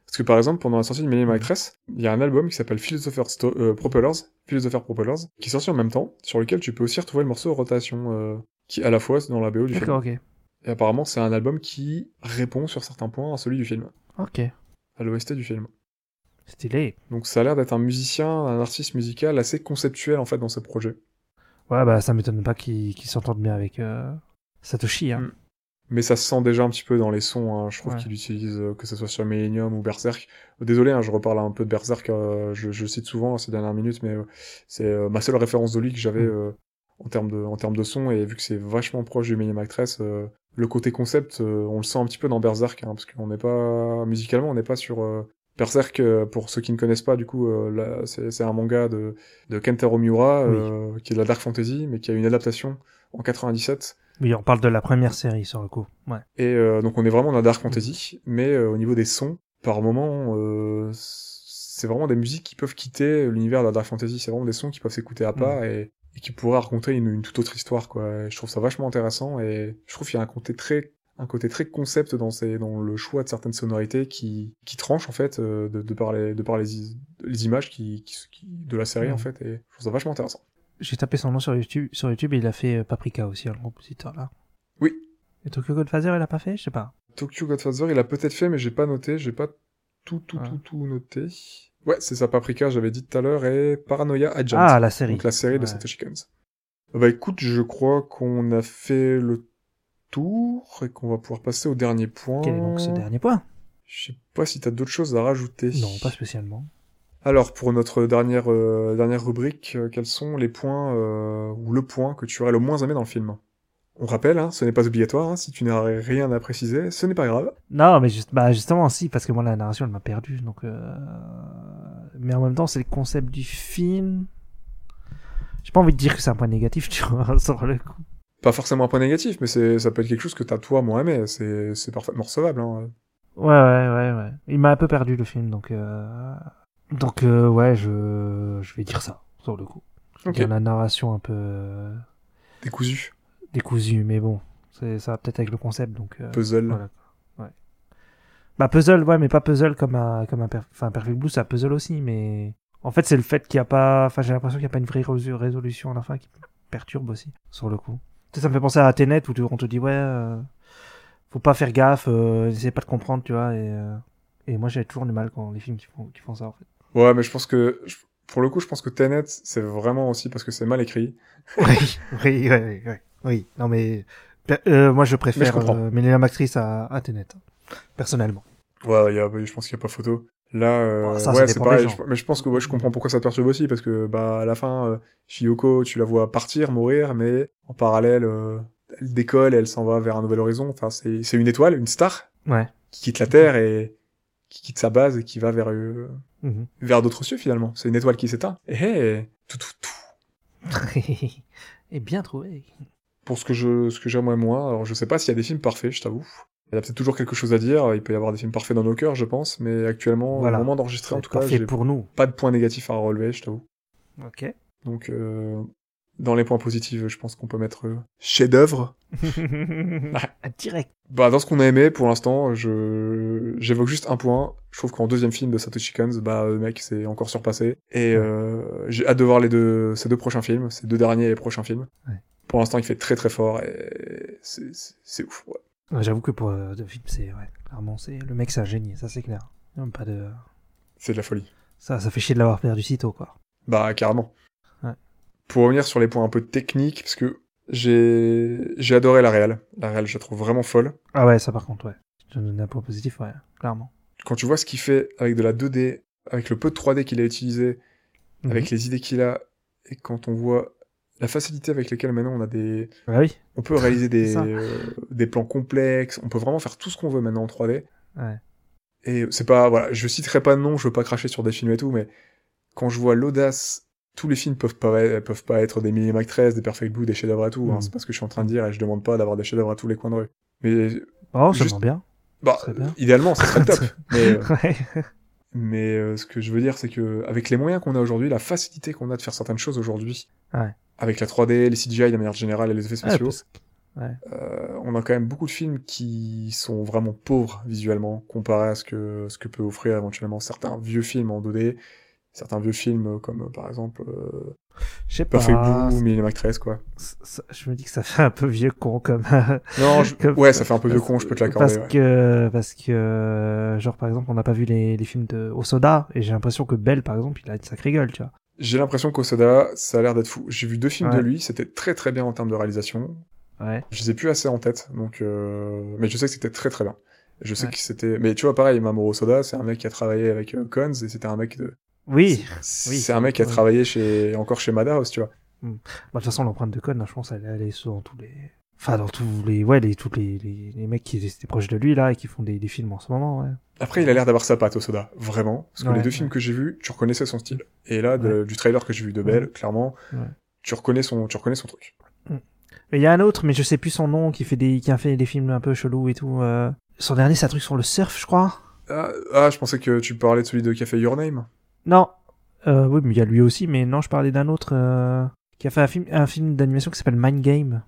[SPEAKER 6] Parce que par exemple, pendant la sortie de Millennium Actress, il y a un album qui s'appelle Philosopher Sto- euh, Propellers, Philosopher Propellers, qui est sorti en même temps, sur lequel tu peux aussi retrouver le morceau Rotation, euh, qui est à la fois dans la BO du film.
[SPEAKER 5] D'accord, ok.
[SPEAKER 6] Et apparemment, c'est un album qui répond sur certains points à celui du film,
[SPEAKER 5] Ok.
[SPEAKER 6] à l'OST du film.
[SPEAKER 5] Stylé.
[SPEAKER 6] Donc ça a l'air d'être un musicien, un artiste musical assez conceptuel en fait dans ce projet.
[SPEAKER 5] Ouais, bah ça m'étonne pas qu'ils qu'ils s'entendent bien avec euh, Satoshi. Hein.
[SPEAKER 6] Mm. Mais ça se sent déjà un petit peu dans les sons, hein. je trouve
[SPEAKER 5] Ouais.
[SPEAKER 6] qu'il utilise, euh, que ce soit sur Millennium ou Berserk. Désolé, hein, je reparle un peu de Berserk, euh, je, je le cite souvent ces dernières minutes, mais euh, c'est euh, ma seule référence de lui que j'avais
[SPEAKER 5] Mm.
[SPEAKER 6] euh, en, termes de, en termes de son, et vu que c'est vachement proche du Millennium Actress, euh, le côté concept, euh, on le sent un petit peu dans Berserk, hein, parce qu'on n'est pas, musicalement, on n'est pas sur euh, Berserk, euh, pour ceux qui ne connaissent pas, du coup, euh, là, c'est c'est un manga de, de Kentaro Miura, euh, qui est de la Dark Fantasy, mais qui a une adaptation en 97.
[SPEAKER 5] Oui, on parle de la première série sur le coup. Ouais.
[SPEAKER 6] Et euh, donc on est vraiment dans la Dark Fantasy, mais euh, au niveau des sons, par moment, euh, c'est vraiment des musiques qui peuvent quitter l'univers de la Dark Fantasy. C'est vraiment des sons qui peuvent s'écouter à part et, et qui pourraient raconter une, une toute autre histoire. Quoi. Et je trouve ça vachement intéressant et je trouve qu'il y a un côté très un côté très concept dans, ces, dans le choix de certaines sonorités qui, qui tranche en fait euh, de, de par les, de par les, is- les images qui, qui, qui- de la série
[SPEAKER 5] Mm.
[SPEAKER 6] en fait et je trouve ça vachement intéressant.
[SPEAKER 5] J'ai tapé son nom sur YouTube, sur YouTube et il a fait euh, Paprika aussi, hein, le compositeur là.
[SPEAKER 6] Oui.
[SPEAKER 5] Et Tokyo Godfather, il a pas fait Je sais pas.
[SPEAKER 6] Tokyo Godfather, il a peut-être fait, mais j'ai pas noté, j'ai pas tout, tout,
[SPEAKER 5] Ah.
[SPEAKER 6] tout, tout noté. Ouais, c'est ça, Paprika, j'avais dit tout à l'heure, et Paranoia Agent.
[SPEAKER 5] Ah, la série.
[SPEAKER 6] donc la série de
[SPEAKER 5] Ouais.
[SPEAKER 6] Satoshi Kon. Bah écoute, je crois qu'on a fait le tour, et qu'on va pouvoir passer au dernier point.
[SPEAKER 5] Quel est donc ce dernier point
[SPEAKER 6] Je sais pas si t'as d'autres choses à rajouter.
[SPEAKER 5] Non, pas spécialement.
[SPEAKER 6] Alors, pour notre dernière, euh, dernière rubrique, euh, quels sont les points, euh, ou le point que tu aurais le moins aimé dans le film On rappelle, hein, ce n'est pas obligatoire, hein, si tu n'as rien à préciser, ce n'est pas grave.
[SPEAKER 5] Non, mais juste, bah, justement, si, parce que moi, la narration, elle m'a perdu. Donc, euh, Mais en même temps, c'est le concept du film. J'ai pas envie de dire que c'est un point négatif, tu vois, sur le coup.
[SPEAKER 6] pas forcément un point négatif, mais c'est, ça peut être quelque chose que t'as toi, moi, aimé. C'est, c'est parfaitement recevable. Hein.
[SPEAKER 5] Ouais, ouais, ouais, ouais. Il m'a un peu perdu, le film, donc... euh, Donc, euh, ouais, je... je vais dire ça, sur le coup. Je vais
[SPEAKER 6] Ok.
[SPEAKER 5] dire la narration un peu euh,
[SPEAKER 6] Décousu,
[SPEAKER 5] décousue, mais bon, c'est ça va peut-être avec le concept, donc... euh,
[SPEAKER 6] puzzle.
[SPEAKER 5] voilà. Bah puzzle, ouais, mais pas puzzle comme un comme un per- enfin Perfect Blue, ça puzzle aussi, mais en fait c'est le fait qu'il n'y a pas, enfin j'ai l'impression qu'il n'y a pas une vraie résu- résolution à la fin qui me perturbe aussi sur le coup. Tu sais, Ça me fait penser à Tenet où tu- on te dit ouais, euh, faut pas faire gaffe, euh, n'essaie pas de comprendre, tu vois, et euh, et moi j'ai toujours du mal quand les films qui font qui font ça en fait.
[SPEAKER 6] Ouais, mais je pense que, je- pour le coup, je pense que Tenet, c'est vraiment aussi parce que c'est mal écrit.
[SPEAKER 5] Oui, oui, oui, oui, oui. Non mais euh, moi je préfère
[SPEAKER 6] comprends.
[SPEAKER 5] euh, Millennium Actrice à, à Tenet, personnellement.
[SPEAKER 6] Ouais, il y a, je pense qu'il n'y a pas photo. Là, euh,
[SPEAKER 5] Bon, ça, ça
[SPEAKER 6] ouais, c'est
[SPEAKER 5] dépend
[SPEAKER 6] pareil.
[SPEAKER 5] des gens.
[SPEAKER 6] je- mais je pense que ouais, je comprends pourquoi ça te perturbe aussi, parce que bah à la fin, euh, Shiyoko, tu la vois partir, mourir, mais en parallèle, euh, elle décolle, et elle s'en va vers un nouvel horizon. Enfin, c'est, c'est une étoile, une star,
[SPEAKER 5] Ouais.
[SPEAKER 6] qui quitte la Terre et qui quitte sa base et qui va vers euh,
[SPEAKER 5] Mhm.
[SPEAKER 6] vers d'autres cieux finalement. C'est une étoile qui s'éteint. Et hey, tout, tout, tout.
[SPEAKER 5] et bien trouvé.
[SPEAKER 6] Pour ce que je, ce que j'aime moi, moi, alors je sais pas s'il y a des films parfaits, je t'avoue. Il y a peut-être toujours quelque chose à dire. Il peut y avoir des films parfaits dans nos cœurs, je pense. Mais actuellement,
[SPEAKER 5] Voilà.
[SPEAKER 6] au moment d'enregistrer, en tout cas,
[SPEAKER 5] Parfait
[SPEAKER 6] j'ai
[SPEAKER 5] pour nous.
[SPEAKER 6] pas de points négatifs à relever, je t'avoue.
[SPEAKER 5] Ok.
[SPEAKER 6] Donc, euh, dans les points positifs, je pense qu'on peut mettre euh, chef-d'œuvre.
[SPEAKER 5] Direct.
[SPEAKER 6] Bah, dans ce qu'on a aimé, pour l'instant, je, j'évoque juste un point. Je trouve qu'en deuxième film de Satoshi Kon, bah, euh, mec, c'est encore surpassé. Et, euh, j'ai hâte de voir les deux, ces deux prochains films, ces deux derniers et prochains films.
[SPEAKER 5] Ouais.
[SPEAKER 6] Pour l'instant, il fait très très fort et c'est, c'est, c'est ouf. ouais.
[SPEAKER 5] Ouais, J'avoue que pour euh, le film, c'est ouais, clairement c'est le mec, c'est un génie, ça c'est clair. Y a même pas de
[SPEAKER 6] C'est de la folie.
[SPEAKER 5] ça, ça fait chier de l'avoir perdu si tôt quoi.
[SPEAKER 6] Bah, carrément.
[SPEAKER 5] Ouais.
[SPEAKER 6] Pour revenir sur les points un peu techniques, parce que j'ai, j'ai adoré la réal. La réal, je la trouve vraiment folle.
[SPEAKER 5] Ah ouais, ça par contre ouais. Je te donne un point positif ouais, clairement.
[SPEAKER 6] Quand tu vois ce qu'il fait avec de la 2D, avec le peu de 3D qu'il a utilisé, avec
[SPEAKER 5] Mhm.
[SPEAKER 6] les idées qu'il a, et quand on voit la facilité avec laquelle maintenant on a des,
[SPEAKER 5] Ah oui.
[SPEAKER 6] on peut réaliser des,
[SPEAKER 5] ça.
[SPEAKER 6] euh, des plans complexes, on peut vraiment faire tout ce qu'on veut maintenant en 3D.
[SPEAKER 5] Ouais.
[SPEAKER 6] Et c'est pas, voilà, je citerai pas de nom, je veux pas cracher sur des films et tout, mais quand je vois l'audace, tous les films peuvent pas, peuvent pas être des Millennium Actress, des Perfect Blue, des chefs-d'œuvre à tout, hein,
[SPEAKER 5] Mm.
[SPEAKER 6] c'est pas ce que je suis en train de dire, et je demande pas d'avoir des chefs-d'œuvre à tous les coins de rue. Mais,
[SPEAKER 5] Oh, ça me
[SPEAKER 6] Juste-
[SPEAKER 5] rend bien.
[SPEAKER 6] bah,
[SPEAKER 5] Très bien.
[SPEAKER 6] idéalement, ça serait le top. mais, euh,
[SPEAKER 5] Ouais.
[SPEAKER 6] mais euh, ce que je veux dire, c'est que avec les moyens qu'on a aujourd'hui, la facilité qu'on a de faire certaines choses aujourd'hui,
[SPEAKER 5] Ouais.
[SPEAKER 6] avec la 3D, les CGI de manière générale et les effets
[SPEAKER 5] Ouais,
[SPEAKER 6] spéciaux,
[SPEAKER 5] parce que-
[SPEAKER 6] euh, on a quand même beaucoup de films qui sont vraiment pauvres visuellement comparé à ce que ce que peut offrir éventuellement certains vieux films en 2D, certains vieux films euh, comme euh, par exemple euh,
[SPEAKER 5] Je sais pas.
[SPEAKER 6] Perfect Blue, Millennium Actress quoi.
[SPEAKER 5] ça- ça- je me dis que ça fait un peu vieux con comme.
[SPEAKER 6] Non, je-
[SPEAKER 5] Comme-
[SPEAKER 6] ouais, ça fait un peu vieux con, je peux te l'accorder.
[SPEAKER 5] Parce
[SPEAKER 6] Ouais.
[SPEAKER 5] que parce que genre par exemple, on n'a pas vu les, les films de Osoda et j'ai l'impression que Belle par exemple, il a une sacrée gueule, tu vois.
[SPEAKER 6] J'ai l'impression qu'Osoda, ça a l'air d'être fou. J'ai vu deux films de
[SPEAKER 5] Ouais.
[SPEAKER 6] lui, c'était très très bien en termes de réalisation.
[SPEAKER 5] Ouais.
[SPEAKER 6] Je les ai plus assez en tête, donc euh, mais je sais que c'était très très bien. Je sais
[SPEAKER 5] Ouais.
[SPEAKER 6] que c'était, mais tu vois pareil, Mamoru Soda, c'est un mec qui a travaillé avec euh, Cons et c'était un mec de,
[SPEAKER 5] Oui.
[SPEAKER 6] c'est
[SPEAKER 5] Oui.
[SPEAKER 6] c'est un mec qui a
[SPEAKER 5] Ouais.
[SPEAKER 6] travaillé chez encore chez Madhouse, tu vois.
[SPEAKER 5] Bah, de toute façon, l'empreinte de code, là, je pense, elle, elle est sous dans tous les. Enfin, dans tous les, ouais, les, tous les, les, les mecs qui étaient proches de lui, là, et qui font des, des films en ce moment, ouais.
[SPEAKER 6] Après, il a l'air d'avoir sa patte au soda, vraiment. Parce que
[SPEAKER 5] Ouais,
[SPEAKER 6] les deux films que j'ai vus, tu reconnaissais son style. Et là, de- du trailer que j'ai vu de Belle, clairement,
[SPEAKER 5] Ouais.
[SPEAKER 6] tu, reconnais son, tu reconnais son truc.
[SPEAKER 5] Mais il y a un autre, mais je sais plus son nom, qui fait des, qui a fait des films un peu chelous et tout, euh. Son dernier, c'est un truc sur le surf, je crois.
[SPEAKER 6] Ah, ah, je pensais que tu parlais de celui de Café Your Name.
[SPEAKER 5] Non. Euh, oui, mais il y a lui aussi, mais non, je parlais d'un autre euh, qui a fait un film, un film d'animation qui s'appelle Mind Game.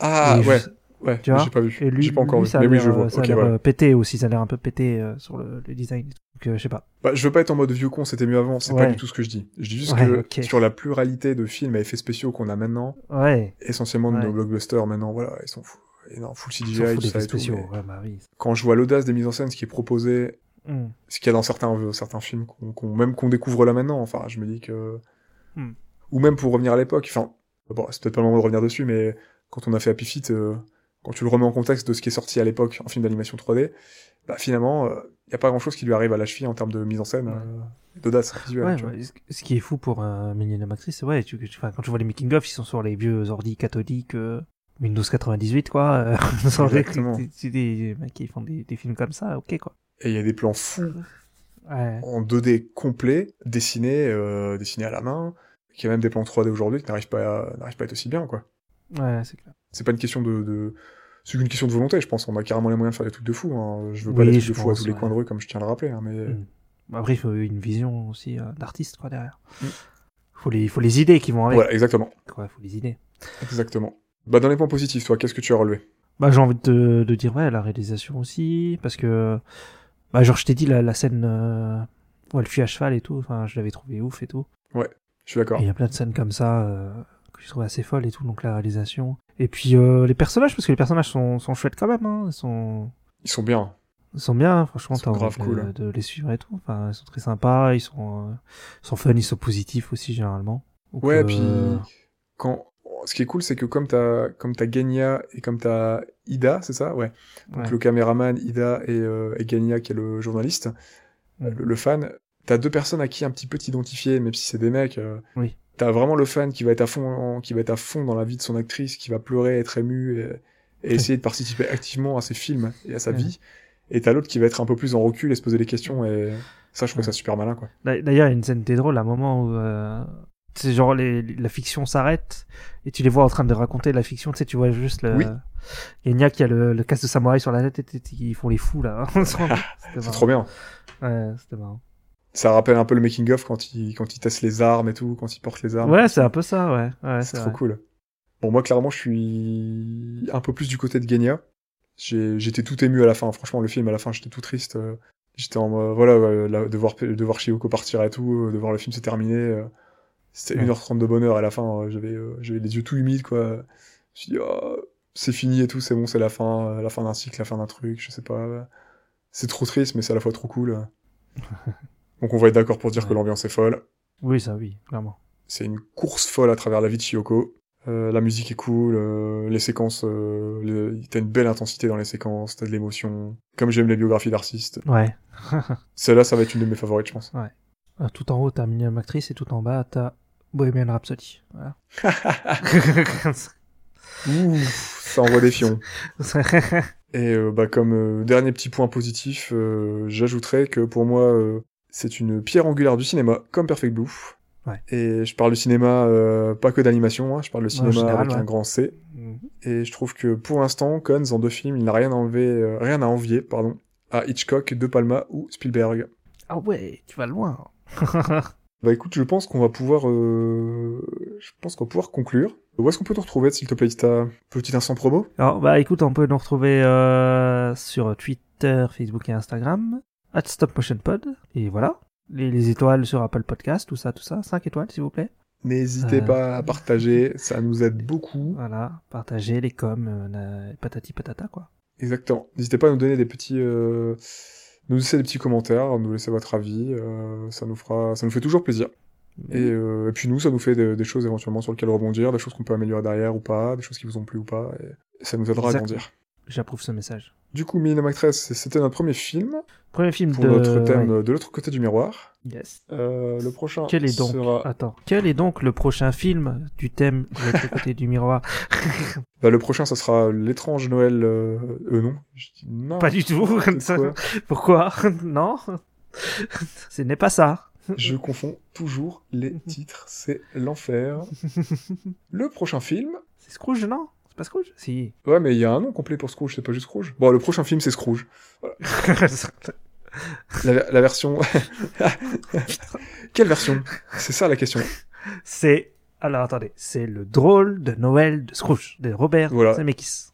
[SPEAKER 6] Ah,
[SPEAKER 5] Et je-
[SPEAKER 6] ouais, ouais,
[SPEAKER 5] tu vois,
[SPEAKER 6] j'ai pas vu.
[SPEAKER 5] Et lui,
[SPEAKER 6] J'ai pas encore
[SPEAKER 5] lui,
[SPEAKER 6] vu.
[SPEAKER 5] ça a
[SPEAKER 6] Mais oui,
[SPEAKER 5] l'air,
[SPEAKER 6] je vois.
[SPEAKER 5] euh, ça a
[SPEAKER 6] Ok,
[SPEAKER 5] l'air,
[SPEAKER 6] voilà.
[SPEAKER 5] euh, pété aussi, ça a l'air un peu pété euh, sur le, le design. et tout. Donc, euh, je sais pas.
[SPEAKER 6] Bah, je veux pas être en mode vieux con, c'était mieux avant, c'est pas
[SPEAKER 5] Ouais.
[SPEAKER 6] du tout ce que je dis. Je dis juste
[SPEAKER 5] Ouais,
[SPEAKER 6] que
[SPEAKER 5] ok.
[SPEAKER 6] sur la pluralité de films à effets spéciaux qu'on a maintenant,
[SPEAKER 5] Ouais.
[SPEAKER 6] essentiellement de
[SPEAKER 5] Ouais.
[SPEAKER 6] nos blockbusters maintenant, voilà, ils sont fous. Et non, full
[SPEAKER 5] ils
[SPEAKER 6] CGI,
[SPEAKER 5] s'en foutent
[SPEAKER 6] tout
[SPEAKER 5] des
[SPEAKER 6] ça et tout,
[SPEAKER 5] spéciaux.
[SPEAKER 6] mais
[SPEAKER 5] Ouais, bah oui.
[SPEAKER 6] Quand je vois l'audace des mises en scène, ce qui est proposé,
[SPEAKER 5] Hmm.
[SPEAKER 6] ce qu'il y a dans certains, euh, certains films, qu'on qu'on- même qu'on découvre là maintenant, enfin, je me dis que...
[SPEAKER 5] Hmm.
[SPEAKER 6] Ou même pour revenir à l'époque, enfin, bon, c'est peut-être pas le moment de revenir dessus, mais quand on a fait Happy Feet, euh, quand tu le remets en contexte de ce qui est sorti à l'époque, un film d'animation 3D, bah finalement, il n'y a pas grand-chose qui lui arrive à la cheville en termes de mise en scène,
[SPEAKER 5] Ouais.
[SPEAKER 6] euh, d'audace visuelle.
[SPEAKER 5] Ouais,
[SPEAKER 6] tu vois.
[SPEAKER 5] ouais, ce- Ce qui est fou pour un Millennium Actress, c'est ouais, tu, tu- enfin, quand tu vois les making-of, ils sont sur les vieux ordi cathodiques euh, Windows 98, quoi. euh, sur les-
[SPEAKER 6] Exactement.
[SPEAKER 5] c'est- C'est des mecs qui font des, des films comme ça, ok, quoi.
[SPEAKER 6] Et il y a des plans fous
[SPEAKER 5] Ouais.
[SPEAKER 6] en 2D complet, dessinés, euh, dessinés à la main, qui a même des plans 3D aujourd'hui qui n'arrivent pas, à- n'arrivent pas à être aussi bien, quoi.
[SPEAKER 5] Ouais, c'est clair.
[SPEAKER 6] C'est pas une question de, de- c'est une question de volonté, je pense. On a carrément les moyens de faire des trucs de fou. Hein. Je veux pas
[SPEAKER 5] Oui,
[SPEAKER 6] des trucs
[SPEAKER 5] je
[SPEAKER 6] de fou à
[SPEAKER 5] pense,
[SPEAKER 6] tous les
[SPEAKER 5] ouais.
[SPEAKER 6] coins de rue, comme je tiens à le rappeler. hein, mais
[SPEAKER 5] Mm. Après, il faut une vision aussi euh, d'artiste, quoi, derrière.
[SPEAKER 6] Mm.
[SPEAKER 5] Faut les, faut les idées qui vont avec,
[SPEAKER 6] voilà, exactement,
[SPEAKER 5] quoi. Faut les idées.
[SPEAKER 6] exactement. Bah dans les points positifs, toi, qu'est-ce que tu as relevé
[SPEAKER 5] Bah, j'ai envie de, de dire, ouais, la réalisation aussi, parce que, bah, genre, je t'ai dit, la, la scène euh, où elle fuit à cheval et tout, enfin, je l'avais trouvé ouf et tout.
[SPEAKER 6] Je suis d'accord.
[SPEAKER 5] Et il y a plein de scènes comme ça euh, que je trouve assez folles et tout, donc la réalisation. Et puis, euh, les personnages, parce que les personnages sont, sont chouettes quand même, hein. Ils sont,
[SPEAKER 6] Ils sont bien.
[SPEAKER 5] Ils sont bien, hein, franchement,
[SPEAKER 6] Ils
[SPEAKER 5] t'as
[SPEAKER 6] sont
[SPEAKER 5] envie
[SPEAKER 6] grave cool,
[SPEAKER 5] de,
[SPEAKER 6] hein.
[SPEAKER 5] de les suivre et tout. Enfin, ils sont très sympas, ils sont, euh, ils sont fun, ils sont positifs aussi, généralement. Donc,
[SPEAKER 6] Ouais,
[SPEAKER 5] euh,
[SPEAKER 6] puis quand ce qui est cool, c'est que comme t'as comme t'as Genya et comme t'as Ida, c'est ça, ouais. Donc
[SPEAKER 5] ouais.
[SPEAKER 6] le caméraman Ida et, euh, et Genya qui est le journaliste,
[SPEAKER 5] Mm.
[SPEAKER 6] le, le fan. T'as deux personnes à qui un petit peu t'identifier, même si c'est des mecs. euh,
[SPEAKER 5] Oui.
[SPEAKER 6] T'as vraiment le fan qui va être à fond, en- qui va être à fond dans la vie de son actrice, qui va pleurer, être ému et, et essayer de participer activement à ses films et à sa
[SPEAKER 5] Ouais.
[SPEAKER 6] vie. Et t'as l'autre qui va être un peu plus en recul et se poser des questions. Et ça, je trouve
[SPEAKER 5] Ouais.
[SPEAKER 6] ça super malin, quoi.
[SPEAKER 5] D'a- D'ailleurs, il y a une scène très drôle à un moment où euh, c'est genre les, les- la fiction s'arrête et tu les vois en train de raconter la fiction. Tu sais, tu vois juste le.
[SPEAKER 6] Oui.
[SPEAKER 5] Genya qui a le, le casque de samouraï sur la tête et t- t- ils font les fous là. C'était
[SPEAKER 6] C'est
[SPEAKER 5] marrant.
[SPEAKER 6] trop bien.
[SPEAKER 5] Ouais, c'était marrant.
[SPEAKER 6] Ça rappelle un peu le making of quand il quand il teste les armes et tout, quand il porte les armes.
[SPEAKER 5] Ouais, c'est un peu ça, ouais. ouais
[SPEAKER 6] c'est
[SPEAKER 5] c'est
[SPEAKER 6] trop
[SPEAKER 5] vrai.
[SPEAKER 6] cool. Bon, moi, clairement, je suis un peu plus du côté de Genya. J'ai- J'étais tout ému à la fin. Franchement, le film, à la fin, j'étais tout triste. euh, J'étais en mode, voilà, ouais, là, de, voir, de voir Shioko partir et tout, euh, de voir le film se terminer. euh, C'était
[SPEAKER 5] Ouais.
[SPEAKER 6] 1h30 de bonheur à la fin. euh, J'avais euh, j'avais les yeux tout humides, quoi. Je me suis dit, Ah, c'est fini et tout, c'est bon, c'est la fin, euh, la fin d'un cycle, la fin d'un truc, je sais pas. ouais. C'est trop triste, mais c'est à la fois trop cool. Donc, on va être d'accord pour dire que
[SPEAKER 5] Ouais.
[SPEAKER 6] l'ambiance est folle.
[SPEAKER 5] Oui, ça, oui, clairement.
[SPEAKER 6] C'est une course folle à travers la vie de Chiyoko. Euh, la musique est cool, euh, les séquences, euh, le- t'as une belle intensité dans les séquences, t'as de l'émotion. Comme j'aime les biographies d'artistes,
[SPEAKER 5] Ouais.
[SPEAKER 6] celle-là, ça va être une de mes favorites, je pense.
[SPEAKER 5] Euh, Tout en haut, t'as Millennium Actrice et tout en bas, t'as Bohemian Rhapsody. Voilà.
[SPEAKER 6] Ouh, ça envoie des fions. Et euh, bah, comme euh, dernier petit point positif, euh, j'ajouterais que pour moi, euh, c'est une pierre angulaire du cinéma, comme Perfect Blue.
[SPEAKER 5] Ouais.
[SPEAKER 6] Et je parle du cinéma, euh, pas que d'animation, hein, je parle du cinéma
[SPEAKER 5] général,
[SPEAKER 6] avec un
[SPEAKER 5] ouais.
[SPEAKER 6] grand C. Et je trouve que pour l'instant, Cons en deux films, il n'a rien, enlevé, euh, rien à envier pardon, à Hitchcock, De Palma ou Spielberg.
[SPEAKER 5] ah ouais, tu vas loin.
[SPEAKER 6] Bah écoute, je pense qu'on va pouvoir, euh, je pense qu'on va pouvoir conclure. Où est-ce qu'on peut te retrouver, s'il te plaît, si t'as petit instant promo
[SPEAKER 5] Alors, bah écoute, on peut nous retrouver euh, sur Twitter, Facebook et Instagram, at StopMotionPod, et voilà. Les, les étoiles sur Apple Podcast, tout ça, tout ça. 5 étoiles, s'il vous plaît.
[SPEAKER 6] N'hésitez
[SPEAKER 5] Euh.
[SPEAKER 6] pas à partager, ça nous aide beaucoup.
[SPEAKER 5] Voilà, partagez les coms, euh, la- patati patata, quoi.
[SPEAKER 6] Exactement. N'hésitez pas à nous donner des petits, euh, nous laisser des petits commentaires, nous laisser votre avis, euh, ça nous fera, ça nous fait toujours plaisir.
[SPEAKER 5] Bah
[SPEAKER 6] Et, euh, et puis nous, ça nous fait des, des choses éventuellement sur lesquelles rebondir, des choses qu'on peut améliorer derrière ou pas, des choses qui vous ont plu ou pas, et ça nous aidera à
[SPEAKER 5] Exactement.
[SPEAKER 6] grandir.
[SPEAKER 5] J'approuve ce message.
[SPEAKER 6] Du coup, Millennium Actress, c'était notre premier film
[SPEAKER 5] Premier film
[SPEAKER 6] pour
[SPEAKER 5] de.
[SPEAKER 6] notre thème
[SPEAKER 5] ouais.
[SPEAKER 6] euh, de l'autre côté du miroir.
[SPEAKER 5] Yes.
[SPEAKER 6] Euh, le prochain
[SPEAKER 5] Quel est donc Ah.
[SPEAKER 6] sera
[SPEAKER 5] Attends. Quel est donc le prochain film du thème de l'autre côté du miroir
[SPEAKER 6] Bah, le prochain, ça sera l'étrange Noël. Euh, euh, non, je dis non.
[SPEAKER 5] Pas du tout.
[SPEAKER 6] N'importe
[SPEAKER 5] ça.
[SPEAKER 6] quoi.
[SPEAKER 5] Pourquoi Non. ce n'est pas ça.
[SPEAKER 6] Je confonds toujours les titres, c'est l'enfer. le prochain film.
[SPEAKER 5] C'est Scrooge, non C'est pas Scrooge Si.
[SPEAKER 6] Ouais, mais il y a un nom complet pour Scrooge, c'est pas juste Scrooge. Bon, le prochain film, c'est Scrooge. La, ver- la version. Quelle version C'est ça la question.
[SPEAKER 5] c'est. Alors attendez, c'est le drôle de Noël de Scrooge, de Robert
[SPEAKER 6] Voilà.
[SPEAKER 5] Zemeckis.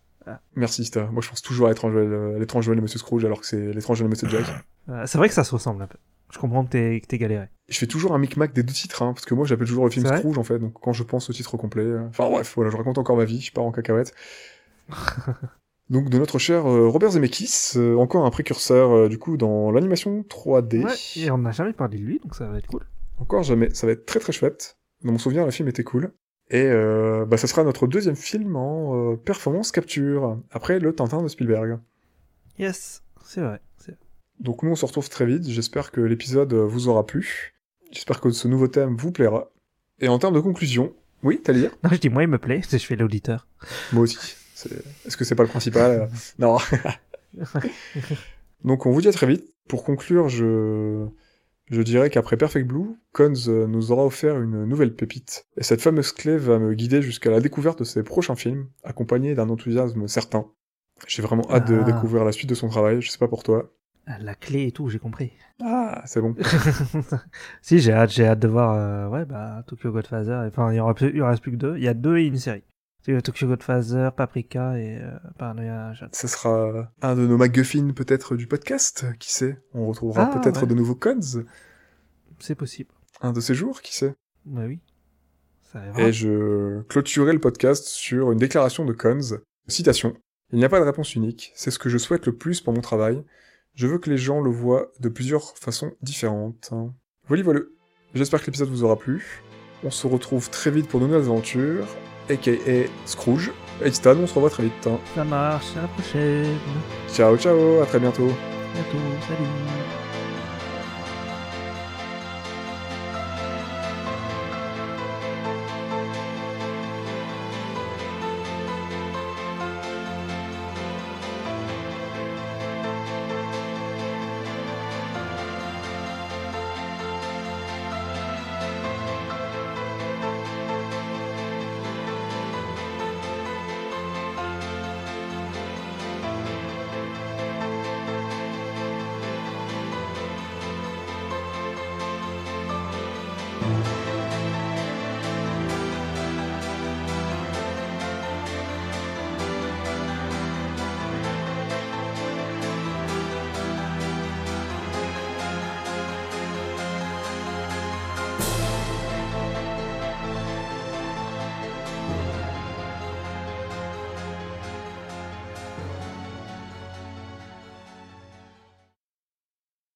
[SPEAKER 6] Merci, Sta. Moi, je pense toujours à l'étrange Noël, euh, à l'étrange Noël de Monsieur Scrooge, alors que c'est l'étrange Noël de Monsieur Jack.
[SPEAKER 5] Euh, c'est vrai que ça se ressemble un peu. Je comprends que t'es, que t'es galéré.
[SPEAKER 6] Je fais toujours un micmac des deux titres, hein, parce que moi, j'appelle toujours le film
[SPEAKER 5] C'est vrai
[SPEAKER 6] Scrooge, en fait. Donc, quand je pense au titre complet. euh, Enfin, bref, voilà, je raconte encore ma vie, je pars en cacahuète. Donc, de notre cher euh, Robert Zemeckis, euh, encore un précurseur, euh, du coup, dans l'animation 3D.
[SPEAKER 5] Ouais, et on n'a jamais parlé de lui, donc ça va être cool.
[SPEAKER 6] Encore jamais. Ça va être très très chouette. Dans mon souvenir, le film était cool. Et euh, bah, ça sera notre deuxième film en euh, performance capture, après le Tintin de Spielberg.
[SPEAKER 5] Yes, c'est vrai. c'est-
[SPEAKER 6] Donc nous, on se retrouve très vite. J'espère que l'épisode euh, vous aura plu. J'espère que ce nouveau thème vous plaira. Et en termes de conclusion, oui, t'as lire
[SPEAKER 5] Non, je dis moi, il me plaît, je fais l'auditeur.
[SPEAKER 6] Moi aussi. C'est- Est-ce que c'est pas le principal euh Non. Donc on vous dit à très vite. Pour conclure, je, je dirais qu'après Perfect Blue, Cons euh, nous aura offert une nouvelle pépite. Et cette fameuse clé va me guider jusqu'à la découverte de ses prochains films, accompagnée d'un enthousiasme certain. J'ai vraiment hâte de
[SPEAKER 5] Ah.
[SPEAKER 6] découvrir la suite de son travail, je sais pas pour toi.
[SPEAKER 5] Ah, La clé et tout, j'ai compris.
[SPEAKER 6] Ah, c'est bon.
[SPEAKER 5] si, j'ai hâte, j'ai hâte de voir euh, ouais, bah, Tokyo Godfather. Enfin, il y aura plus, il y en reste plus que deux. Il y a deux et une série. C'est, euh, Tokyo Godfather, Paprika et euh, Paranoia Shot.
[SPEAKER 6] Ça sera un de nos MacGuffin peut-être du podcast, qui sait On retrouvera
[SPEAKER 5] Ah,
[SPEAKER 6] peut-être
[SPEAKER 5] ouais.
[SPEAKER 6] de nouveaux Cons,
[SPEAKER 5] C'est possible.
[SPEAKER 6] un de ces jours, qui sait
[SPEAKER 5] Bah oui. Ça arrivera.
[SPEAKER 6] Et je clôturerai le podcast sur une déclaration de Cons. Citation. Il n'y a pas de réponse unique, c'est ce que je souhaite le plus pour mon travail. Je veux que les gens le voient de plusieurs façons différentes. Voilà, voilà. J'espère que l'épisode vous aura plu. On se retrouve très vite pour de nouvelles aventures, aka Scrooge. Et Stan, on se revoit très vite.
[SPEAKER 5] Ça marche, à la prochaine.
[SPEAKER 6] Ciao, ciao, à très bientôt.
[SPEAKER 5] À bientôt, salut.